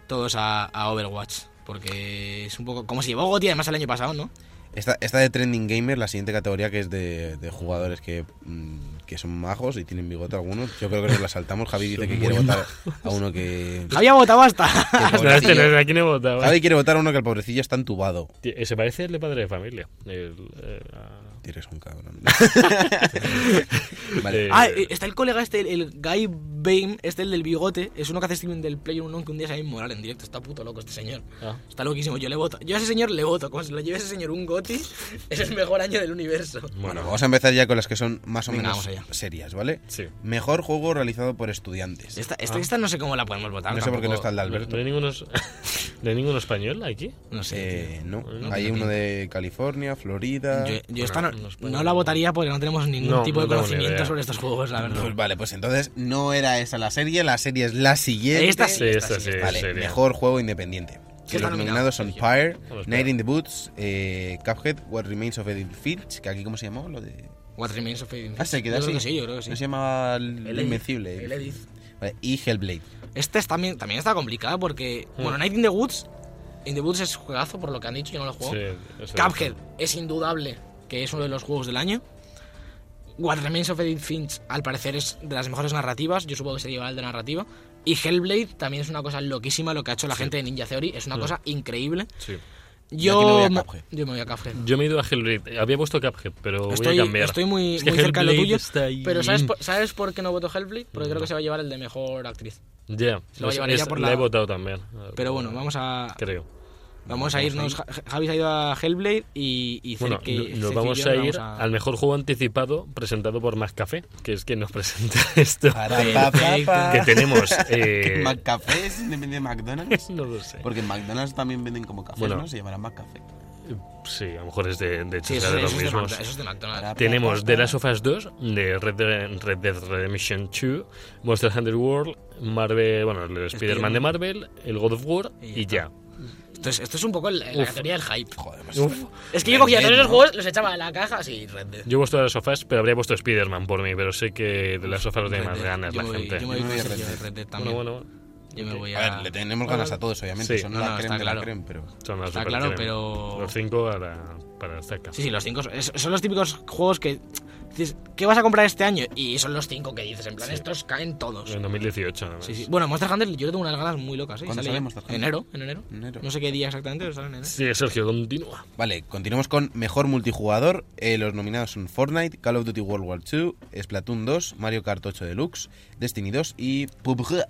Speaker 3: todos a, a Overwatch. Porque es un poco. Como si llevó Goti además el año pasado, ¿no?
Speaker 2: Esta, esta de Trending Gamer, la siguiente categoría que es de, de jugadores que, mm, que son majos y tienen bigote algunos, yo creo que nos la saltamos. Javi dice que quiere votar a uno que...
Speaker 3: Había votado hasta.
Speaker 2: que el
Speaker 1: No, este no es
Speaker 2: pobrecillo-
Speaker 1: de aquí no he votado.
Speaker 2: Javi quiere votar a uno que el pobrecillo está entubado.
Speaker 1: Tío, eh, Se parece al de padre de familia. El, eh, a-
Speaker 2: Eres un cabrón.
Speaker 1: Eh,
Speaker 2: vale.
Speaker 3: Ah, eh, está el colega este, el- el Guy Bame, este el del bigote, es uno que hace streaming del Player Unknown que un día se va a inmolar en directo, está puto loco este señor.
Speaker 1: ah.
Speaker 3: Está loquísimo, yo le voto. Yo a ese señor le voto, como se lo lleve ese señor un goti, es el mejor año del universo.
Speaker 2: Bueno,
Speaker 1: Bueno,
Speaker 2: vamos a empezar ya con las que son más o
Speaker 3: Venga,
Speaker 2: menos
Speaker 3: vamos allá.
Speaker 2: serias, ¿vale?
Speaker 1: sí.
Speaker 2: Mejor juego realizado por estudiantes.
Speaker 3: Esta, esta, esta no sé cómo la podemos votar.
Speaker 2: Ah. no sé por qué no está
Speaker 3: tampoco-
Speaker 2: el de
Speaker 1: ¿No
Speaker 2: Alberto.
Speaker 1: hay ninguno, ¿no hay ninguno español aquí?
Speaker 3: No sé.
Speaker 2: Eh, no,
Speaker 1: No
Speaker 2: hay
Speaker 3: Pues tiene
Speaker 2: uno de California,
Speaker 3: tío.
Speaker 2: Florida.
Speaker 3: Yo, yo esta no,
Speaker 1: Bueno, nos
Speaker 3: no
Speaker 1: podemos-
Speaker 3: la votaría porque no tenemos ningún
Speaker 1: No,
Speaker 3: tipo de
Speaker 1: no tengo ni
Speaker 3: conocimiento
Speaker 1: idea.
Speaker 3: sobre estos juegos, la verdad.
Speaker 2: Pues vale, pues entonces no era esa la serie, la serie es la siguiente.
Speaker 3: Esta
Speaker 1: Sí,
Speaker 3: sí, esta
Speaker 1: esta
Speaker 3: sí.
Speaker 1: sí.
Speaker 2: Vale,
Speaker 1: serie.
Speaker 2: mejor juego independiente.
Speaker 3: ¿Qué
Speaker 2: Que
Speaker 3: está
Speaker 2: los
Speaker 3: nominado?
Speaker 2: nominados son Pyre,
Speaker 1: espera.
Speaker 2: Night in the Boots, eh, Cuphead, What Remains of Edith Finch, que aquí cómo se llamaba lo de...
Speaker 3: What Remains of Edith.
Speaker 2: Ah, se queda
Speaker 3: yo
Speaker 2: así.
Speaker 3: Creo que sí, yo creo que sí.
Speaker 2: No se llamaba el,
Speaker 3: El Edith,
Speaker 2: Invencible.
Speaker 3: el Edith.
Speaker 2: Vale, y Hellblade.
Speaker 3: Este es también, también está complicado porque.
Speaker 1: Hmm.
Speaker 3: Bueno, Night in the Woods. In the Woods es juegazo, por lo que han dicho, yo no lo juego.
Speaker 1: Sí, eso-
Speaker 3: Cuphead es indudable que es uno de los juegos del año. What Remains of Edith Finch, al parecer, es de las mejores narrativas. Yo supongo que se lleva el de narrativa. Y Hellblade también es una cosa loquísima. Lo que ha hecho la gente de Ninja Theory es una
Speaker 1: Hmm.
Speaker 3: cosa increíble.
Speaker 1: sí.
Speaker 3: Yo,
Speaker 2: aquí me voy a
Speaker 3: me-
Speaker 2: Cuphead.
Speaker 3: yo me voy a Cuphead.
Speaker 1: Yo me he ido a Hellblade. Había puesto Cuphead, pero
Speaker 3: Estoy,
Speaker 1: voy a cambiar.
Speaker 3: estoy muy,
Speaker 1: Es que
Speaker 3: muy cerca de lo
Speaker 1: Hellblade
Speaker 3: tuyo.
Speaker 1: está ahí.
Speaker 3: Pero ¿sabes por, ¿sabes por qué no voto Hellblade? Porque creo que se va a llevar el de mejor actriz.
Speaker 1: Ya,
Speaker 3: lo
Speaker 1: es-
Speaker 3: llevaré ya
Speaker 1: es-
Speaker 3: por
Speaker 1: la
Speaker 3: la-
Speaker 1: he votado también.
Speaker 3: Pero bueno, vamos a,
Speaker 1: Creo.
Speaker 3: Vamos a irnos. Ja- Ja- Javi se ha ido a Hellblade y, y
Speaker 1: Bueno,
Speaker 3: Cerque-
Speaker 1: no- nos
Speaker 3: Cerque y
Speaker 1: vamos
Speaker 3: yo
Speaker 1: a
Speaker 3: nos
Speaker 1: ir
Speaker 3: vamos a-
Speaker 1: al mejor juego anticipado presentado por Más Café, que es quien nos presenta esto.
Speaker 2: Para,
Speaker 3: pa, pa, pa.
Speaker 1: que tenemos. eh,
Speaker 2: ¿McCafé es independiente de McDonald's?
Speaker 1: no lo sé.
Speaker 2: Porque en McDonald's también venden como café,
Speaker 1: Bueno.
Speaker 2: ¿no? Se llamará McCafé.
Speaker 1: Sí, a lo mejor es de, de hecho
Speaker 3: Sí,
Speaker 1: será
Speaker 3: eso,
Speaker 1: de
Speaker 3: eso
Speaker 1: los
Speaker 3: es de
Speaker 1: mismos.
Speaker 3: McDonald's, eso es de McDonald's.
Speaker 1: Tenemos The Last of Us 2, de Red Dead, Red Dead Redemption 2, Monster Hunter World, Marvel, bueno, el Spider-Man de Marvel, el God of War
Speaker 3: Y
Speaker 1: y ya.
Speaker 3: Esto es, esto es un poco la, la
Speaker 1: Uf.
Speaker 3: categoría del hype.
Speaker 2: Joder, más.
Speaker 3: Es que yo cogía
Speaker 2: Red
Speaker 3: todos
Speaker 2: Dead,
Speaker 3: los
Speaker 2: ¿no?
Speaker 3: juegos, los echaba a la caja, sí, Red Dead.
Speaker 1: Yo he puesto The Last of Us, pero habría puesto Spider-Man por mí, pero sé que The Last of Us lo tiene
Speaker 3: Red
Speaker 1: más
Speaker 3: Dead.
Speaker 1: ganas
Speaker 3: Yo
Speaker 1: la
Speaker 3: me voy-
Speaker 1: gente.
Speaker 3: Yo me
Speaker 2: Yo me
Speaker 3: voy con
Speaker 2: voy a
Speaker 3: Sergio
Speaker 2: Red
Speaker 3: de
Speaker 2: Dead.
Speaker 3: Red Dead
Speaker 1: Bueno,
Speaker 3: también.
Speaker 1: bueno, bueno.
Speaker 3: Yo me voy
Speaker 2: A ver,
Speaker 3: a.
Speaker 2: le tenemos ganas a todos, obviamente.
Speaker 1: Sí.
Speaker 2: Son no,
Speaker 3: No, no,
Speaker 2: la creen
Speaker 3: está
Speaker 2: de la
Speaker 3: claro.
Speaker 2: creen, pero...
Speaker 1: Son las
Speaker 3: Está
Speaker 1: super
Speaker 3: claro,
Speaker 1: que-
Speaker 3: pero-
Speaker 1: Los cinco para, para esta casa.
Speaker 3: Sí, sí, los cinco. es- Son los típicos juegos que. Dices, ¿qué vas a comprar este año? Y son los cinco que dices, en plan, estos caen todos.
Speaker 1: En 2018, además.
Speaker 3: Sí, sí. Bueno, Monster Hunter, yo le tengo unas ganas muy locas. ¿eh?
Speaker 2: ¿Cuándo sale Monster Hunter?
Speaker 3: Enero, en enero.
Speaker 2: Enero.
Speaker 3: No sé qué día exactamente, pero sale en enero.
Speaker 1: Sí, Sergio, continúa.
Speaker 2: Vale, continuamos con Mejor Multijugador. Eh, los nominados son Fortnite, Call of Duty World War II, Splatoon 2, Mario Kart 8 Deluxe, Destiny 2 y PUBG.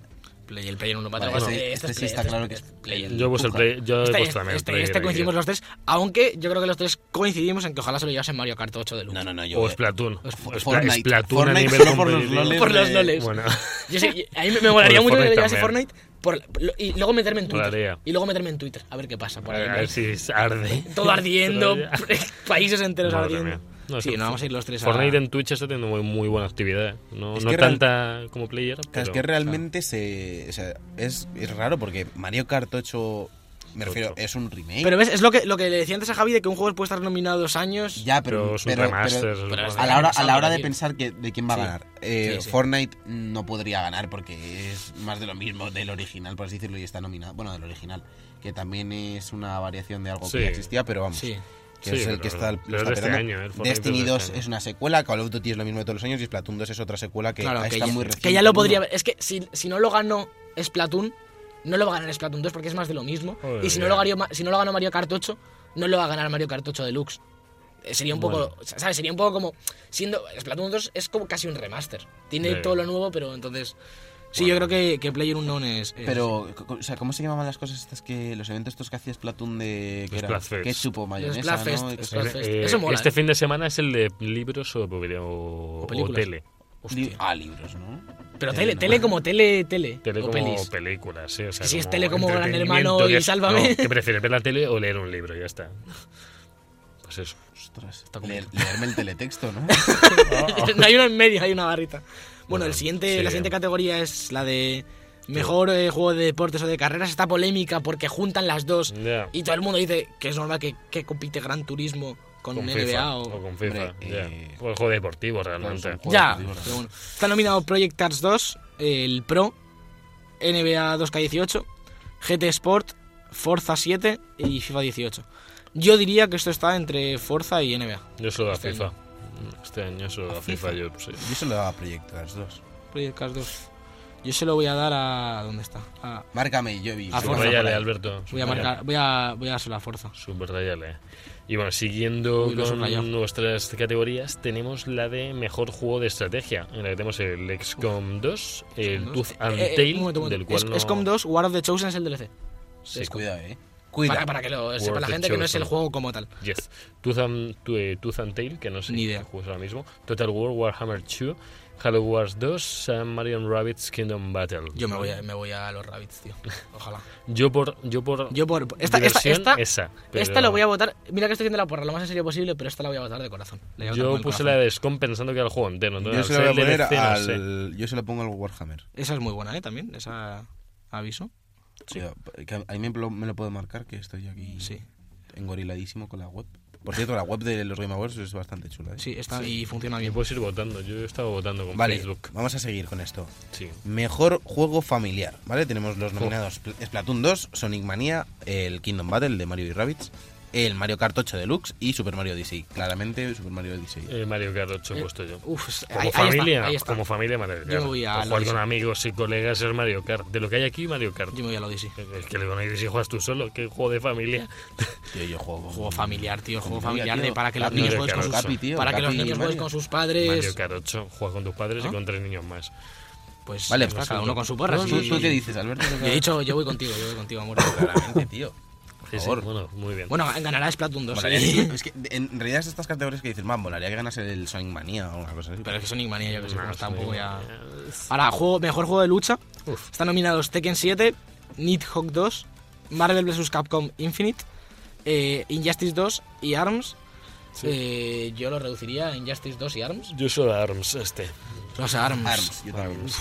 Speaker 3: Play, el Player 1
Speaker 2: Vale,
Speaker 3: Patrón.
Speaker 2: este- este sí está claro que es
Speaker 3: Player.
Speaker 1: Yo he puesto el
Speaker 2: Puja.
Speaker 1: play, yo he
Speaker 3: Este,
Speaker 1: puesto también
Speaker 3: este-
Speaker 1: el play
Speaker 3: este
Speaker 1: de
Speaker 3: coincidimos
Speaker 1: Guía.
Speaker 3: los tres, aunque yo creo que los tres coincidimos en que ojalá se lo llevasen Mario Kart 8 de luz.
Speaker 2: No, no, no, yo...
Speaker 1: O Splatoon.
Speaker 3: Pues
Speaker 2: F-
Speaker 1: Spla-
Speaker 2: Fortnite.
Speaker 1: Splatoon a
Speaker 2: Fortnite
Speaker 1: nivel
Speaker 2: solo por los
Speaker 1: competitivo.
Speaker 2: loles
Speaker 3: Por los
Speaker 2: de-
Speaker 3: loles.
Speaker 1: Bueno,
Speaker 3: Yo sé, a mí me- me molaría
Speaker 1: Por
Speaker 3: mucho que
Speaker 1: Fortnite
Speaker 3: le llevase
Speaker 1: también.
Speaker 3: Fortnite por la- lo- y luego meterme en Twitter.
Speaker 1: Molaría.
Speaker 3: Y luego meterme en Twitter, a ver qué pasa. Por
Speaker 1: a
Speaker 3: ahí,
Speaker 1: ver si se arde.
Speaker 3: Todo ardiendo,
Speaker 1: Todavía.
Speaker 3: países enteros
Speaker 1: Madre
Speaker 3: ardiendo.
Speaker 1: mía. No, es
Speaker 3: sí,
Speaker 1: que
Speaker 3: nos vamos a ir los tres a...
Speaker 1: Fortnite en Twitch está teniendo muy, muy buena actividad. ¿eh? No,
Speaker 2: Es
Speaker 1: no
Speaker 2: que real-
Speaker 1: tanta como player.
Speaker 2: Claro,
Speaker 1: Pero,
Speaker 2: es que realmente se, o sea, es, es raro porque Mario Kart 8 Me refiero,
Speaker 1: Tocho.
Speaker 2: es un remake.
Speaker 3: Pero ves, es lo que, lo que le decía antes a Javi de que un juego puede estar nominado dos años.
Speaker 2: ya, pero,
Speaker 1: Pero es un
Speaker 2: pero-
Speaker 1: remaster.
Speaker 2: pero-
Speaker 1: es un
Speaker 3: pero
Speaker 1: remaster.
Speaker 2: a la hora, a la hora de
Speaker 3: Sí.
Speaker 2: pensar que, de quién va a
Speaker 3: Sí.
Speaker 2: ganar, eh,
Speaker 3: Sí, sí.
Speaker 2: Fortnite no podría ganar porque es más de lo mismo del original, por así decirlo, y está nominado. Bueno, del original, que también es una variación de algo
Speaker 1: Sí.
Speaker 2: que existía, pero vamos.
Speaker 3: Sí.
Speaker 2: Que
Speaker 1: Sí,
Speaker 2: es el
Speaker 1: pero-
Speaker 2: que está, lo
Speaker 1: pero es
Speaker 2: está
Speaker 1: de este
Speaker 2: petando.
Speaker 1: año, el Fortnite
Speaker 2: Destiny
Speaker 1: es de
Speaker 2: 2
Speaker 1: este año.
Speaker 2: es una secuela, Call of Duty es lo mismo de todos los años y Splatoon 2 es otra secuela que
Speaker 3: claro, que
Speaker 2: está
Speaker 3: ya,
Speaker 2: muy
Speaker 3: que
Speaker 2: reciente.
Speaker 3: ya lo podría ver. Es que si, si no lo ganó Splatoon, no lo va a ganar Splatoon 2 porque es más de lo mismo.
Speaker 1: Joder,
Speaker 3: y si no,
Speaker 1: ya.
Speaker 3: lo ganó, Ma- si no lo ganó Mario Kart 8, no lo va a ganar Mario Kart 8 Deluxe. Eh, Sería un poco,
Speaker 1: Bueno.
Speaker 3: ¿sabes? Sería un poco como siendo Splatoon 2 es como casi un remaster. Tiene
Speaker 1: Ya,
Speaker 3: todo
Speaker 1: ya.
Speaker 3: lo nuevo, pero entonces sí, yo creo que, que Player es, es-
Speaker 2: Pero, co- co- o sea, ¿cómo se llamaban las cosas estas que los eventos estos que hacía Splatoon de que era
Speaker 1: Splatfest.
Speaker 2: ketchup o mayonesa,
Speaker 3: Splatfest,
Speaker 2: ¿no? Y cosas
Speaker 3: Splatfest.
Speaker 1: Eh,
Speaker 3: Eso mola,
Speaker 1: este
Speaker 3: ¿eh?
Speaker 1: fin de semana es el de libros o, publi- o- o
Speaker 3: películas.
Speaker 1: tele.
Speaker 2: así. Li- ah, libros, ¿no?
Speaker 3: Pero
Speaker 2: Eh,
Speaker 3: tele,
Speaker 2: no.
Speaker 3: tele como tele, tele.
Speaker 1: Tele
Speaker 3: o
Speaker 1: como
Speaker 3: pelis.
Speaker 1: películas, sí. O sea,
Speaker 3: Si es tele como Gran
Speaker 1: entretenimiento,
Speaker 3: Hermano y
Speaker 1: que es-
Speaker 3: Sálvame.
Speaker 1: no, ¿Qué prefieres, ver la tele o leer un libro? Ya está. Pues eso.
Speaker 2: Ostras,
Speaker 3: como-
Speaker 2: leer- leerme el teletexto, ¿no?
Speaker 3: no hay una en medio, hay una barrita. Bueno, el siguiente,
Speaker 1: sí.
Speaker 3: la siguiente categoría es la de mejor eh, juego de deportes o de carreras. Está polémica porque juntan las dos
Speaker 1: Ya.
Speaker 3: y todo el mundo dice que es normal que, que compite Gran Turismo con,
Speaker 1: Con
Speaker 3: NBA
Speaker 1: FIFA,
Speaker 3: o... pues,
Speaker 1: o con FIFA.
Speaker 2: Hombre,
Speaker 1: ya.
Speaker 2: eh,
Speaker 1: O el juego deportivo, realmente.
Speaker 2: son juegos
Speaker 3: Ya,
Speaker 2: deportivos,
Speaker 3: pero bueno. Está nominado Project Cars 2, el Pro, NBA 2K18, GT Sport, Forza 7 y FIFA 18. Yo diría que esto está entre Forza y NBA.
Speaker 1: Yo solo a
Speaker 3: Este
Speaker 1: FIFA. Este año solo a,
Speaker 3: ¿A
Speaker 1: FIFA.
Speaker 3: FIFA?
Speaker 1: yo, pues, sí.
Speaker 2: Yo se lo daba a Proyecto las dos.
Speaker 3: Project Cars 2. Yo se lo voy a dar a... ¿Dónde está? A-
Speaker 2: Márcame, yo vi.
Speaker 3: A
Speaker 2: Yo lo
Speaker 3: Forza.
Speaker 2: daba por
Speaker 1: Subrayale,
Speaker 2: ahí.
Speaker 1: Alberto.
Speaker 3: voy a
Speaker 1: subrayale.
Speaker 3: marcar... Voy a, voy a darse la Forza.
Speaker 1: Subrayale. Y bueno, siguiendo
Speaker 3: Uy, lo he subrayado.
Speaker 1: con nuestras categorías, tenemos la de mejor juego de estrategia, en la que tenemos el XCOM 2, el Tooth and
Speaker 3: Eh, eh,
Speaker 1: Tail,
Speaker 3: un momento, un momento.
Speaker 1: del cual
Speaker 3: Es-
Speaker 1: no...
Speaker 3: XCOM 2, War of the Chosen es el DLC.
Speaker 1: Sí,
Speaker 2: Sí, cuidado, eh.
Speaker 3: Para,
Speaker 2: Cuidado.
Speaker 3: para que lo
Speaker 1: War
Speaker 3: sepa
Speaker 1: of
Speaker 3: la
Speaker 1: the
Speaker 3: gente que no es el
Speaker 1: Chosen.
Speaker 3: juego como tal.
Speaker 1: Yes. Tooth and, tu- eh, Tooth and Tail, que no sé
Speaker 3: Ni idea.
Speaker 1: qué juego es ahora mismo. Total War, Warhammer 2, Halo Wars 2, Sam Marion Rabbit's Kingdom Battle.
Speaker 3: Yo me voy a, me voy a los Rabbits, tío. Ojalá.
Speaker 1: Yo por... Yo por...
Speaker 3: Yo por... Esta, esta,
Speaker 1: diversión,
Speaker 3: esta,
Speaker 1: esa,
Speaker 3: Esta
Speaker 1: pero-
Speaker 3: la voy a votar. Mira que estoy haciendo la porra lo más en serio posible, pero esta la voy a votar de corazón. La voy a votar con
Speaker 1: Yo
Speaker 3: el
Speaker 1: puse
Speaker 3: corazón.
Speaker 1: la de Scom pensando que era el juego entero.
Speaker 2: Yo
Speaker 1: Entonces,
Speaker 2: se lo
Speaker 1: al
Speaker 2: voy a
Speaker 1: ser
Speaker 2: poner
Speaker 1: DLC, no sé.
Speaker 2: al. Yo se lo pongo al Warhammer.
Speaker 3: Esa es muy buena, ¿eh? También, esa aviso.
Speaker 2: Cuidado, que a- Ahí me lo, me lo puedo marcar que estoy aquí
Speaker 3: Sí.
Speaker 2: engoriladísimo con la web. Por cierto, la web de los Game Awards es bastante chula. ¿eh?
Speaker 3: Sí, está y funciona
Speaker 1: Y
Speaker 3: bien.
Speaker 1: puedes ir votando. Yo he estado votando con
Speaker 2: Vale,
Speaker 1: Facebook.
Speaker 2: vamos a seguir con esto.
Speaker 1: Sí.
Speaker 2: Mejor juego familiar, ¿vale? Tenemos los nominados Pl- Splatoon 2, Sonic Mania, el Kingdom Battle de Mario y Rabbids, el Mario Kart 8 Deluxe y Super Mario Odyssey. Claramente Super Mario Odyssey.
Speaker 1: Eh, Mario Kart 8 he puesto yo.
Speaker 3: Uf, es-
Speaker 1: Como
Speaker 3: ahí, ahí
Speaker 1: familia,
Speaker 3: está, ahí está.
Speaker 1: como familia Mario Kart.
Speaker 3: Yo me voy a
Speaker 1: Para
Speaker 3: lo
Speaker 1: jugar
Speaker 3: de-
Speaker 1: con amigos y colegas es Mario Kart. De lo que hay aquí, Mario Kart.
Speaker 3: Yo me voy a la Odyssey.
Speaker 1: Es que le van a ir si juegas tú solo. Qué juego de familia.
Speaker 2: Tío, yo juego.
Speaker 3: Juego familiar, tío, juego
Speaker 2: Familia,
Speaker 3: familiar
Speaker 2: tío.
Speaker 3: de para que los
Speaker 2: Capi,
Speaker 3: niños
Speaker 1: Mario
Speaker 3: jueguen
Speaker 1: Kart
Speaker 3: con sus
Speaker 1: ocho.
Speaker 2: Capi, tío,
Speaker 3: para que
Speaker 2: Capi
Speaker 3: los
Speaker 2: y
Speaker 3: niños
Speaker 2: Mario.
Speaker 3: jueguen con
Speaker 1: Mario
Speaker 3: sus padres.
Speaker 1: Kart 8. Juega con tus padres y
Speaker 3: Pues- ¿Ah?
Speaker 1: con tres niños más.
Speaker 3: Pues
Speaker 2: Vale,
Speaker 3: ya está,
Speaker 2: pues
Speaker 3: cada
Speaker 2: tú-
Speaker 3: uno con su porra.
Speaker 2: ¿Tú,
Speaker 3: sí, sí,
Speaker 2: tú
Speaker 3: sí.
Speaker 2: qué dices, Alberto?
Speaker 3: Yo he dicho, yo voy contigo, yo voy contigo, amor.
Speaker 2: Claramente, tío. Por
Speaker 1: Sí, sí,
Speaker 2: favor.
Speaker 1: bueno, muy bien.
Speaker 3: Bueno, ganará Splatoon 2.
Speaker 2: Molaría-
Speaker 3: ¿eh?
Speaker 2: es que en realidad es estas categorías que dices, man, volaría que ganase el Sonic Mania o una cosa así.
Speaker 3: Pero es que Sonic Mania, yo que sé,
Speaker 1: Nah,
Speaker 3: como está un
Speaker 1: Ah, sí.
Speaker 3: poco ya. Ahora, juego, mejor juego de lucha.
Speaker 1: Uf.
Speaker 3: Están nominados Tekken 7, Nidhogg 2, Marvel vs. Capcom Infinite, eh, Injustice 2 y ARMS.
Speaker 1: Sí.
Speaker 3: Eh, yo lo reduciría a Injustice 2 y ARMS.
Speaker 1: Yo solo a ARMS este.
Speaker 3: No sé, ARMS.
Speaker 2: Arms, yo también.
Speaker 3: pues,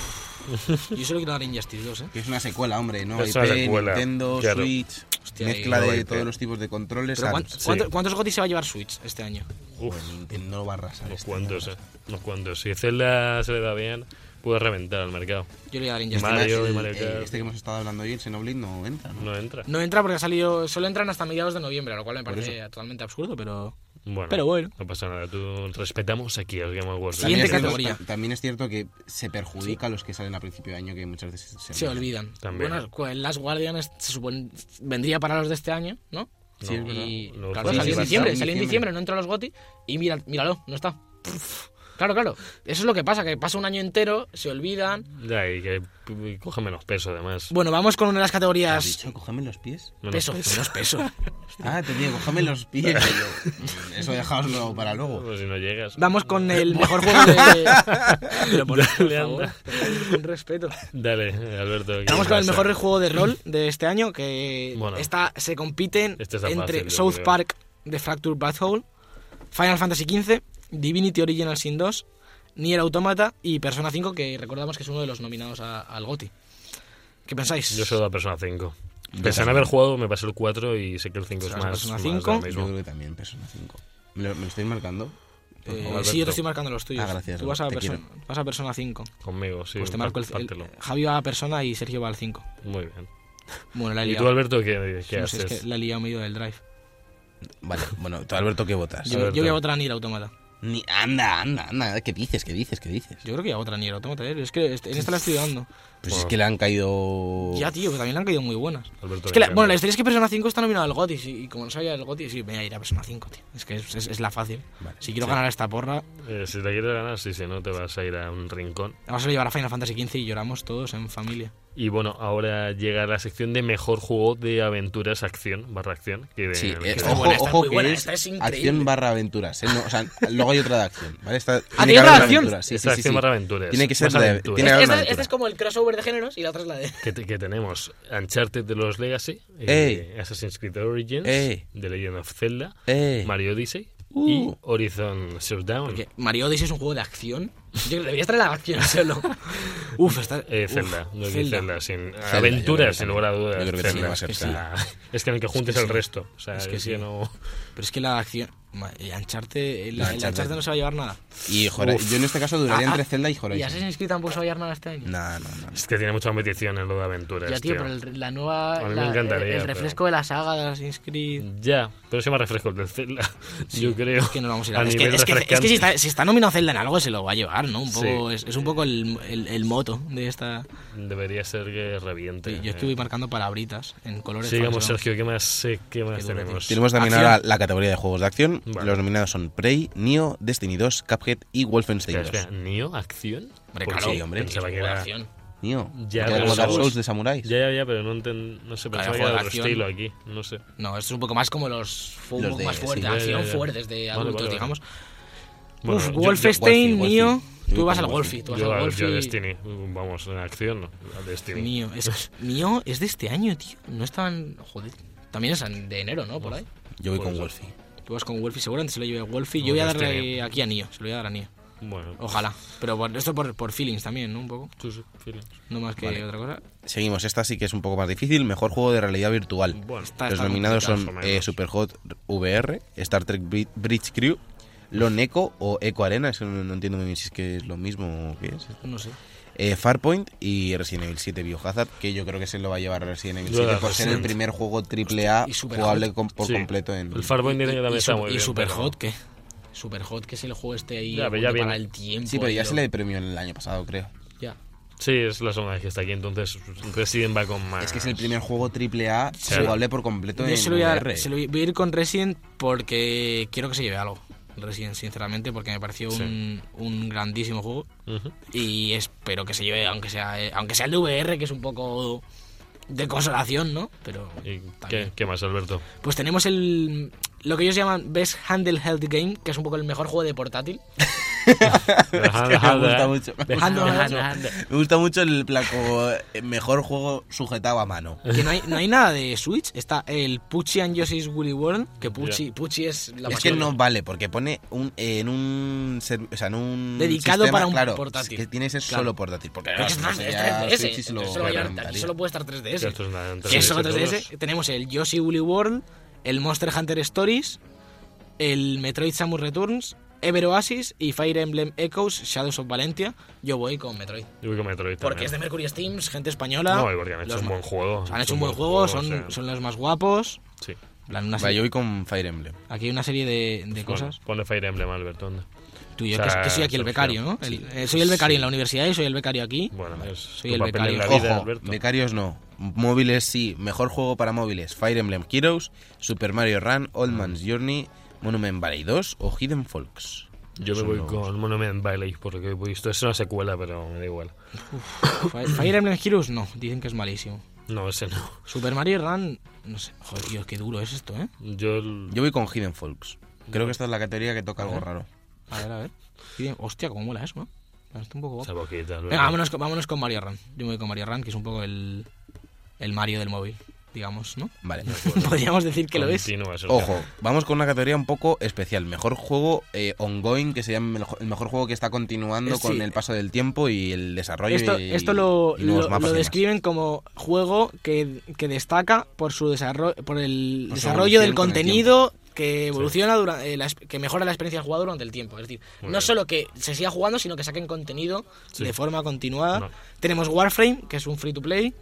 Speaker 3: Yo solo quiero dar Injustice 2, ¿eh?
Speaker 2: Que es una secuela, hombre, ¿no?
Speaker 1: Es
Speaker 2: IP,
Speaker 1: una secuela,
Speaker 2: Nintendo,
Speaker 1: claro.
Speaker 2: Switch,
Speaker 3: Hostia,
Speaker 2: mezcla
Speaker 1: ahí-
Speaker 2: de
Speaker 1: Nueva IP.
Speaker 2: todos los tipos de controles.
Speaker 3: Pero ¿cuán-
Speaker 2: Arms.
Speaker 3: cuánto- ¿Cuántos GOTY se va a llevar Switch este año?
Speaker 1: Uf.
Speaker 2: Pues Nintendo lo va a arrasar.
Speaker 1: Unos
Speaker 2: este,
Speaker 1: cuantos,
Speaker 2: ¿no?
Speaker 1: eh. Unos cuantos. Si Zelda se le da bien, puede reventar al mercado.
Speaker 3: Yo le voy a dar Injustice
Speaker 1: Madre. Mario
Speaker 2: Además,
Speaker 1: y
Speaker 2: el-
Speaker 1: Mario
Speaker 2: eh,
Speaker 1: Kart.
Speaker 2: Este que hemos estado hablando hoy, el Xenoblade, no entra, ¿no?
Speaker 1: No entra.
Speaker 3: No entra porque ha salido. Solo entran hasta mediados de noviembre, lo cual me
Speaker 2: Por
Speaker 3: parece totalmente absurdo, pero.
Speaker 1: Bueno,
Speaker 3: Pero bueno.
Speaker 1: No pasa nada. Tú respetamos aquí los Game Awards.
Speaker 2: También
Speaker 3: Siguiente
Speaker 2: es cierto-
Speaker 3: categoría.
Speaker 2: ta- también es cierto que se perjudica a los que salen a principio de año, que muchas veces se,
Speaker 3: Se olvidan.
Speaker 1: También.
Speaker 3: Bueno, cu- el Last Guardian es- se supone, vendría para los de este año,
Speaker 1: No,
Speaker 3: ¿no?
Speaker 2: Sí, es verdad.
Speaker 3: Y
Speaker 1: Lo-
Speaker 3: claro,
Speaker 1: sí,
Speaker 3: salió
Speaker 1: sí,
Speaker 3: en
Speaker 1: sí,
Speaker 3: diciembre,
Speaker 2: sí,
Speaker 3: salió en
Speaker 2: diciembre.
Speaker 3: diciembre, no entró a los GOTI y mira, míralo, no está. Pff. Claro, claro. Eso es lo que pasa, que pasa un año entero, se olvidan.
Speaker 1: Ya, y que y coge menos peso, además.
Speaker 3: Bueno, vamos con una de las
Speaker 2: ¿Has
Speaker 3: categorías.
Speaker 2: dicho? Cógeme los pies.
Speaker 1: Menos
Speaker 3: Peso,
Speaker 1: peso.
Speaker 3: menos peso.
Speaker 2: Ah, te digo, cógeme los pies. Y yo, Eso dejaoslo para luego.
Speaker 1: Pues si no llegas.
Speaker 3: Vamos con el mejor juego de. Pero por, por
Speaker 1: Dale,
Speaker 3: favor,
Speaker 1: anda.
Speaker 3: pero con respeto.
Speaker 1: Dale, Alberto. que
Speaker 3: Vamos con el
Speaker 1: pasa.
Speaker 3: mejor juego de rol de este año, que
Speaker 1: Bueno.
Speaker 3: está, se compiten
Speaker 1: Este está
Speaker 3: entre
Speaker 1: fácil, yo
Speaker 3: South
Speaker 1: creo.
Speaker 3: Park de Fracture Butthole, Final Fantasy XV, Divinity Original Sin 2, Nier Automata y Persona 5, que recordamos que es uno de los nominados a- al GOTI. ¿Qué pensáis?
Speaker 1: Yo soy la persona 5. Pensé en haber jugado, me pasé el 4 y sé que el 5 es
Speaker 3: Ostras,
Speaker 1: más.
Speaker 3: Persona
Speaker 1: más
Speaker 3: 5.
Speaker 1: ahora
Speaker 2: Yo
Speaker 1: mismo.
Speaker 2: creo que también Persona 5. ¿Me lo, me lo estoy marcando?
Speaker 3: Eh,
Speaker 1: favor,
Speaker 3: sí, yo
Speaker 1: Alberto.
Speaker 3: te estoy marcando los tuyos.
Speaker 2: Ah, gracias,
Speaker 3: Tú vas a,
Speaker 2: te
Speaker 3: Perso- vas a Persona 5.
Speaker 1: Conmigo, sí.
Speaker 3: pues te marco el.
Speaker 1: pár-
Speaker 3: el-
Speaker 1: pártelo.
Speaker 3: Javi va a Persona y Sergio va al 5.
Speaker 1: Muy bien.
Speaker 3: Bueno, la he
Speaker 1: ¿Y
Speaker 3: liado.
Speaker 1: tú, Alberto, qué, qué
Speaker 3: No sé,
Speaker 1: haces?
Speaker 3: es que la he liado medio del drive.
Speaker 2: Vale, bueno, tú, Alberto, ¿qué votas?
Speaker 3: Yo,
Speaker 1: Alberto.
Speaker 3: yo voy a votar a Nier Automata.
Speaker 2: Ni- anda, anda, anda. ¿Qué dices? ¿Qué dices? ¿Qué dices?
Speaker 3: Yo creo que voy a votar a Nier Automata. eh. Es que este- en esta la estoy dando.
Speaker 2: Pues es que le han caído.
Speaker 3: Ya, tío, que también le han caído muy buenas.
Speaker 1: Alberto,
Speaker 3: Es que la-
Speaker 1: venga,
Speaker 3: bueno, la
Speaker 1: venga.
Speaker 3: historia es que Persona 5 está nominada al GOTY. sí, Y como no sabía el GOTY, sí, voy a ir a Persona 5, tío. Es que es, es- es la fácil.
Speaker 2: Vale,
Speaker 3: si quiero
Speaker 2: sí.
Speaker 3: ganar a esta porra,
Speaker 1: Eh, si te quieres ganar, sí, si no, te vas a ir a un rincón.
Speaker 3: la vas a llevar a Final Fantasy XV y lloramos todos en familia.
Speaker 1: Y bueno, ahora llega la sección de mejor juego de aventuras acción, barra acción. Que de-
Speaker 2: Sí,
Speaker 1: en el
Speaker 2: eh,
Speaker 1: que-
Speaker 3: está
Speaker 2: ojo,
Speaker 3: buena, está
Speaker 2: ojo
Speaker 3: muy
Speaker 2: que
Speaker 3: buena,
Speaker 2: es,
Speaker 3: esta es increíble.
Speaker 2: acción barra aventuras. ¿eh? No, o sea, luego hay otra de acción, ¿vale? Esta,
Speaker 3: ¿Ah,
Speaker 2: que
Speaker 3: tiene otra
Speaker 2: haber
Speaker 3: de acción?
Speaker 2: Sí, sí,
Speaker 1: Esta
Speaker 2: sí,
Speaker 1: acción
Speaker 2: sí.
Speaker 1: barra aventuras.
Speaker 2: Tiene que ser
Speaker 1: Más
Speaker 2: de-
Speaker 1: aventuras.
Speaker 2: tiene que haber una
Speaker 3: Esta, esta
Speaker 2: aventura.
Speaker 3: Este, es como el crossover de géneros y la otra es la de.
Speaker 1: que, te- que tenemos Uncharted de los Legacy, eh,
Speaker 2: Ey.
Speaker 1: Assassin's Creed Origins,
Speaker 2: Ey.
Speaker 1: The Legend of Zelda,
Speaker 2: Eh,
Speaker 1: Mario Odyssey y
Speaker 2: Uh.
Speaker 1: Horizon Zero Dawn.
Speaker 3: Porque Mario Odyssey es un juego de acción. Yo creo que debería estar en la acción solo. Uf, está.
Speaker 1: Eh,
Speaker 3: uf,
Speaker 1: Zelda, no,
Speaker 3: Zelda.
Speaker 1: Zelda, sin
Speaker 2: Zelda, yo creo
Speaker 1: aventuras,
Speaker 2: que
Speaker 1: sin
Speaker 2: también.
Speaker 1: lugar a dudas.
Speaker 2: Yo creo que sí,
Speaker 1: Zelda.
Speaker 2: va a ser
Speaker 1: Es que
Speaker 2: Zelda.
Speaker 1: sí. Es que en el que juntes
Speaker 3: que
Speaker 1: el
Speaker 3: sí.
Speaker 1: resto. O sea, es
Speaker 3: Es
Speaker 1: que,
Speaker 3: que sí.
Speaker 1: no.
Speaker 3: Pero es que la acción. ma- y Uncharted, el,
Speaker 2: No,
Speaker 3: el
Speaker 2: Uncharted.
Speaker 3: Uncharted no se va a llevar nada.
Speaker 2: y Hora- yo en este caso duraría
Speaker 3: Ah, ah,
Speaker 2: entre Zelda y
Speaker 3: Y
Speaker 2: Horizon.
Speaker 3: Assassin's Creed tampoco se va a llevar nada este año.
Speaker 2: No, no, no.
Speaker 1: Es que tiene mucha competición en lo de aventuras.
Speaker 3: Ya, tío,
Speaker 1: Pues, tío.
Speaker 3: pero el- la nueva.
Speaker 1: A mí me
Speaker 3: la-
Speaker 1: encantaría,
Speaker 3: El refresco de la saga de Assassin's Creed.
Speaker 1: Ya, pero se me refresco el del Zelda. yo creo.
Speaker 3: Es que no lo vamos a ir a,
Speaker 1: A
Speaker 3: es, que,
Speaker 1: nivel
Speaker 3: es, que, es que
Speaker 1: refrescante.
Speaker 3: si está, si está nominado Zelda en algo, se lo va a llevar, ¿no? Un
Speaker 1: Sí.
Speaker 3: poco, es, es un poco el, el, el moto de esta.
Speaker 1: Debería ser que reviente.
Speaker 3: Yo estuve marcando palabritas en colores.
Speaker 1: Sigamos,
Speaker 3: falsos.
Speaker 1: Sergio, ¿qué más, eh, qué más
Speaker 3: Qué duro,
Speaker 1: tenemos?
Speaker 2: Tenemos también
Speaker 3: Acción.
Speaker 2: ahora la categoría de juegos de acción.
Speaker 1: Vale.
Speaker 2: Los nominados son Prey, Nioh, Destiny 2, Cuphead y Wolfenstein
Speaker 1: Espera,
Speaker 2: 2.
Speaker 1: espera, ¿Nio? ¿Acción?
Speaker 3: Hombre,
Speaker 1: Porque
Speaker 3: claro,
Speaker 1: Pues sí, hombre, pensaba que
Speaker 3: juego de
Speaker 1: era-
Speaker 3: acción.
Speaker 2: Nioh,
Speaker 1: Ya,
Speaker 2: que era
Speaker 1: pero
Speaker 2: como Dark
Speaker 1: Souls-
Speaker 2: Souls de samuráis.
Speaker 1: Ya, ya, ya, pero no, enten- no sé, pensaba
Speaker 3: Claro,
Speaker 1: que
Speaker 3: juego
Speaker 1: era
Speaker 3: de
Speaker 1: otro
Speaker 3: acción.
Speaker 1: estilo aquí. No sé.
Speaker 3: No, esto es un poco más como los. Fue un
Speaker 2: Los
Speaker 3: poco
Speaker 2: de-
Speaker 3: más
Speaker 2: sí.
Speaker 3: fuertes,
Speaker 1: Ya, ya,
Speaker 3: acción
Speaker 1: ya.
Speaker 3: fuertes de
Speaker 1: Vale,
Speaker 3: adultos,
Speaker 1: vale, vale.
Speaker 3: digamos.
Speaker 1: Bueno,
Speaker 3: Uf,
Speaker 1: yo- yo-
Speaker 3: Wolfenstein,
Speaker 2: Wolfie,
Speaker 3: Nio.
Speaker 2: Wolfie. Yo
Speaker 3: Tú
Speaker 2: voy
Speaker 3: vas
Speaker 2: con
Speaker 3: al
Speaker 2: Wolfie.
Speaker 3: Wolfie. Tú vas
Speaker 1: yo,
Speaker 3: al
Speaker 1: yo
Speaker 3: Wolfie.
Speaker 1: Destiny, vamos, en acción, a Destiny.
Speaker 3: Nio. Es, Nio es de este año, tío. No estaban. Joder. También es de enero, ¿no? Por ahí.
Speaker 2: Yo voy con
Speaker 1: Pues-
Speaker 2: Wolfie.
Speaker 3: Tú vas con Wolfie, seguramente se lo lleve a Wolfie.
Speaker 1: No,
Speaker 3: Yo voy a
Speaker 1: yo estoy
Speaker 3: darle
Speaker 1: bien.
Speaker 3: aquí a Nio. Se lo voy a dar a Nio.
Speaker 1: Bueno,
Speaker 3: Ojalá. Pero por, esto por, por feelings también, ¿no? Un poco.
Speaker 1: sí, sí, feelings.
Speaker 3: No más que
Speaker 2: Vale.
Speaker 3: otra cosa.
Speaker 2: Seguimos, esta sí que es un poco más difícil. Mejor juego de realidad virtual.
Speaker 1: Bueno,
Speaker 3: Está-
Speaker 2: Los
Speaker 3: está
Speaker 2: nominados
Speaker 1: complicado,
Speaker 2: son
Speaker 1: más o
Speaker 2: eh,
Speaker 1: menos.
Speaker 2: Superhot VR, Star Trek Bri- Bridge Crew, Lone Echo o Eco Arena, eso no, no entiendo muy bien si es que es lo mismo o qué es.
Speaker 3: No sé.
Speaker 2: Eh, Farpoint y Resident Evil 7 Biohazard, que yo creo que se lo va a llevar Resident Evil
Speaker 1: Yo
Speaker 2: 7
Speaker 1: la
Speaker 2: por ser el
Speaker 1: Resident.
Speaker 2: primer juego AAA
Speaker 3: Hostia, ¿y Superhot?
Speaker 2: jugable com- por
Speaker 1: Sí.
Speaker 2: completo en...
Speaker 1: El Farpoint tiene que también
Speaker 3: y,
Speaker 1: está
Speaker 3: su-
Speaker 1: muy
Speaker 3: y
Speaker 1: bien.
Speaker 3: Superhot,
Speaker 1: pero-
Speaker 3: ¿qué? Superhot, que es el juego este ahí
Speaker 1: Ya, pero
Speaker 3: que
Speaker 1: ya
Speaker 3: para
Speaker 1: viene.
Speaker 3: el tiempo.
Speaker 2: Sí, pero ya
Speaker 3: tío.
Speaker 2: se le premió el año pasado, creo.
Speaker 3: Ya.
Speaker 1: Sí, es la zona que está aquí, entonces Resident va con más.
Speaker 2: Es que es el primer juego AAA
Speaker 1: Sí.
Speaker 2: jugable por completo
Speaker 3: Ah. Yo
Speaker 2: en
Speaker 3: se lo voy a,
Speaker 2: VR.
Speaker 3: se lo voy- voy a ir con Resident porque quiero que se lleve algo. Resident, sinceramente, porque me pareció
Speaker 1: Sí.
Speaker 3: un, un grandísimo juego.
Speaker 1: Ujú.
Speaker 3: Y espero que se lleve, aunque sea, eh, aunque sea el de VR, que es un poco de consolación, ¿no? Pero.
Speaker 1: ¿Y
Speaker 3: está
Speaker 1: qué,
Speaker 3: bien.
Speaker 1: qué más, Alberto?
Speaker 3: Pues tenemos el. Lo que ellos llaman Best Handle Health Game, que es un poco el mejor juego de portátil.
Speaker 2: me gusta mucho.
Speaker 3: Handle, handle,
Speaker 2: Me gusta mucho el placo eh, mejor juego sujetado a mano.
Speaker 3: Que no hay, no hay nada de Switch. Está el Pucci and Yoshi's Woolly World. Que Pucci, Pucci es la
Speaker 2: es que
Speaker 3: pasión.
Speaker 2: no vale, porque pone un, eh, en un. ser- O sea, en un.
Speaker 3: Dedicado
Speaker 2: sistema,
Speaker 3: para un
Speaker 2: claro,
Speaker 3: portátil.
Speaker 2: es que tiene que ser
Speaker 3: Claro.
Speaker 2: solo portátil. Porque
Speaker 3: Pero
Speaker 2: claro,
Speaker 3: es
Speaker 2: si Ah, no
Speaker 3: más, es
Speaker 2: sería
Speaker 3: 3DS.
Speaker 2: Switch y se lo
Speaker 3: entonces solo, hay-
Speaker 2: reventaría.
Speaker 3: aquí solo puede estar 3DS.
Speaker 1: Ya, esto es una-
Speaker 3: que es solo
Speaker 1: 3DS
Speaker 3: 3DS. Tenemos el Yoshi Woolly World. El Monster Hunter Stories. El Metroid Samus Returns. Ever Oasis y Fire Emblem Echoes Shadows of Valentia. Yo voy con Metroid.
Speaker 1: Yo voy con Metroid
Speaker 3: Porque es de
Speaker 1: también.
Speaker 3: Mercury Steams, gente española.
Speaker 1: No, y ¿eh? porque han hecho
Speaker 3: los
Speaker 1: un
Speaker 3: ma-
Speaker 1: buen juego.
Speaker 3: Han hecho un buen juego, son,
Speaker 1: o sea,
Speaker 3: son los más guapos.
Speaker 1: Sí.
Speaker 3: En plan, una
Speaker 2: Va,
Speaker 3: serie-
Speaker 2: yo voy con Fire Emblem.
Speaker 3: aquí hay una serie de, de
Speaker 1: Bueno,
Speaker 3: cosas.
Speaker 1: pone Fire Emblem, Alberto. anda.
Speaker 3: Tú, yo
Speaker 1: O sea,
Speaker 3: que, que soy aquí el
Speaker 1: Sergio.
Speaker 3: becario, ¿no? El- eh, soy el becario en la universidad y soy el becario aquí.
Speaker 1: Bueno, es
Speaker 3: Soy
Speaker 1: tu
Speaker 3: el
Speaker 1: papel en la
Speaker 3: becario.
Speaker 1: vida,
Speaker 2: Ojo,
Speaker 1: Alberto.
Speaker 2: becarios no. Móviles sí. Mejor juego para móviles: Fire Emblem Heroes, Super Mario Run, Old
Speaker 3: Mm.
Speaker 2: Man's Journey, Monument Valley 2 o Hidden Folks.
Speaker 1: Yo me
Speaker 2: Son
Speaker 1: voy
Speaker 2: los-
Speaker 1: con Monument Valley, porque he visto. Es una secuela, pero me da igual.
Speaker 3: Fire- Fire Emblem Heroes, no, dicen que es malísimo.
Speaker 1: No, ese no.
Speaker 3: Super Mario Run, no sé. Joder, tío, qué duro es esto, ¿eh?
Speaker 1: Yo. el-
Speaker 2: Yo voy con Hidden Folks. Creo que esta es la categoría que toca algo raro.
Speaker 3: A ver, a ver. Bien, Hostia, cómo mola eso, ¿no? Está un poco guapo.
Speaker 1: Esa boquita, Alberto.
Speaker 3: Venga, vámonos con, vámonos con Mario Run. Yo me voy con Mario Run, que es un poco el, el Mario del móvil. digamos, ¿no?
Speaker 2: Vale.
Speaker 3: Podríamos decir que lo es.
Speaker 1: Continúa, Sergio.
Speaker 2: Ojo, vamos con una categoría un poco especial. Mejor juego eh, ongoing, que se llama el jo- el mejor juego que está continuando
Speaker 3: Eh,
Speaker 2: con
Speaker 3: sí.
Speaker 2: el paso del tiempo y el desarrollo.
Speaker 3: Esto,
Speaker 2: y-
Speaker 3: esto lo,
Speaker 2: y nuevos
Speaker 3: lo-
Speaker 2: mapas
Speaker 3: lo
Speaker 2: y demás.
Speaker 3: describen como juego que, que destaca por su desarrollo, por el
Speaker 2: Por su
Speaker 3: desarrollo del
Speaker 2: evolución con el
Speaker 3: contenido que evoluciona dura- eh, la ex- que mejora la experiencia del jugador durante el tiempo. Es decir,
Speaker 1: Muy
Speaker 3: no
Speaker 1: bien.
Speaker 3: solo que se siga jugando, sino que saquen contenido
Speaker 1: Sí.
Speaker 3: de forma continuada.
Speaker 1: No.
Speaker 3: Tenemos Warframe, que es un free to play,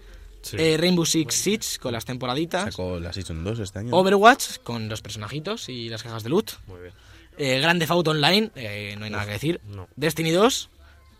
Speaker 1: Sí.
Speaker 3: eh, Rainbow Six Siege con las temporaditas,
Speaker 2: Sacó la Season 2 este año. ¿no?
Speaker 3: Overwatch con los personajitos y las cajas de loot,
Speaker 1: Muy bien.
Speaker 3: eh, Grand Theft Auto Online, eh, no hay nada que decir,
Speaker 1: no.
Speaker 3: Destiny 2,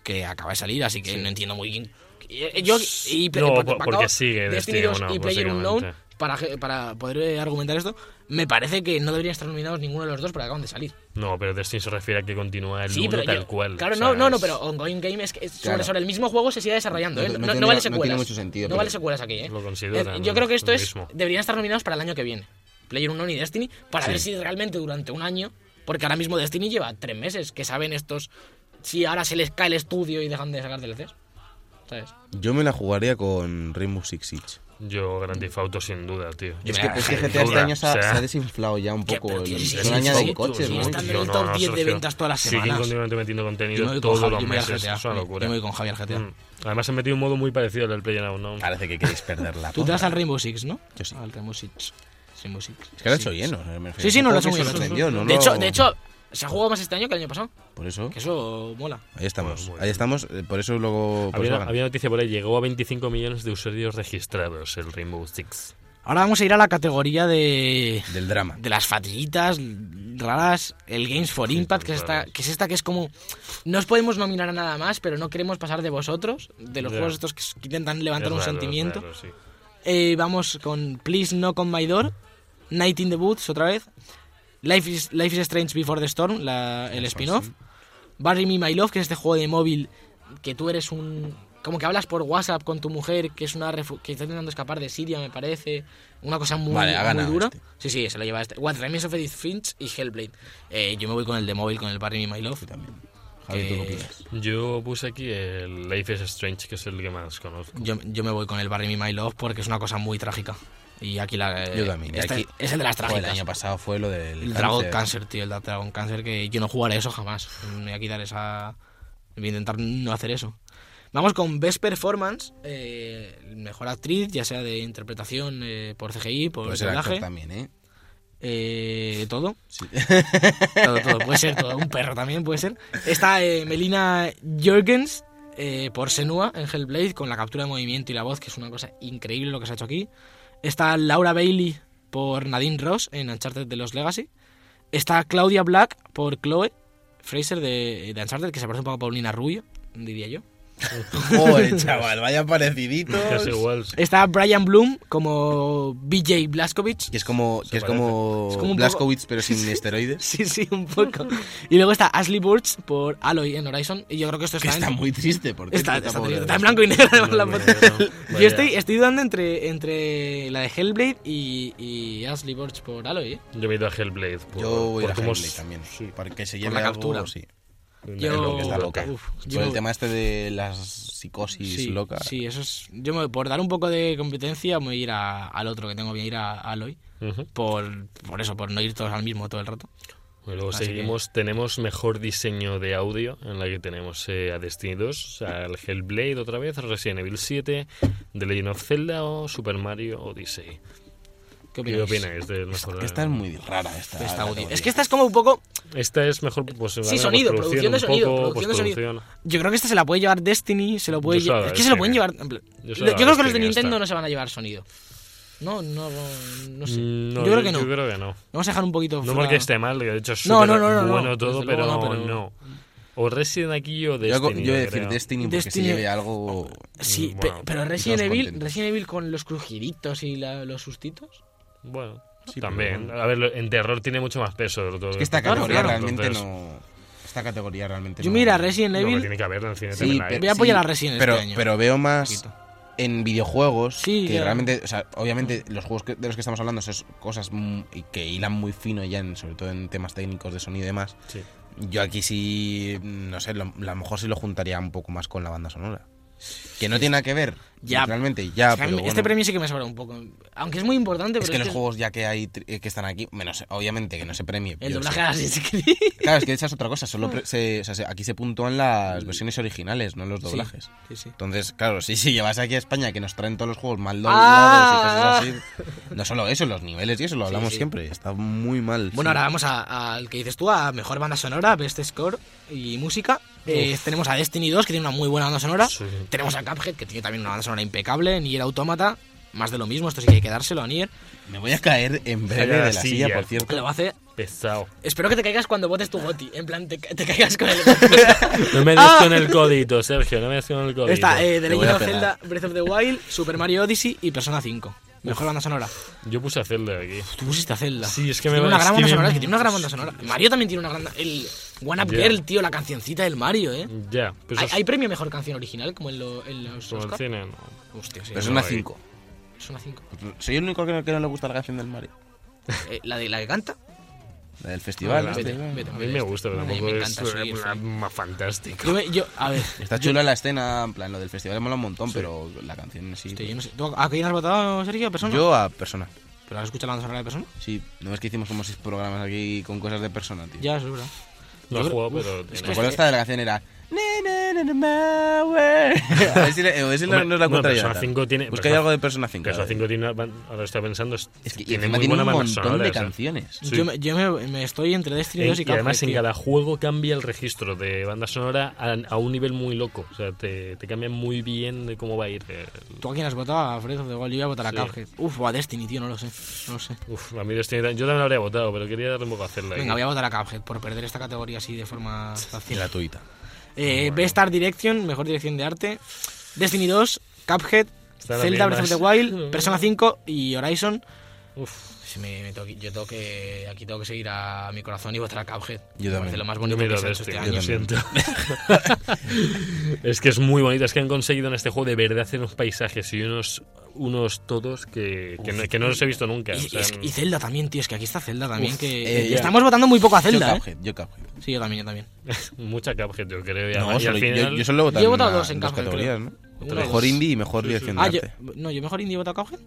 Speaker 3: que acaba de salir, así que no entiendo muy bien. Eh, Yo, y,
Speaker 1: No,
Speaker 3: eh,
Speaker 1: por-
Speaker 3: para
Speaker 1: porque
Speaker 3: acabar,
Speaker 1: sigue
Speaker 3: Destiny
Speaker 1: Destiny
Speaker 3: 2
Speaker 1: uno,
Speaker 3: y Player Unknown,
Speaker 1: básicamente.
Speaker 3: para, ge- para poder eh, argumentar esto, me parece que no deberían estar nominados ninguno de los dos porque acaban de salir.
Speaker 1: No, pero Destiny se refiere a que continúa el
Speaker 3: sí,
Speaker 1: uno
Speaker 3: pero
Speaker 1: tal
Speaker 3: yo-
Speaker 1: cual.
Speaker 3: Claro,
Speaker 1: o
Speaker 3: no,
Speaker 1: sea,
Speaker 3: no, no,
Speaker 1: es-
Speaker 3: pero Ongoing Game es que es sobre,
Speaker 2: Claro.
Speaker 3: sobre el mismo juego se sigue desarrollando,
Speaker 2: No-
Speaker 3: ¿eh?
Speaker 2: no
Speaker 3: no, no
Speaker 2: tendría-
Speaker 3: vale
Speaker 2: no tiene
Speaker 3: secuelas.
Speaker 2: mucho sentido,
Speaker 3: No
Speaker 2: pero
Speaker 3: vale secuelas aquí, ¿eh?
Speaker 1: lo consideran,
Speaker 3: Eh, yo
Speaker 1: ¿no?
Speaker 3: creo que esto
Speaker 1: Lo
Speaker 3: es.
Speaker 1: mismo.
Speaker 3: Deberían estar nominados para el año que viene. Player Unknown y Destiny, para ver si realmente durante un año. Porque ahora mismo Destiny lleva tres meses, que saben estos. Si ahora se les cae el estudio y dejan de sacar DLCs. ¿Sabes?
Speaker 2: Yo me la jugaría con Rainbow Six Siege.
Speaker 1: Yo, Grand Theft Auto, sin duda, tío.
Speaker 2: Es
Speaker 3: me
Speaker 2: que,
Speaker 3: la
Speaker 2: es que
Speaker 1: dejaría
Speaker 2: GTA este
Speaker 1: duda,
Speaker 2: año se ha,
Speaker 1: o sea.
Speaker 2: se ha desinflado ya un
Speaker 3: ¿Qué?
Speaker 2: poco.
Speaker 3: ¿Pero
Speaker 2: el-
Speaker 3: qué
Speaker 2: Se
Speaker 3: dices,
Speaker 2: han añadido
Speaker 3: Sergio?
Speaker 2: coches,
Speaker 3: Sí,
Speaker 2: ¿no?
Speaker 3: están-
Speaker 1: Yo
Speaker 3: en el top 10 de
Speaker 1: Sergio.
Speaker 3: ventas todas las
Speaker 1: Siguen
Speaker 3: semanas.
Speaker 1: continuamente metiendo
Speaker 3: Yo me
Speaker 1: contenido
Speaker 3: voy con
Speaker 1: todos
Speaker 3: Javi-
Speaker 1: los
Speaker 3: yo me voy al
Speaker 1: meses.
Speaker 3: GTA.
Speaker 1: Es una locura.
Speaker 3: Yo me voy con Javi al GTA.
Speaker 1: Mm. Además, han metido un modo muy parecido al del PlayerUnknown.
Speaker 2: Parece que queréis perder la
Speaker 3: Tú te
Speaker 2: porra.
Speaker 3: vas al Rainbow Six, ¿no?
Speaker 2: Yo sí.
Speaker 3: Al Rainbow Six. Rainbow Six.
Speaker 2: Es que lo ha
Speaker 3: Sí.
Speaker 2: hecho bien, ¿no? Me refiero,
Speaker 3: Sí, sí, no
Speaker 2: tampoco
Speaker 3: lo has muy
Speaker 2: se
Speaker 3: bien.
Speaker 2: sorprendió, no
Speaker 3: de,
Speaker 2: lo-
Speaker 3: hecho, de hecho, se ha jugado más este año que el año pasado.
Speaker 2: Por eso,
Speaker 3: Que eso mola.
Speaker 2: ahí estamos.
Speaker 1: Bueno, muy
Speaker 2: Ahí
Speaker 1: bien.
Speaker 2: estamos, eh, por eso luego... por eso
Speaker 1: Había,
Speaker 2: ganan.
Speaker 1: había noticia por ahí, llegó a 25 millones de usuarios registrados el Rainbow Six.
Speaker 3: Ahora vamos a ir a la categoría de.
Speaker 2: Del drama.
Speaker 3: de las fatiguitas raras, el Games for Impact, que es, esta,
Speaker 1: raras.
Speaker 3: que es esta que es como... No os podemos nominar a nada más, pero no queremos pasar de vosotros, de los
Speaker 1: Ya.
Speaker 3: juegos estos que s- que intentan levantar
Speaker 1: Es
Speaker 3: un
Speaker 1: raro,
Speaker 3: sentimiento.
Speaker 1: raro, sí.
Speaker 3: Eh, vamos con Please No Con My Door, Night in the Woods otra vez, Life is, Life is Strange Before the Storm, la- el spin-off, Bury Me My Love, que es este juego de móvil que tú eres un... Como que hablas por WhatsApp con tu mujer, que es una refu- que está intentando escapar de Siria, me parece. Una cosa muy,
Speaker 2: Vale, ha
Speaker 3: muy
Speaker 2: ganado
Speaker 3: dura.
Speaker 2: este.
Speaker 3: Sí, sí, se lo lleva este. What Remains of Edith Finch y Hellblade. Eh, yo me voy con el de móvil, con el Bury Me My Love.
Speaker 2: También. Javi, ¿tú qué
Speaker 3: Que-
Speaker 2: opinas?
Speaker 1: Yo puse aquí el Life is Strange, que es el que más conozco.
Speaker 3: Yo, yo me voy con el Bury Me My Love porque es una cosa muy trágica. Y aquí la... eh,
Speaker 2: Yo también, y
Speaker 3: este
Speaker 2: aquí-
Speaker 3: es el de las
Speaker 2: Joder,
Speaker 3: trágicas.
Speaker 2: el año pasado fue lo del
Speaker 3: El Dragon
Speaker 2: cáncer.
Speaker 3: Cancer, tío, el Dragon Cancer, que yo no jugaré eso jamás. Me voy a quitar esa. Voy a intentar no hacer eso. Vamos con Best Performance, eh, mejor actriz, ya sea de interpretación eh, por CGI, por
Speaker 2: Puede ser actor
Speaker 3: doblaje,
Speaker 2: también, ¿eh?
Speaker 3: eh, de todo. todo. Todo, puede ser todo. Un perro también puede ser. Está eh, Melina Jürgens eh, por Senua en Hellblade con la captura de movimiento y la voz, que es una cosa increíble lo que se ha hecho aquí. Está Laura Bailey por Nadine Ross en Uncharted de los Legacy. Está Claudia Black por Chloe Fraser de, de Uncharted, que se parece un poco a Paulina Rubio, diría yo.
Speaker 2: Joder, chaval, vaya parecidito.
Speaker 1: Es igual. sí.
Speaker 3: Está Brian Bloom como BJ Blazkowicz.
Speaker 2: Que es como, que es como,
Speaker 3: Es como un
Speaker 2: Blazkowicz, pero sin esteroides.
Speaker 3: Sí, sí, un poco. Y luego está Ashley Burch por Aloy en Horizon. Y yo creo que esto
Speaker 2: Que
Speaker 3: está,
Speaker 2: está
Speaker 3: en,
Speaker 2: muy triste. Porque
Speaker 3: Está, está- está en blanco y negro, además, la foto. Yo
Speaker 1: Vaya.
Speaker 3: estoy, estoy dudando entre, entre la de Hellblade y, y Ashley Borch por Aloy. ¿eh?
Speaker 1: Yo me he ido a Hellblade. Por,
Speaker 2: Yo
Speaker 1: por
Speaker 2: voy a ir a
Speaker 1: cómo
Speaker 2: Hellblade
Speaker 1: s-
Speaker 2: también.
Speaker 1: sí,
Speaker 2: Para que se
Speaker 3: Por
Speaker 2: lleve
Speaker 3: la
Speaker 2: algo,
Speaker 3: captura.
Speaker 2: sí. Es
Speaker 3: Yo-
Speaker 2: lo que está
Speaker 3: Uf,
Speaker 2: loca.
Speaker 3: uf, yo-
Speaker 2: Por el tema este de la psicosis
Speaker 3: Sí,
Speaker 2: loca.
Speaker 3: sí, eso es. Yo me, por dar un poco de competencia me voy a ir a- al otro que tengo, voy a ir a, a Aloy.
Speaker 1: Ujú.
Speaker 3: Por, por eso, por no ir todos al mismo todo el rato.
Speaker 1: Y luego
Speaker 3: Así
Speaker 1: seguimos, tenemos mejor diseño de audio, en la que tenemos eh, a Destiny 2, al Hellblade otra vez, Resident Evil 7, The Legend of Zelda o Super Mario Odyssey.
Speaker 3: ¿Qué
Speaker 1: ¿Qué
Speaker 3: opináis?
Speaker 1: opináis del mejor?
Speaker 2: Esta es muy rara. Esta,
Speaker 3: Esta audio.
Speaker 2: categoría.
Speaker 3: Es que esta es como un poco.
Speaker 1: Esta es mejor pues,
Speaker 3: Sí, sonido, producción de sonido,
Speaker 1: un poco,
Speaker 3: producción de sonido.
Speaker 1: postproducción.
Speaker 3: Yo creo que esta se la puede llevar Destiny, se lo puede
Speaker 1: Yo se la
Speaker 3: llevar.
Speaker 1: doy
Speaker 3: Es que se lo
Speaker 1: Destiny.
Speaker 3: pueden llevar. en plan-
Speaker 1: Yo
Speaker 3: Yo,
Speaker 1: se la doy
Speaker 3: creo que los de
Speaker 1: Destiny,
Speaker 3: Nintendo
Speaker 1: esta.
Speaker 3: no se van a llevar sonido. No, no, no sé.
Speaker 1: Mm,
Speaker 3: yo creo que no.
Speaker 1: Yo creo que no.
Speaker 3: Vamos a dejar un poquito.
Speaker 1: No
Speaker 3: fuera-
Speaker 1: porque este esté mal, que de hecho es
Speaker 3: No,
Speaker 1: súper
Speaker 3: no, no, no,
Speaker 1: bueno
Speaker 3: no,
Speaker 1: todo,
Speaker 3: desde
Speaker 1: pero,
Speaker 3: luego no, pero-
Speaker 1: no. O Resident aquí o
Speaker 2: Yo,
Speaker 1: Destiny.
Speaker 2: yo voy a
Speaker 1: yo
Speaker 2: decir
Speaker 1: creo.
Speaker 2: Destiny porque
Speaker 3: Destiny-
Speaker 2: se lleve algo.
Speaker 3: Sí,
Speaker 1: Mm,
Speaker 3: pe-
Speaker 1: bueno,
Speaker 3: pero
Speaker 2: y
Speaker 3: Resident
Speaker 2: todos
Speaker 3: Evil,
Speaker 2: contentos.
Speaker 3: Resident Evil con los crujiditos y la- los sustitos.
Speaker 1: Bueno,
Speaker 2: Sí,
Speaker 1: también.
Speaker 2: pero bueno.
Speaker 1: A ver, lo- en terror tiene mucho más peso. Todo
Speaker 2: Es que esta
Speaker 3: Claro,
Speaker 2: categoría
Speaker 3: claro.
Speaker 2: realmente
Speaker 1: Entonces,
Speaker 2: no. Esta categoría realmente
Speaker 3: Yo
Speaker 2: no.
Speaker 3: mira, Resident
Speaker 1: Lo que
Speaker 3: Evil.
Speaker 1: tiene que haber en el cine
Speaker 2: Sí,
Speaker 1: también la
Speaker 2: pero-
Speaker 3: Voy a apoyar
Speaker 2: sí,
Speaker 3: a Resident
Speaker 2: pero,
Speaker 3: este año.
Speaker 2: Pero veo más
Speaker 3: Poquito.
Speaker 2: en videojuegos
Speaker 3: Sí,
Speaker 2: que
Speaker 3: ya.
Speaker 2: realmente, o sea, obviamente los juegos que- de los que estamos hablando son cosas mm, que hilan muy fino ya, en, sobre todo en temas técnicos de sonido y demás.
Speaker 1: Sí.
Speaker 2: Yo aquí sí, mm, no sé, lo- a lo mejor sí lo juntaría un poco más con la banda sonora. Que no tiene nada que ver,
Speaker 3: Ya.
Speaker 2: Realmente ya,
Speaker 3: Es que a mí
Speaker 2: pero
Speaker 3: Este
Speaker 2: bueno.
Speaker 3: premio sí que me sobra un poco. Aunque es muy importante,
Speaker 2: Es
Speaker 3: pero
Speaker 2: que los
Speaker 3: el-
Speaker 2: juegos ya que hay tri- eh, que están aquí, menos obviamente que no se premie.
Speaker 3: El
Speaker 2: yo
Speaker 3: doblaje
Speaker 2: sé.
Speaker 3: de Assassin's Creed.
Speaker 2: Claro, es que esa es otra cosa. Solo pre- se- o sea, se- aquí se puntúan las versiones originales, no los
Speaker 3: Sí,
Speaker 2: doblajes.
Speaker 3: Sí, sí.
Speaker 2: Entonces, claro, sí, sí, llevas aquí a España que nos traen todos los juegos mal
Speaker 3: Ah.
Speaker 2: doblados y cosas así. No solo eso, los niveles y eso lo hablamos
Speaker 3: sí.
Speaker 2: siempre. Está muy mal.
Speaker 3: Bueno,
Speaker 2: sí.
Speaker 3: ahora vamos a- al que dices tú, a mejor banda sonora, best score y música. Eh, tenemos a Destiny 2, que tiene una muy buena banda sonora.
Speaker 1: Sí.
Speaker 3: Tenemos a Cuphead, que tiene también una banda sonora impecable. Nier Automata, más de lo mismo, esto sí que hay que dárselo a Nier.
Speaker 2: Me voy a caer en breve
Speaker 1: Caer a
Speaker 2: de
Speaker 1: la
Speaker 2: la silla,
Speaker 1: silla.
Speaker 2: por cierto.
Speaker 3: Lo hace.
Speaker 1: Pesado.
Speaker 3: Espero que te caigas cuando votes tu goti. En plan, te, ca- te caigas con el goti.
Speaker 1: No me des
Speaker 3: Ah.
Speaker 1: con el codito, Sergio, no me des con el codito.
Speaker 3: Está eh,
Speaker 2: Te
Speaker 3: The
Speaker 2: voy
Speaker 3: Legend
Speaker 2: a
Speaker 3: of
Speaker 2: pegar.
Speaker 3: Zelda, Breath of the Wild, Super Mario Odyssey y Persona 5. Mejor banda sonora.
Speaker 1: Yo puse a Zelda aquí.
Speaker 3: Tú pusiste a Zelda.
Speaker 1: Sí, es que
Speaker 3: tiene
Speaker 1: me-
Speaker 3: una
Speaker 1: es
Speaker 3: gran
Speaker 1: que
Speaker 3: banda
Speaker 1: me-
Speaker 3: sonora, es que tiene una gran banda sonora. Mario también tiene una gran. El One Up
Speaker 1: Ya.
Speaker 3: Girl, tío, la cancioncita del Mario, ¿eh?
Speaker 1: Ya, pero eso
Speaker 3: ¿Hay,
Speaker 1: es
Speaker 3: hay premio mejor canción original como en, lo- en los
Speaker 1: como el
Speaker 3: Oscar?
Speaker 1: cine, no.
Speaker 3: Hostia, sí.
Speaker 2: Pero es una
Speaker 1: Pues no,
Speaker 2: 5.
Speaker 3: Es una 5.
Speaker 2: Soy el único que no, que no le gusta la canción del Mario.
Speaker 3: Eh, la de la que canta.
Speaker 2: La del festival.
Speaker 1: Ah,
Speaker 2: ¿no?
Speaker 3: vete,
Speaker 2: Está-
Speaker 3: vete,
Speaker 1: A mí
Speaker 3: vete.
Speaker 1: me gusta, pero
Speaker 3: Ay,
Speaker 1: tampoco
Speaker 3: Pues me
Speaker 1: es
Speaker 3: encanta su
Speaker 1: eh,
Speaker 3: Gears,
Speaker 1: la-
Speaker 3: eh.
Speaker 1: ma- fantástico.
Speaker 3: Yo, me- yo- a ver.
Speaker 2: Está
Speaker 3: yo-
Speaker 2: chula la escena, en plan, lo del festival mola un montón, pero la canción sí. pues,
Speaker 3: Hostia, yo no sé. ¿Tú a quién has votado, Sergio? ¿A persona?
Speaker 2: Yo a persona.
Speaker 3: ¿Pero has escuchado la banda sonora de persona?
Speaker 2: Sí, no es que hicimos como seis programas aquí con cosas de persona, tío.
Speaker 3: Ya, seguro.
Speaker 1: No he jugado, pero.
Speaker 2: Me acuerdo hasta de la canción era. "Na, na, na, na, ma, we". A ver si, le- a ver si
Speaker 1: Hombre,
Speaker 2: nos la
Speaker 1: no,
Speaker 2: cuenta
Speaker 1: Persona 5 tiene-
Speaker 2: Busca
Speaker 1: Persona-
Speaker 2: algo de Persona 5.
Speaker 1: Persona
Speaker 2: a ver.
Speaker 1: 5 tiene una ban- ahora estoy pensando, es-
Speaker 2: Es que y
Speaker 1: tiene
Speaker 2: encima
Speaker 1: muy
Speaker 2: tiene
Speaker 1: buena
Speaker 2: un
Speaker 1: banda
Speaker 2: montón
Speaker 1: sonora,
Speaker 2: de
Speaker 1: o sea.
Speaker 2: canciones.
Speaker 1: Sí.
Speaker 3: Yo, me, yo me- me estoy entre Destiny
Speaker 1: En-
Speaker 3: 2 y
Speaker 1: y además
Speaker 3: Cuphead,
Speaker 1: en
Speaker 3: tío.
Speaker 1: cada juego cambia el registro de banda sonora a, a un nivel muy loco. O sea, te, te cambia muy bien de cómo va a ir. eh,
Speaker 3: ¿Tú a quién has votado? A Fred of the Wild. Yo voy a votar
Speaker 1: Sí.
Speaker 3: a Cuphead. Uf, o a Destiny, tío, no lo sé. No lo sé.
Speaker 1: Uf, a mí Destiny Time- Yo también lo habría votado, pero quería darle un poco a hacerla.
Speaker 3: Venga, voy a votar a Cuphead por perder esta categoría así de forma fácil.
Speaker 2: Gratuita.
Speaker 3: Eh, Best Art Direction, mejor dirección de arte. Destiny 2, Cuphead,
Speaker 1: Están
Speaker 3: Zelda
Speaker 1: abriendo
Speaker 3: Breath of the
Speaker 1: más.
Speaker 3: Wild, Persona 5 y Horizon.
Speaker 1: Uf,
Speaker 3: Sí, me- me tengo que- yo tengo que. Aquí tengo que seguir a mi corazón y votar a Cuphead.
Speaker 2: Yo
Speaker 3: Me
Speaker 2: también.
Speaker 3: parece lo más
Speaker 1: yo
Speaker 3: bonito
Speaker 1: me he
Speaker 3: que
Speaker 1: ido a
Speaker 3: se ha hecho este
Speaker 1: Destiny,
Speaker 3: año.
Speaker 1: lo
Speaker 2: año.
Speaker 1: siento. es que es muy bonito, es que han conseguido en este juego de verdad hacer unos paisajes y unos unos todos que, que, no, que no los he visto nunca.
Speaker 3: Y,
Speaker 1: o sea,
Speaker 3: es- y Zelda también, tío, es que aquí está Zelda también.
Speaker 1: Uf,
Speaker 3: que
Speaker 2: eh,
Speaker 3: que
Speaker 2: ya.
Speaker 3: estamos votando muy poco a
Speaker 2: Yo
Speaker 3: Zelda. ¿eh?
Speaker 2: Cuphead, yo Cuphead.
Speaker 3: Sí, yo también, yo también.
Speaker 1: mucha Cuphead, yo creo. Y,
Speaker 2: No,
Speaker 1: además- y
Speaker 2: solo,
Speaker 1: al
Speaker 2: yo,
Speaker 1: final,
Speaker 2: yo solo he votado,
Speaker 3: Yo he votado
Speaker 2: en una-
Speaker 3: dos en
Speaker 2: dos
Speaker 3: Cuphead,
Speaker 2: categorías,
Speaker 3: creo.
Speaker 2: ¿no?
Speaker 3: Una,
Speaker 2: Mejor
Speaker 3: dos.
Speaker 2: indie y mejor dirección
Speaker 3: Ah,
Speaker 2: de
Speaker 3: yo,
Speaker 2: arte.
Speaker 3: no, yo mejor indie he votado a Cuphead.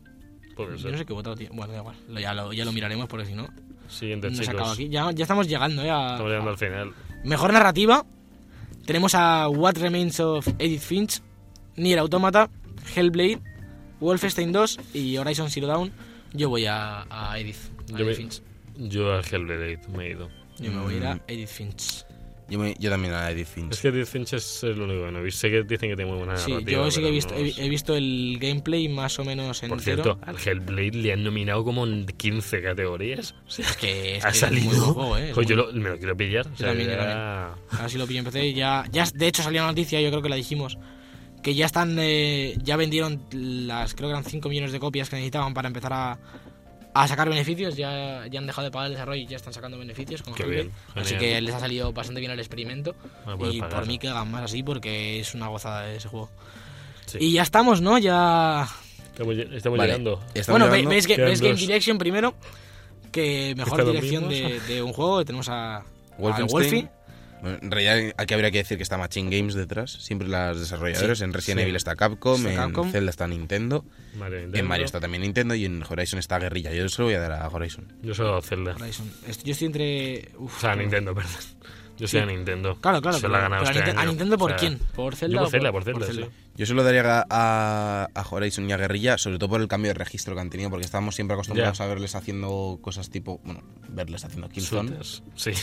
Speaker 1: puede
Speaker 3: Yo no
Speaker 1: ser.
Speaker 3: sé qué he votado, tío. Bueno, da igual. Lo- ya, lo, ya lo miraremos porque si no,
Speaker 1: Siguiente,
Speaker 3: nos acaba
Speaker 1: chicos.
Speaker 3: aquí. Ya, ya estamos llegando, ¿eh? a-
Speaker 1: Estamos llegando al final.
Speaker 3: Mejor narrativa. Tenemos a What Remains of Edith Finch, Nier Automata, Hellblade, Wolfenstein 2 y Horizon Zero Dawn. Yo voy a, a Edith,
Speaker 1: Yo
Speaker 3: a Edith
Speaker 1: me-
Speaker 3: Finch.
Speaker 1: Yo a Hellblade me he ido.
Speaker 3: Yo me voy a ir a
Speaker 2: Mm.
Speaker 3: Edith Finch.
Speaker 2: Yo, me- yo también a Edith
Speaker 1: Es
Speaker 2: Finch.
Speaker 1: que Death Finch es el único que no he visto. Sé que dicen que tiene muy buena
Speaker 3: Sí,
Speaker 1: narrativa.
Speaker 3: yo sí que he
Speaker 1: pero
Speaker 3: visto,
Speaker 1: no
Speaker 3: he,
Speaker 1: sé.
Speaker 3: he visto el gameplay más o menos entero.
Speaker 1: Por cierto, al Hellblade le han nominado como en 15 categorías. O sea,
Speaker 3: es que, es
Speaker 1: ha
Speaker 3: que es
Speaker 1: salido.
Speaker 3: muy buen juego, ¿eh? Es
Speaker 1: Jo, yo
Speaker 3: muy-
Speaker 1: lo- me lo quiero pillar. O sea,
Speaker 3: también, yo
Speaker 1: ya-
Speaker 3: A ver si lo pillo en PC. Ya, ya, de hecho, salió la noticia, yo creo que la dijimos. Que ya están. eh, ya vendieron las. Creo que eran 5 millones de copias que necesitaban para empezar a, a sacar beneficios. Ya, ya han dejado de pagar el desarrollo y ya están sacando beneficios. Con
Speaker 1: Qué
Speaker 3: Hellblade.
Speaker 1: bien,
Speaker 3: Así
Speaker 1: genial.
Speaker 3: que les ha salido bastante bien el experimento.
Speaker 1: Me lo puedes
Speaker 3: Y
Speaker 1: pagar.
Speaker 3: por mí que hagan más así porque es una gozada ese juego.
Speaker 1: Sí.
Speaker 3: Y ya estamos, ¿no? Ya.
Speaker 1: Estamos, lle- estamos
Speaker 2: Vale,
Speaker 1: llegando.
Speaker 2: estamos
Speaker 3: Bueno, ve-
Speaker 2: llegando-
Speaker 3: ves, que,
Speaker 1: Quedan
Speaker 3: ves Game
Speaker 1: dos. Este
Speaker 3: Direction primero. Que mejor
Speaker 1: Están los
Speaker 3: dirección de,
Speaker 1: mismos.
Speaker 3: de un juego. Tenemos a. a
Speaker 2: Wolfenstein.
Speaker 3: Wolfie.
Speaker 2: Bueno, en realidad aquí habría que decir que está Machine Games detrás, siempre las desarrolladoras. En Resident
Speaker 1: sí.
Speaker 2: Evil está Capcom,
Speaker 3: Está
Speaker 2: en
Speaker 3: Capcom.
Speaker 2: Zelda está Nintendo,
Speaker 1: Mario
Speaker 2: en
Speaker 1: Nintendo.
Speaker 2: Mario está también Nintendo y en Horizon está Guerrilla. Yo se lo voy a dar a Horizon.
Speaker 1: Yo soy a Zelda.
Speaker 3: Horizon. Est- Yo estoy entre. Uf,
Speaker 1: O sea, a Nintendo, perdón. Yo soy a Nintendo.
Speaker 3: Claro, claro.
Speaker 1: Se
Speaker 3: pero-
Speaker 1: la ha ganado
Speaker 3: pero a
Speaker 1: este
Speaker 3: Ninte- a,
Speaker 1: año.
Speaker 3: Nintendo por
Speaker 1: O sea,
Speaker 3: quién? ¿Por Zelda?
Speaker 1: Yo por
Speaker 3: o
Speaker 1: Zelda, por Zelda, sí.
Speaker 2: Yo se lo daría a, a- a Horizon y a Guerrilla, sobre todo por el cambio de registro que han tenido, porque estábamos siempre acostumbrados
Speaker 1: Ya.
Speaker 2: a verles haciendo cosas tipo, bueno, verles haciendo Killzone.
Speaker 1: Shooters. Sí.
Speaker 2: Y,
Speaker 3: Pues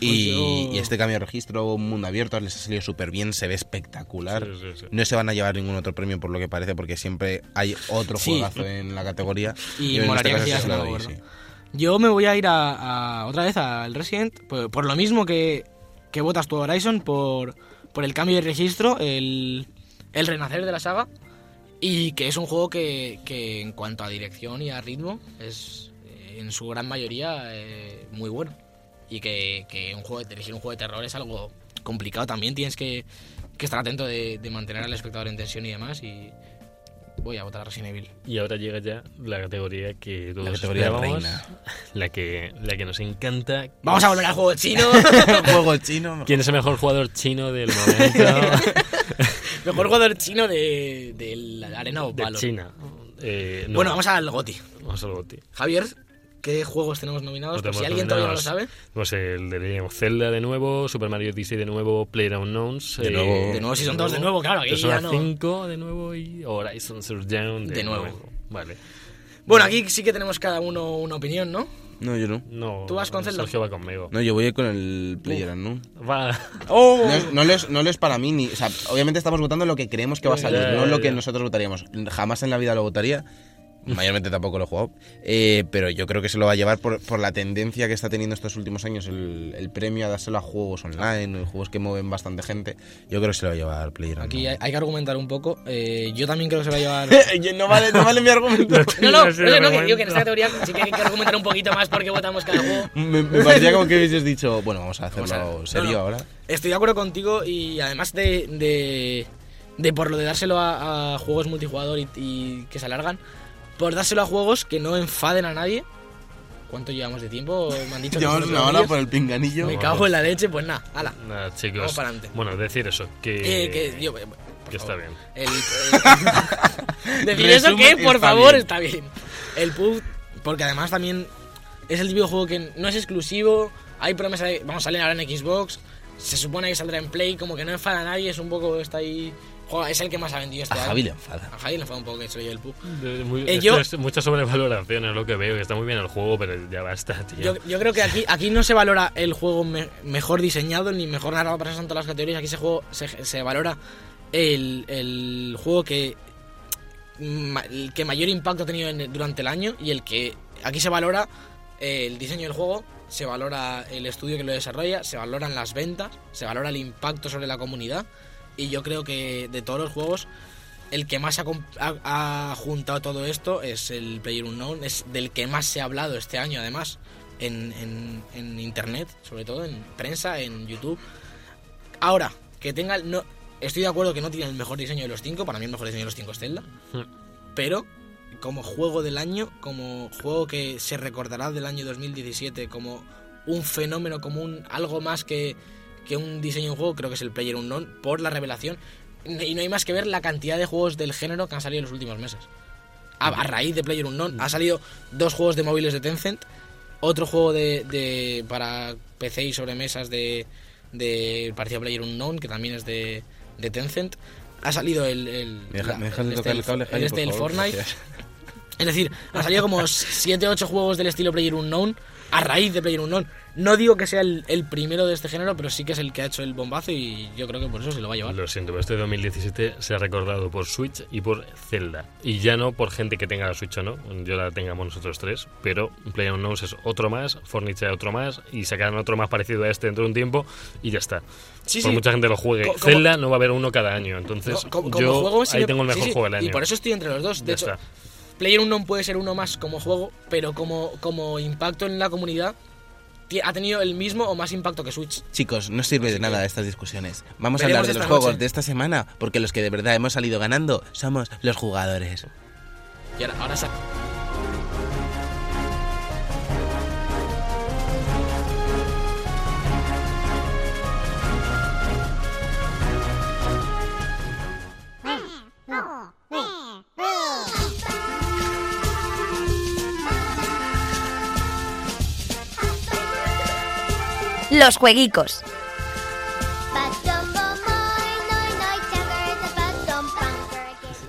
Speaker 3: yo-
Speaker 2: y este cambio de registro, un mundo abierto, les ha salido súper bien, se ve espectacular.
Speaker 1: Sí, sí, sí.
Speaker 2: No se van a llevar ningún otro premio por lo que parece, porque siempre hay otro
Speaker 3: Sí.
Speaker 2: juegazo en la categoría.
Speaker 3: Y
Speaker 2: en este
Speaker 3: molaría que
Speaker 2: caso
Speaker 3: sigas
Speaker 2: sí
Speaker 3: en
Speaker 2: se lo
Speaker 3: algo,
Speaker 2: doy,
Speaker 3: Yo me voy a ir a, a- otra vez al Resident. Por, por lo mismo que, que votas tu Horizon, por, por el cambio de registro, el, el renacer de la saga. Y que es un juego que, que en cuanto a dirección y a ritmo, es eh, en su gran mayoría eh, muy bueno. Y que, que un juego de, dirigir un juego de terror es algo complicado también. Tienes que, que estar atento de, de mantener al espectador en tensión y demás. Y voy a votar a Resident Evil.
Speaker 1: Y ahora llega ya la categoría que todos
Speaker 2: La categoría
Speaker 1: esperábamos,
Speaker 2: reina.
Speaker 1: La que, la que nos encanta. que
Speaker 3: Vamos a volver al juego chino.
Speaker 2: sí. Juego chino.
Speaker 1: ¿Quién es el mejor jugador chino del momento?
Speaker 3: Mejor jugador chino de, de la arena o
Speaker 1: de
Speaker 3: palo.
Speaker 1: China. Eh, no.
Speaker 3: Bueno, vamos al Goti.
Speaker 1: Vamos al GOTY.
Speaker 3: Javier, ¿qué juegos tenemos nominados?
Speaker 1: No
Speaker 3: Por si
Speaker 1: Pues tenemos
Speaker 3: alguien todavía no lo sabe.
Speaker 1: nominados. Pues el de Zelda de nuevo, Super Mario Odyssey de nuevo, PlayerUnknown's.
Speaker 2: De nuevo.
Speaker 3: De nuevo, si son todos de nuevo, claro, aquí
Speaker 1: Persona
Speaker 3: ya no.
Speaker 1: 5 de nuevo y Horizon Zero Dawn de,
Speaker 3: De nuevo.
Speaker 1: Vale.
Speaker 3: Bueno, aquí sí que tenemos cada uno una opinión, ¿no?
Speaker 2: No, yo no.
Speaker 1: No,
Speaker 3: ¿Tú vas con Zelda?
Speaker 1: Sergio va conmigo.
Speaker 2: No, yo voy con el player, ¿no?
Speaker 1: Va.
Speaker 3: ¡Oh!
Speaker 2: No es, no lo es- no lo es para mí ni. O sea, obviamente estamos votando lo que creemos que va a salir,
Speaker 1: Ya, ya,
Speaker 2: no lo que
Speaker 1: ya.
Speaker 2: nosotros votaríamos. Jamás en la vida lo votaría. Mayormente tampoco lo he jugado. Eh, pero yo creo que se lo va a llevar por, por la tendencia que está teniendo estos últimos años el, el premio a dárselo a juegos online, juegos que mueven bastante gente. Yo creo que se lo va a llevar Player.
Speaker 3: Aquí hay, hay que argumentar un poco. Eh, yo también creo que se va a llevar.
Speaker 2: no, vale, no vale mi argumento.
Speaker 3: No, no,
Speaker 1: Sí,
Speaker 3: no, no, que
Speaker 1: vergüenza.
Speaker 3: digo que en esta categoría sí que hay que argumentar un poquito más porque votamos cada juego.
Speaker 2: me, me parecía como que hubieses dicho, bueno, vamos a hacerlo
Speaker 3: Vamos a ver. No,
Speaker 2: serio
Speaker 3: no.
Speaker 2: ahora.
Speaker 3: Estoy de acuerdo contigo y además de, de, de por lo de dárselo a, a juegos multijugador y, y que se alargan, por dárselo a juegos que no enfaden a nadie. ¿Cuánto llevamos de tiempo? Me han dicho que
Speaker 2: Llevamos
Speaker 3: son
Speaker 2: una
Speaker 3: ocho
Speaker 2: hora
Speaker 3: días.
Speaker 2: por el pinganillo.
Speaker 3: Me cago en la leche, pues nada, ala.
Speaker 1: Nada, chicos.
Speaker 3: Vamos pa'lante.
Speaker 1: Bueno, decir eso, que,
Speaker 3: Eh, que yo, eh, por
Speaker 1: que está
Speaker 3: favor.
Speaker 1: bien.
Speaker 3: El, el- decir eso
Speaker 2: Resumen,
Speaker 3: que, por
Speaker 2: está
Speaker 3: favor,
Speaker 2: bien.
Speaker 3: está bien. El PUB, porque además también es el típico juego que no es exclusivo. Hay promesa de. Vamos a salir ahora en Xbox. Se supone que saldrá en Play. Como que no enfada a nadie. Es un poco. Está ahí. Joder, es el que más ha vendido este
Speaker 2: A
Speaker 3: año.
Speaker 2: Javi le enfada.
Speaker 3: A Javi le enfada un poco que se lo lleve el PUB.
Speaker 1: De- muy-
Speaker 3: Eh,
Speaker 1: esto
Speaker 3: yo-
Speaker 1: es mucha sobrevaloración es lo que veo, que está muy bien el juego, pero ya basta, tío.
Speaker 3: Yo, yo creo que aquí, aquí no se valora el juego me- mejor diseñado ni mejor narrado para esas son todas las categorías. Aquí se, juego, se, se valora el, el juego que, ma- el que mayor impacto ha tenido en- durante el año y el que aquí se valora eh, el diseño del juego, se valora el estudio que lo desarrolla, se valoran las ventas, se valora el impacto sobre la comunidad. Y yo creo que de todos los juegos, el que más ha, comp- ha- ha juntado todo esto es el Player Unknown, es del que más se ha hablado este año además, en, en- en internet, sobre todo en prensa, en YouTube. Ahora, que tenga el- no Estoy de acuerdo que no tiene el mejor diseño de los cinco, para mí el mejor diseño de los cinco es Zelda,
Speaker 1: Hmm.
Speaker 3: pero como juego del año, como juego que se recordará del año 2017, como un fenómeno, como un algo más que, que un diseño de un juego, creo que es el Player Unknown, por la revelación. Y no hay más que ver la cantidad de juegos del género que han salido en los últimos meses. A, a raíz de Player Unknown, ha salido dos juegos de móviles de Tencent, otro juego de, de- para PC y sobremesas de, de parecido Player Unknown, que también es de, de Tencent. Ha salido el. el
Speaker 2: Me deja-
Speaker 3: la-
Speaker 2: me dejas de
Speaker 3: este
Speaker 2: tocar el
Speaker 3: del-
Speaker 2: cable, Javi,
Speaker 3: este
Speaker 2: por
Speaker 3: del
Speaker 2: favor,
Speaker 3: Fortnite.
Speaker 2: gracias.
Speaker 3: Es decir, han salido como 7 8 juegos del estilo Player Unknown a raíz de Player Unknown. No digo que sea el, el primero de este género, pero sí que es el que ha hecho el bombazo y yo creo que por eso se lo va a llevar.
Speaker 1: Lo siento, pero este 2017 se ha recordado por Switch y por Zelda. Y ya no por gente que tenga la Switch o no, yo la tengamos nosotros tres, pero PlayerUnknown's es otro más, Fortnite es otro más, y sacarán otro más parecido a este dentro de un tiempo y ya está.
Speaker 3: Sí,
Speaker 1: por
Speaker 3: sí.
Speaker 1: mucha gente lo juegue.
Speaker 3: Co- como-
Speaker 1: Zelda no va a haber uno cada año, entonces
Speaker 3: Co- como
Speaker 1: yo
Speaker 3: juego, sí
Speaker 1: ahí
Speaker 3: me-
Speaker 1: tengo el
Speaker 3: sí,
Speaker 1: mejor
Speaker 3: sí,
Speaker 1: juego del año.
Speaker 3: Y por eso estoy entre los dos. De
Speaker 1: Ya
Speaker 3: hecho,
Speaker 1: está.
Speaker 3: Player Unknown puede ser uno más como juego, pero como, como impacto en la comunidad ti- ha tenido el mismo o más impacto que Switch.
Speaker 2: Chicos, no sirve de nada estas discusiones. Vamos a
Speaker 3: Veremos
Speaker 2: hablar de los
Speaker 3: esta
Speaker 2: juegos
Speaker 3: noche.
Speaker 2: de esta semana, porque los que de verdad hemos salido ganando somos los jugadores.
Speaker 3: Y ahora, ahora sa-
Speaker 4: Los jueguicos.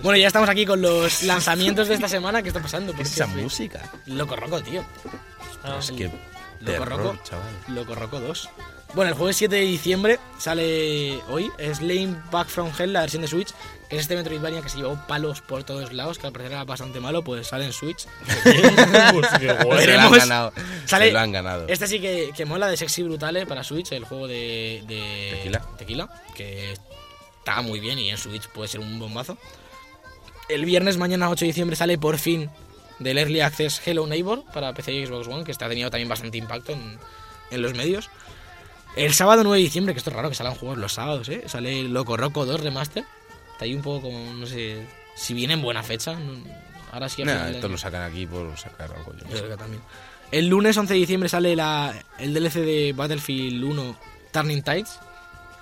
Speaker 3: Bueno, ya estamos aquí con los lanzamientos de esta semana. ¿Qué está pasando?
Speaker 2: ¿Qué es
Speaker 3: Porque
Speaker 2: esa
Speaker 3: fue-
Speaker 2: música?
Speaker 3: Loco Roco, tío.
Speaker 2: Es que
Speaker 3: Ah, Loco Roco.
Speaker 2: terror, chaval.
Speaker 3: Loco Roco 2. Bueno, el jueves 7 de diciembre sale hoy Slane Back from Hell, la versión de Switch, que es este Metroidvania que se llevó palos por todos lados, que al parecer era bastante malo, pues sale en Switch.
Speaker 1: Pues qué guay.
Speaker 2: Se lo han
Speaker 3: Veremos.
Speaker 2: ganado.
Speaker 3: Sale-
Speaker 2: Se lo han ganado.
Speaker 3: Este sí que, que mola de Sexy Brutale para Switch, el juego de, de
Speaker 2: Tequila.
Speaker 3: que está muy bien y en Switch puede ser un bombazo. El viernes mañana 8 de diciembre sale por fin del Early Access Hello Neighbor para PC y Xbox One, que está teniendo también bastante impacto en, en los medios. El sábado 9 de diciembre, que esto es raro que salgan juegos los sábados, ¿eh? sale Loco Roco 2 Remaster. Está ahí un poco como, no sé, si viene en buena fecha. no- ahora sí a
Speaker 2: Nah,
Speaker 3: final de
Speaker 2: esto
Speaker 3: año.
Speaker 2: lo sacan aquí por sacar algo. yo no sé.
Speaker 3: Yo creo que también. El lunes 11 de diciembre sale la, el DLC de Battlefield 1 Turning Tides,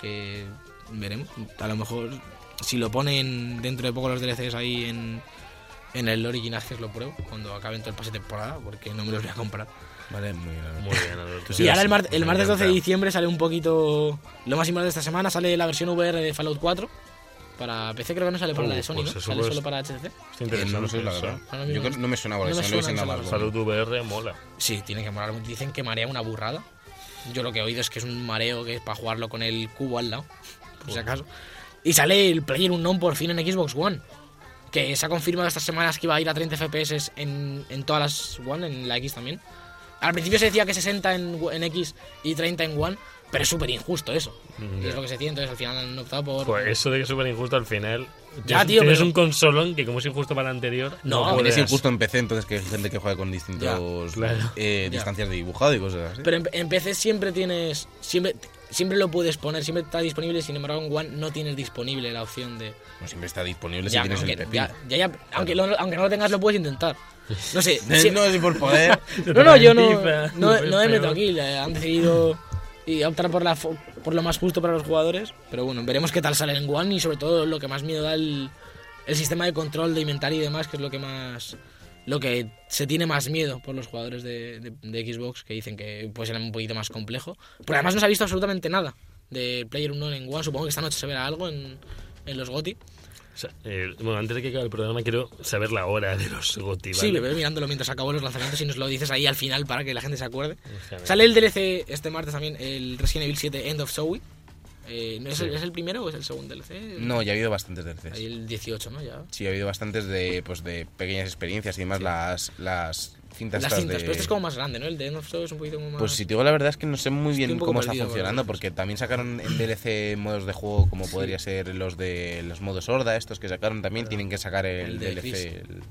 Speaker 3: que veremos, a lo mejor si lo ponen dentro de poco los DLCs ahí en, en el Origin Access, lo pruebo cuando acaben todo el pase de temporada, porque no me los voy a comprar.
Speaker 2: Vale, muy bien. Eh, Alberto.
Speaker 1: Muy bien, Alberto.
Speaker 3: Y ahora el, mar- el
Speaker 2: me
Speaker 3: martes 12 de
Speaker 2: encanta.
Speaker 3: diciembre sale un poquito. Lo más importante de esta semana sale la versión VR de Fallout 4. Para PC creo que no sale para
Speaker 1: Uh,
Speaker 3: la de Sony,
Speaker 1: pues
Speaker 3: ¿no?
Speaker 1: eso
Speaker 3: Sale
Speaker 1: pues-
Speaker 3: solo para HTC.
Speaker 1: Está
Speaker 2: Eh,
Speaker 1: interesante
Speaker 2: no lo sé, la
Speaker 1: eso.
Speaker 2: verdad.
Speaker 3: Ahora mismo
Speaker 2: Yo creo,
Speaker 3: no-
Speaker 2: no me suena por
Speaker 3: no
Speaker 2: eso,
Speaker 3: me
Speaker 2: no lo
Speaker 3: suena,
Speaker 2: dicen nada
Speaker 3: no
Speaker 2: más.
Speaker 3: me suena.
Speaker 1: Salud VR mola.
Speaker 3: Sí, tiene que molar. Dicen que marea una burrada. Yo lo que he oído es que es un mareo que es para jugarlo con el cubo al lado, por si acaso. Y sale el Player Unknown por fin en Xbox One. Que se ha confirmado estas semanas que iba a ir a 30 FPS en, en todas las One, en la X también. Al principio se decía que 60 en, en X y 30 en One, pero es súper injusto eso.
Speaker 1: Mm,
Speaker 3: Y
Speaker 1: ya.
Speaker 3: es lo que se decía, entonces al final han optado por...
Speaker 1: Pues eso de que es súper injusto al final.
Speaker 3: Ya,
Speaker 1: tienes-
Speaker 3: Ah, tío,
Speaker 1: Tienes
Speaker 3: pero-
Speaker 1: un consolón que, como es injusto para el anterior, no,
Speaker 3: No, pero
Speaker 2: También
Speaker 1: puedes.
Speaker 2: es injusto en PC, entonces que hay gente que juega con distintos
Speaker 1: claro.
Speaker 2: eh,
Speaker 3: Pues Ya.
Speaker 2: distancias de dibujado y cosas así.
Speaker 3: Pero en, en PC siempre tienes. Siempre, siempre lo puedes poner, siempre está disponible. Sin embargo, en One no tienes disponible la opción de.
Speaker 2: No Pues siempre está disponible
Speaker 3: Ya,
Speaker 2: si tienes
Speaker 3: aunque,
Speaker 2: el pepino.
Speaker 3: ya- ya- ya- aunque, lo- aunque no lo tengas, lo puedes intentar. No sé. si-
Speaker 2: No, si por poder.
Speaker 3: no, no, yo no,
Speaker 1: Ralentiza,
Speaker 3: no,
Speaker 1: es
Speaker 3: no me
Speaker 1: peor.
Speaker 3: meto aquí. eh, Han decidido y optar por, la, fo- por lo más justo para los jugadores. Pero bueno, veremos qué tal sale en One y sobre todo lo que más miedo da el, el sistema de control de inventario y demás, que es lo que más lo que se tiene más miedo por los jugadores de, de- de Xbox, que dicen que puede ser un poquito más complejo. Pero además no se ha visto absolutamente nada de Player 1 en One. Supongo que esta noche se verá algo en, en los GOTI.
Speaker 1: O sea, eh, bueno, antes de que acabe el programa, quiero saber la hora de los GOTY.
Speaker 3: Sí,
Speaker 1: ¿vale?
Speaker 3: lo veo mirándolo mientras acabo los lanzamientos y nos lo dices ahí al final para que la gente se acuerde.
Speaker 1: Genial.
Speaker 3: Sale el DLC este martes también, el Resident Evil 7 End of Zoe. Eh, ¿no es, el, es el primero o es el segundo DLC?
Speaker 2: No, ya ha habido bastantes DLCs.
Speaker 3: Ahí el 18, ¿no? Ya.
Speaker 2: Sí, ha habido bastantes de, pues, de pequeñas experiencias y demás, las, las cintas.
Speaker 3: Las
Speaker 2: estas
Speaker 3: cintas,
Speaker 2: de-
Speaker 3: pero este es como más grande, ¿no? El de End of Zoe es un poquito como más...
Speaker 2: Pues si te digo la verdad es que no sé muy bien
Speaker 3: un poco
Speaker 2: cómo está
Speaker 3: perdido con
Speaker 2: funcionando,
Speaker 3: los
Speaker 2: porque también sacaron en DLC modos de juego como podría ser los de los modos horda, estos que sacaron también, tienen que sacar el,
Speaker 3: El de Mm. Chris.
Speaker 2: DLC. El,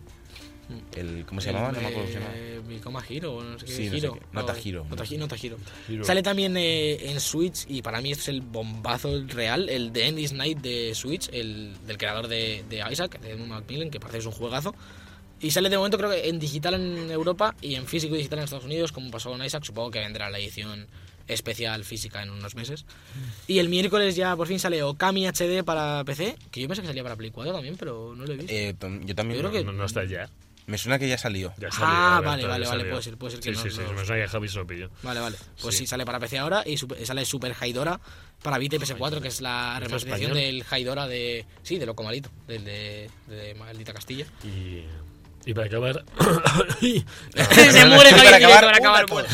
Speaker 2: el- ¿Cómo se llamaba? No me acuerdo cómo se llamaba.
Speaker 3: Eh, Become a Hero, o no sé qué.
Speaker 2: Sí, no sé
Speaker 3: Hero,
Speaker 2: qué. Not a
Speaker 3: algo así.
Speaker 2: Hero.
Speaker 3: Not a Hi- Not a Hero.
Speaker 1: Hero.
Speaker 3: Sale también eh, en Switch, y para mí este es el bombazo real, el The End is Night de Switch, el del creador de, de Isaac, de Edmund Macmillan, que parece que es un juegazo. Y sale de momento creo que en digital en Europa y en físico y digital en Estados Unidos, como pasó con Isaac, supongo que vendrá la edición especial física en unos meses. Y el miércoles ya por fin sale Okami HD para PC, que yo pensé que salía para Play 4 también, pero no lo he visto.
Speaker 2: Eh, tom- yo también.
Speaker 3: Yo creo que-
Speaker 1: No, no está ya.
Speaker 2: Me suena que ya salió.
Speaker 1: Ya
Speaker 3: Ah,
Speaker 1: salió,
Speaker 3: vale,
Speaker 1: Alberto,
Speaker 3: vale,
Speaker 1: ya
Speaker 3: vale,
Speaker 1: salió.
Speaker 3: puede ser, puede ser que
Speaker 1: sí,
Speaker 3: no-
Speaker 1: Sí, sí,
Speaker 3: no-
Speaker 1: se me suena que Javi se lo pilló.
Speaker 3: Vale, vale. Pues
Speaker 1: Sí.
Speaker 3: sí, sale para PC ahora y super- sale Super Haidora para Vita y PS4, que es la
Speaker 1: ¿Está
Speaker 3: remasterización
Speaker 1: español?
Speaker 3: del Haidora de. Sí, de Loco Malito, del de, de Maldita Castilla.
Speaker 1: Y, y para acabar,
Speaker 3: Se muere
Speaker 2: Para
Speaker 3: Javier Guillén,
Speaker 2: acabar,
Speaker 3: para acabar,
Speaker 2: un dato.
Speaker 3: muere.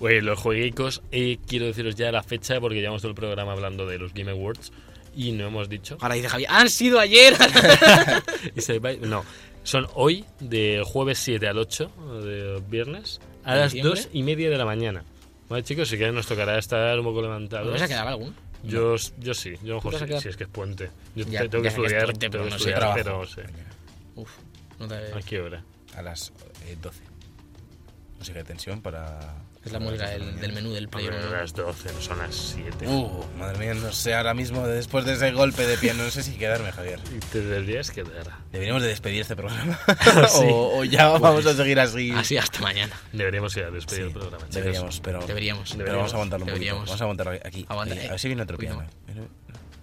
Speaker 1: Oye, los jueguicos, eh, quiero deciros ya la fecha porque llevamos todo el programa hablando de los Game Awards y no hemos dicho.
Speaker 3: Ahora dice Javier, han sido ayer.
Speaker 1: Y se va- no, son hoy, de jueves 7 al 8 de viernes, a
Speaker 3: ¿De
Speaker 1: las
Speaker 3: diciembre?
Speaker 1: 2 y media de la mañana. Vale, chicos, si que nos tocará estar un poco
Speaker 3: ¿Os
Speaker 1: levantados.
Speaker 3: vais Pues a quedar alguno?
Speaker 1: Yo, yo sí, yo a lo mejor
Speaker 3: ¿Te vas a
Speaker 1: sí,
Speaker 3: quedar?
Speaker 1: si es que es puente. Yo
Speaker 3: Ya,
Speaker 1: te- tengo que
Speaker 3: ya sé que es
Speaker 1: estudiar,
Speaker 3: puente,
Speaker 1: tengo
Speaker 3: pero
Speaker 1: que
Speaker 3: no sé,
Speaker 1: estudiar,
Speaker 2: trabajo.
Speaker 1: pero sé.
Speaker 3: Uf, no te.
Speaker 1: ¿A qué hora?
Speaker 2: A las eh, 12. No sé qué tensión para.
Speaker 3: Es la música del, del menú del Play.
Speaker 1: Hombre,
Speaker 3: uno,
Speaker 1: a
Speaker 3: ¿no?
Speaker 1: las 12, no son las 7.
Speaker 2: Uh, madre mía, no sé ahora mismo, después de ese golpe de pie, no sé si quedarme, Javier.
Speaker 1: Y te deberías quedar.
Speaker 2: Deberíamos de despedir este programa.
Speaker 1: Sí.
Speaker 2: o, o ya vamos a seguir así.
Speaker 3: Así hasta mañana.
Speaker 1: Deberíamos ir a despedir
Speaker 2: Sí,
Speaker 1: el programa, chicos.
Speaker 2: deberíamos, pero,
Speaker 3: Deberíamos.
Speaker 2: pero vamos a aguantarlo un poquito.
Speaker 3: Deberíamos.
Speaker 2: Vamos a aguantar aquí.
Speaker 3: Aguanta,
Speaker 2: Eh,
Speaker 3: eh.
Speaker 2: a ver si viene otro
Speaker 3: Cuidado.
Speaker 2: piano.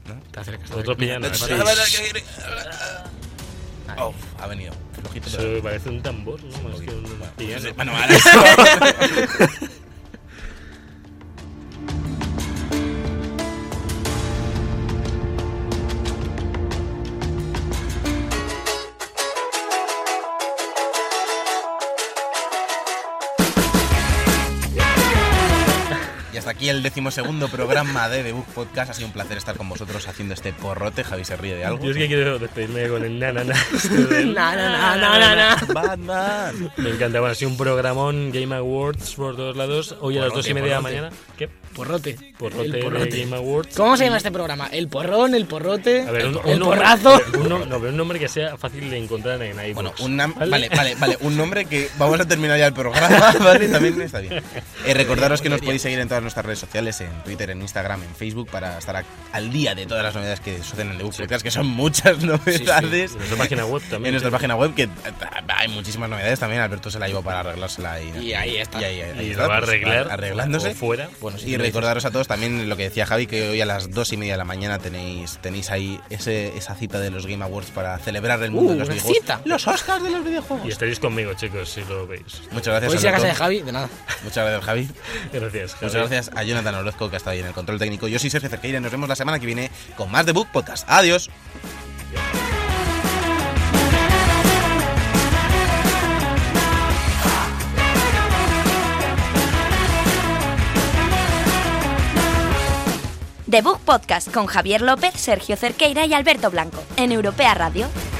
Speaker 2: ¿No?
Speaker 3: Te acercas.
Speaker 1: Otro piano. ¿eh?
Speaker 2: Espera, espera, que- Oh, ha venido. Flojito, pero-
Speaker 1: Eso me parece un tambor, ¿no? Más Pues que un
Speaker 3: pues
Speaker 1: piano.
Speaker 2: Bueno, ahora- Y hasta aquí el decimosegundo programa de The Book Podcast. Ha sido un placer estar con vosotros haciendo este porrote. Javi se ríe de algo.
Speaker 1: Yo es que quiero despedirme con el na na na.
Speaker 3: Na, na, na, na, na, na.
Speaker 2: Batman.
Speaker 1: Me encanta. Bueno, ha sido un programón Game Awards por todos lados. Hoy a las
Speaker 2: Porrote,
Speaker 1: dos y media de la
Speaker 2: porrote.
Speaker 1: mañana. ¿Qué?
Speaker 3: Porrote.
Speaker 1: Porrote,
Speaker 3: El porrote.
Speaker 1: de Game Awards.
Speaker 3: ¿Cómo se llama este programa? ¿El porrón? ¿El porrote?
Speaker 1: A ver, un,
Speaker 3: ¿El
Speaker 1: un nombre-
Speaker 3: porrazo?
Speaker 1: un nom- no, pero un nombre que sea fácil de encontrar en iVoox.
Speaker 2: Bueno, un nam- vale, vale, vale, un nombre que vamos a terminar ya el programa, ¿vale? También está bien. Eh, recordaros que nos podéis seguir en todas nuestras redes redes sociales, en Twitter, en Instagram, en Facebook, para estar a- al día de todas las novedades que suceden en The Book Podcast, que son muchas novedades.
Speaker 1: En nuestra página web también.
Speaker 2: En nuestra página web, que eh, hay muchísimas novedades también. Alberto se la llevó para arreglársela y,
Speaker 3: Y ahí está.
Speaker 2: Y, ahí- ahí
Speaker 1: Y
Speaker 2: está,
Speaker 1: lo va a
Speaker 2: pues,
Speaker 1: arreglar.
Speaker 2: Arreglándose.
Speaker 1: o fuera.
Speaker 3: Bueno, sí,
Speaker 2: Y
Speaker 3: lo dices.
Speaker 2: recordaros a todos también lo que decía Javi, que hoy a las dos y media de la mañana tenéis, tenéis ahí ese, esa cita de los Game Awards para celebrar el mundo
Speaker 3: Uh,
Speaker 2: de los
Speaker 3: una
Speaker 2: videojuegos.
Speaker 3: cita.
Speaker 2: Los Oscars de los
Speaker 1: Y
Speaker 2: videojuegos.
Speaker 1: estaréis conmigo, chicos, si lo veis.
Speaker 2: Muchas gracias,
Speaker 3: ¿Podéis Pues ir a
Speaker 2: Alberto.
Speaker 3: casa de Javi? De nada.
Speaker 2: Muchas gracias, Javi.
Speaker 1: Gracias. Javi.
Speaker 2: Muchas gracias a Jonathan Orozco, que ha estado ahí en el control técnico. Yo soy Sergio Cerqueira y nos vemos la semana que viene con más de Book Podcast. Adiós.
Speaker 4: The Book Podcast con Javier López, Sergio Cerqueira y Alberto Blanco en Europea Radio.